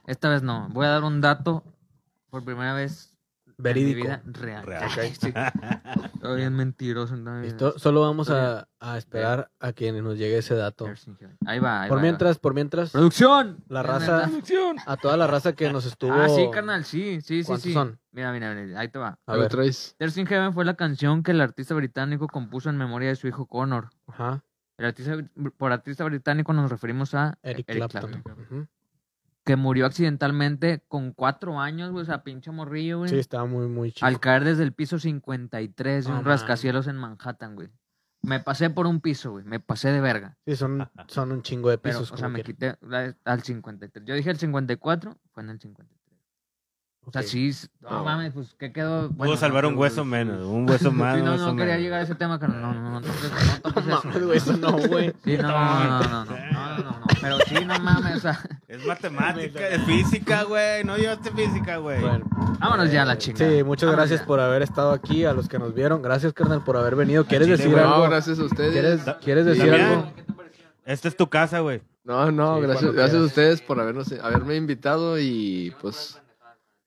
Speaker 2: Esta vez no. Voy a dar un dato por primera vez en mi
Speaker 1: Verídico.
Speaker 2: vida real.
Speaker 3: Real.
Speaker 2: Sí. Estoy bien mentiroso. en la vida.
Speaker 1: Listo, Solo vamos a, a esperar a que nos llegue ese dato.
Speaker 2: Ahí va, ahí va, ahí
Speaker 1: Por
Speaker 2: va.
Speaker 1: mientras, por mientras,
Speaker 2: ¡Producción!
Speaker 1: La raza- a toda la raza que nos estuvo.
Speaker 2: Ah, sí, carnal, sí, sí, sí,
Speaker 1: ¿Cuántos
Speaker 2: sí.
Speaker 1: son?
Speaker 2: Mira, mira, mira, ahí te va.
Speaker 1: A
Speaker 4: Ahí lo
Speaker 1: ver.
Speaker 4: traes.
Speaker 2: Tears in Heaven fue la canción que el artista británico compuso en memoria de su hijo Connor.
Speaker 1: Ajá.
Speaker 2: El artista, por artista británico nos referimos a
Speaker 1: Eric, Clapton. Ujú.
Speaker 2: que murió accidentalmente con cuatro años, güey, o sea, pinche morrillo, güey.
Speaker 1: Sí, estaba muy, muy chido.
Speaker 2: al caer desde el piso 53 de
Speaker 1: No
Speaker 2: un rascacielos en Manhattan, güey. Me pasé por un piso, güey. Me pasé de verga.
Speaker 1: Sí, son, son un chingo de
Speaker 2: Pero,
Speaker 1: pisos.
Speaker 2: o sea,
Speaker 1: como
Speaker 2: me
Speaker 1: quiera.
Speaker 2: quité la- al 53. Yo dije el 54, fue en el 53. O sea,
Speaker 1: Ok.
Speaker 2: sí, s- no
Speaker 4: Ah.
Speaker 2: mames, pues, ¿qué quedó?
Speaker 3: Pudo salvar un hueso menos, un hueso más.
Speaker 2: Sí,
Speaker 3: un
Speaker 2: no,
Speaker 3: hueso
Speaker 2: no quería
Speaker 3: menos.
Speaker 2: llegar a ese tema, carnal. No, no, no. No, toques- no toques
Speaker 1: No
Speaker 2: eso,
Speaker 1: mames, güey, eso no, güey.
Speaker 2: Sí, no, no, no, no, no, no, no, no, no. Pero sí, no mames, o sea,
Speaker 3: Es matemática, es física, güey. No llevaste física, güey.
Speaker 1: Bueno, eh,
Speaker 2: vámonos ya a la chingada.
Speaker 1: sí, muchas
Speaker 2: Vámonos
Speaker 1: gracias
Speaker 2: ya.
Speaker 1: por haber estado aquí, a los que nos vieron. Gracias, carnal, por haber venido. ¿Quieres
Speaker 3: Chile,
Speaker 1: decir
Speaker 3: güey.
Speaker 4: No,
Speaker 1: algo?
Speaker 4: gracias a ustedes.
Speaker 1: ¿Quieres, quieres decir
Speaker 4: Damián.
Speaker 1: algo?
Speaker 3: Esta es tu casa, güey.
Speaker 4: No, no,
Speaker 1: Sí, cuando
Speaker 4: gracias, gracias a ustedes por habernos, haberme invitado y pues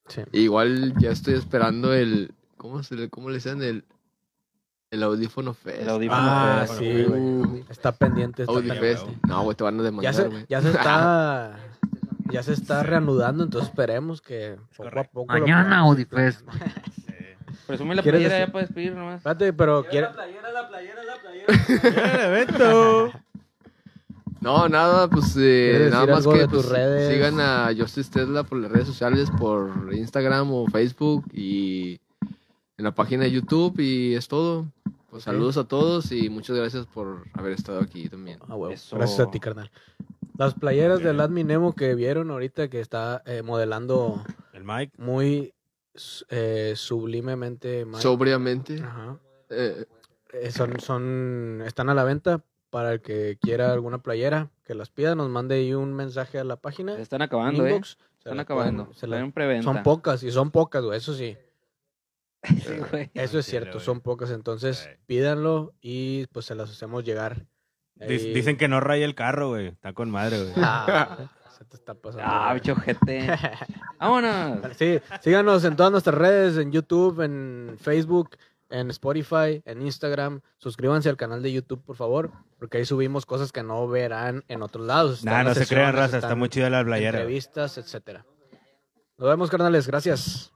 Speaker 1: Sí.
Speaker 4: igual ya estoy esperando el, ¿cómo, se le, cómo le dicen? El, el audífono fest. Uh,
Speaker 5: El audífono
Speaker 1: Ah,
Speaker 5: fest.
Speaker 1: sí, güey. Está pendiente. está
Speaker 4: Audi
Speaker 1: pendiente.
Speaker 4: Fest. No, güey, te van a
Speaker 1: Ya
Speaker 4: demandar,
Speaker 1: se,
Speaker 4: güey.
Speaker 1: ya se está... Ya se está reanudando, entonces esperemos que poco a
Speaker 3: correcto.
Speaker 1: poco... lo
Speaker 2: Mañana,
Speaker 1: podamos-
Speaker 2: Audi Fest.
Speaker 5: Presume la
Speaker 1: ¿Quieres
Speaker 5: playera
Speaker 1: decir-
Speaker 5: ya para despedir nomás.
Speaker 1: Espérate, pero quiere-
Speaker 3: El evento.
Speaker 4: No, nada, pues eh,
Speaker 1: ¿Quieres
Speaker 4: nada
Speaker 1: decir
Speaker 4: más
Speaker 1: algo
Speaker 4: que
Speaker 1: de tus
Speaker 4: pues,
Speaker 1: redes?
Speaker 4: sigan a Justice Tesla por las redes sociales, por Instagram o Facebook y en la página de YouTube y es todo. Pues
Speaker 1: Ok.
Speaker 4: saludos a todos y muchas gracias por haber estado aquí también.
Speaker 1: Ah, huevo.
Speaker 5: Eso.
Speaker 1: Gracias a ti, carnal. Las playeras del Admin Nemo que vieron ahorita que está eh, modelando
Speaker 3: El Mike.
Speaker 1: muy eh, sublimemente Mike.
Speaker 4: Sobriamente.
Speaker 1: Ajá.
Speaker 4: eh,
Speaker 1: Eh, son, son, están a la venta para el que quiera alguna playera que las pida, nos mande ahí un mensaje a la página.
Speaker 5: Se están acabando, ¿eh?
Speaker 1: inbox, se
Speaker 5: Están
Speaker 1: las
Speaker 5: acabando.
Speaker 1: pueden- se
Speaker 5: Están
Speaker 1: las-
Speaker 5: en preventa.
Speaker 1: son pocas y son pocas, güey, eso sí.
Speaker 5: Sí, güey.
Speaker 1: Eso es
Speaker 3: sí,
Speaker 1: cierto,
Speaker 3: güey.
Speaker 1: son pocas, entonces
Speaker 3: Ok.
Speaker 1: pídanlo y pues se las hacemos llegar.
Speaker 3: Dic-
Speaker 2: Eh.
Speaker 1: Ahí-
Speaker 3: Dicen que no raya el carro, güey. Está con madre, güey.
Speaker 1: Ah, Se te está pasando.
Speaker 6: Ah,
Speaker 1: de-
Speaker 6: bicho ojete. Vámonos.
Speaker 1: Sí, síganos en todas nuestras redes, en YouTube, en Facebook, en Spotify, en Instagram. Suscríbanse al canal de YouTube, por favor, porque ahí subimos cosas que no verán en otros lados.
Speaker 3: Nah, no se crean, raza. Está muy
Speaker 1: mucho
Speaker 3: chida la playera.
Speaker 1: Entrevistas, etcétera. Nos vemos, carnales. Gracias.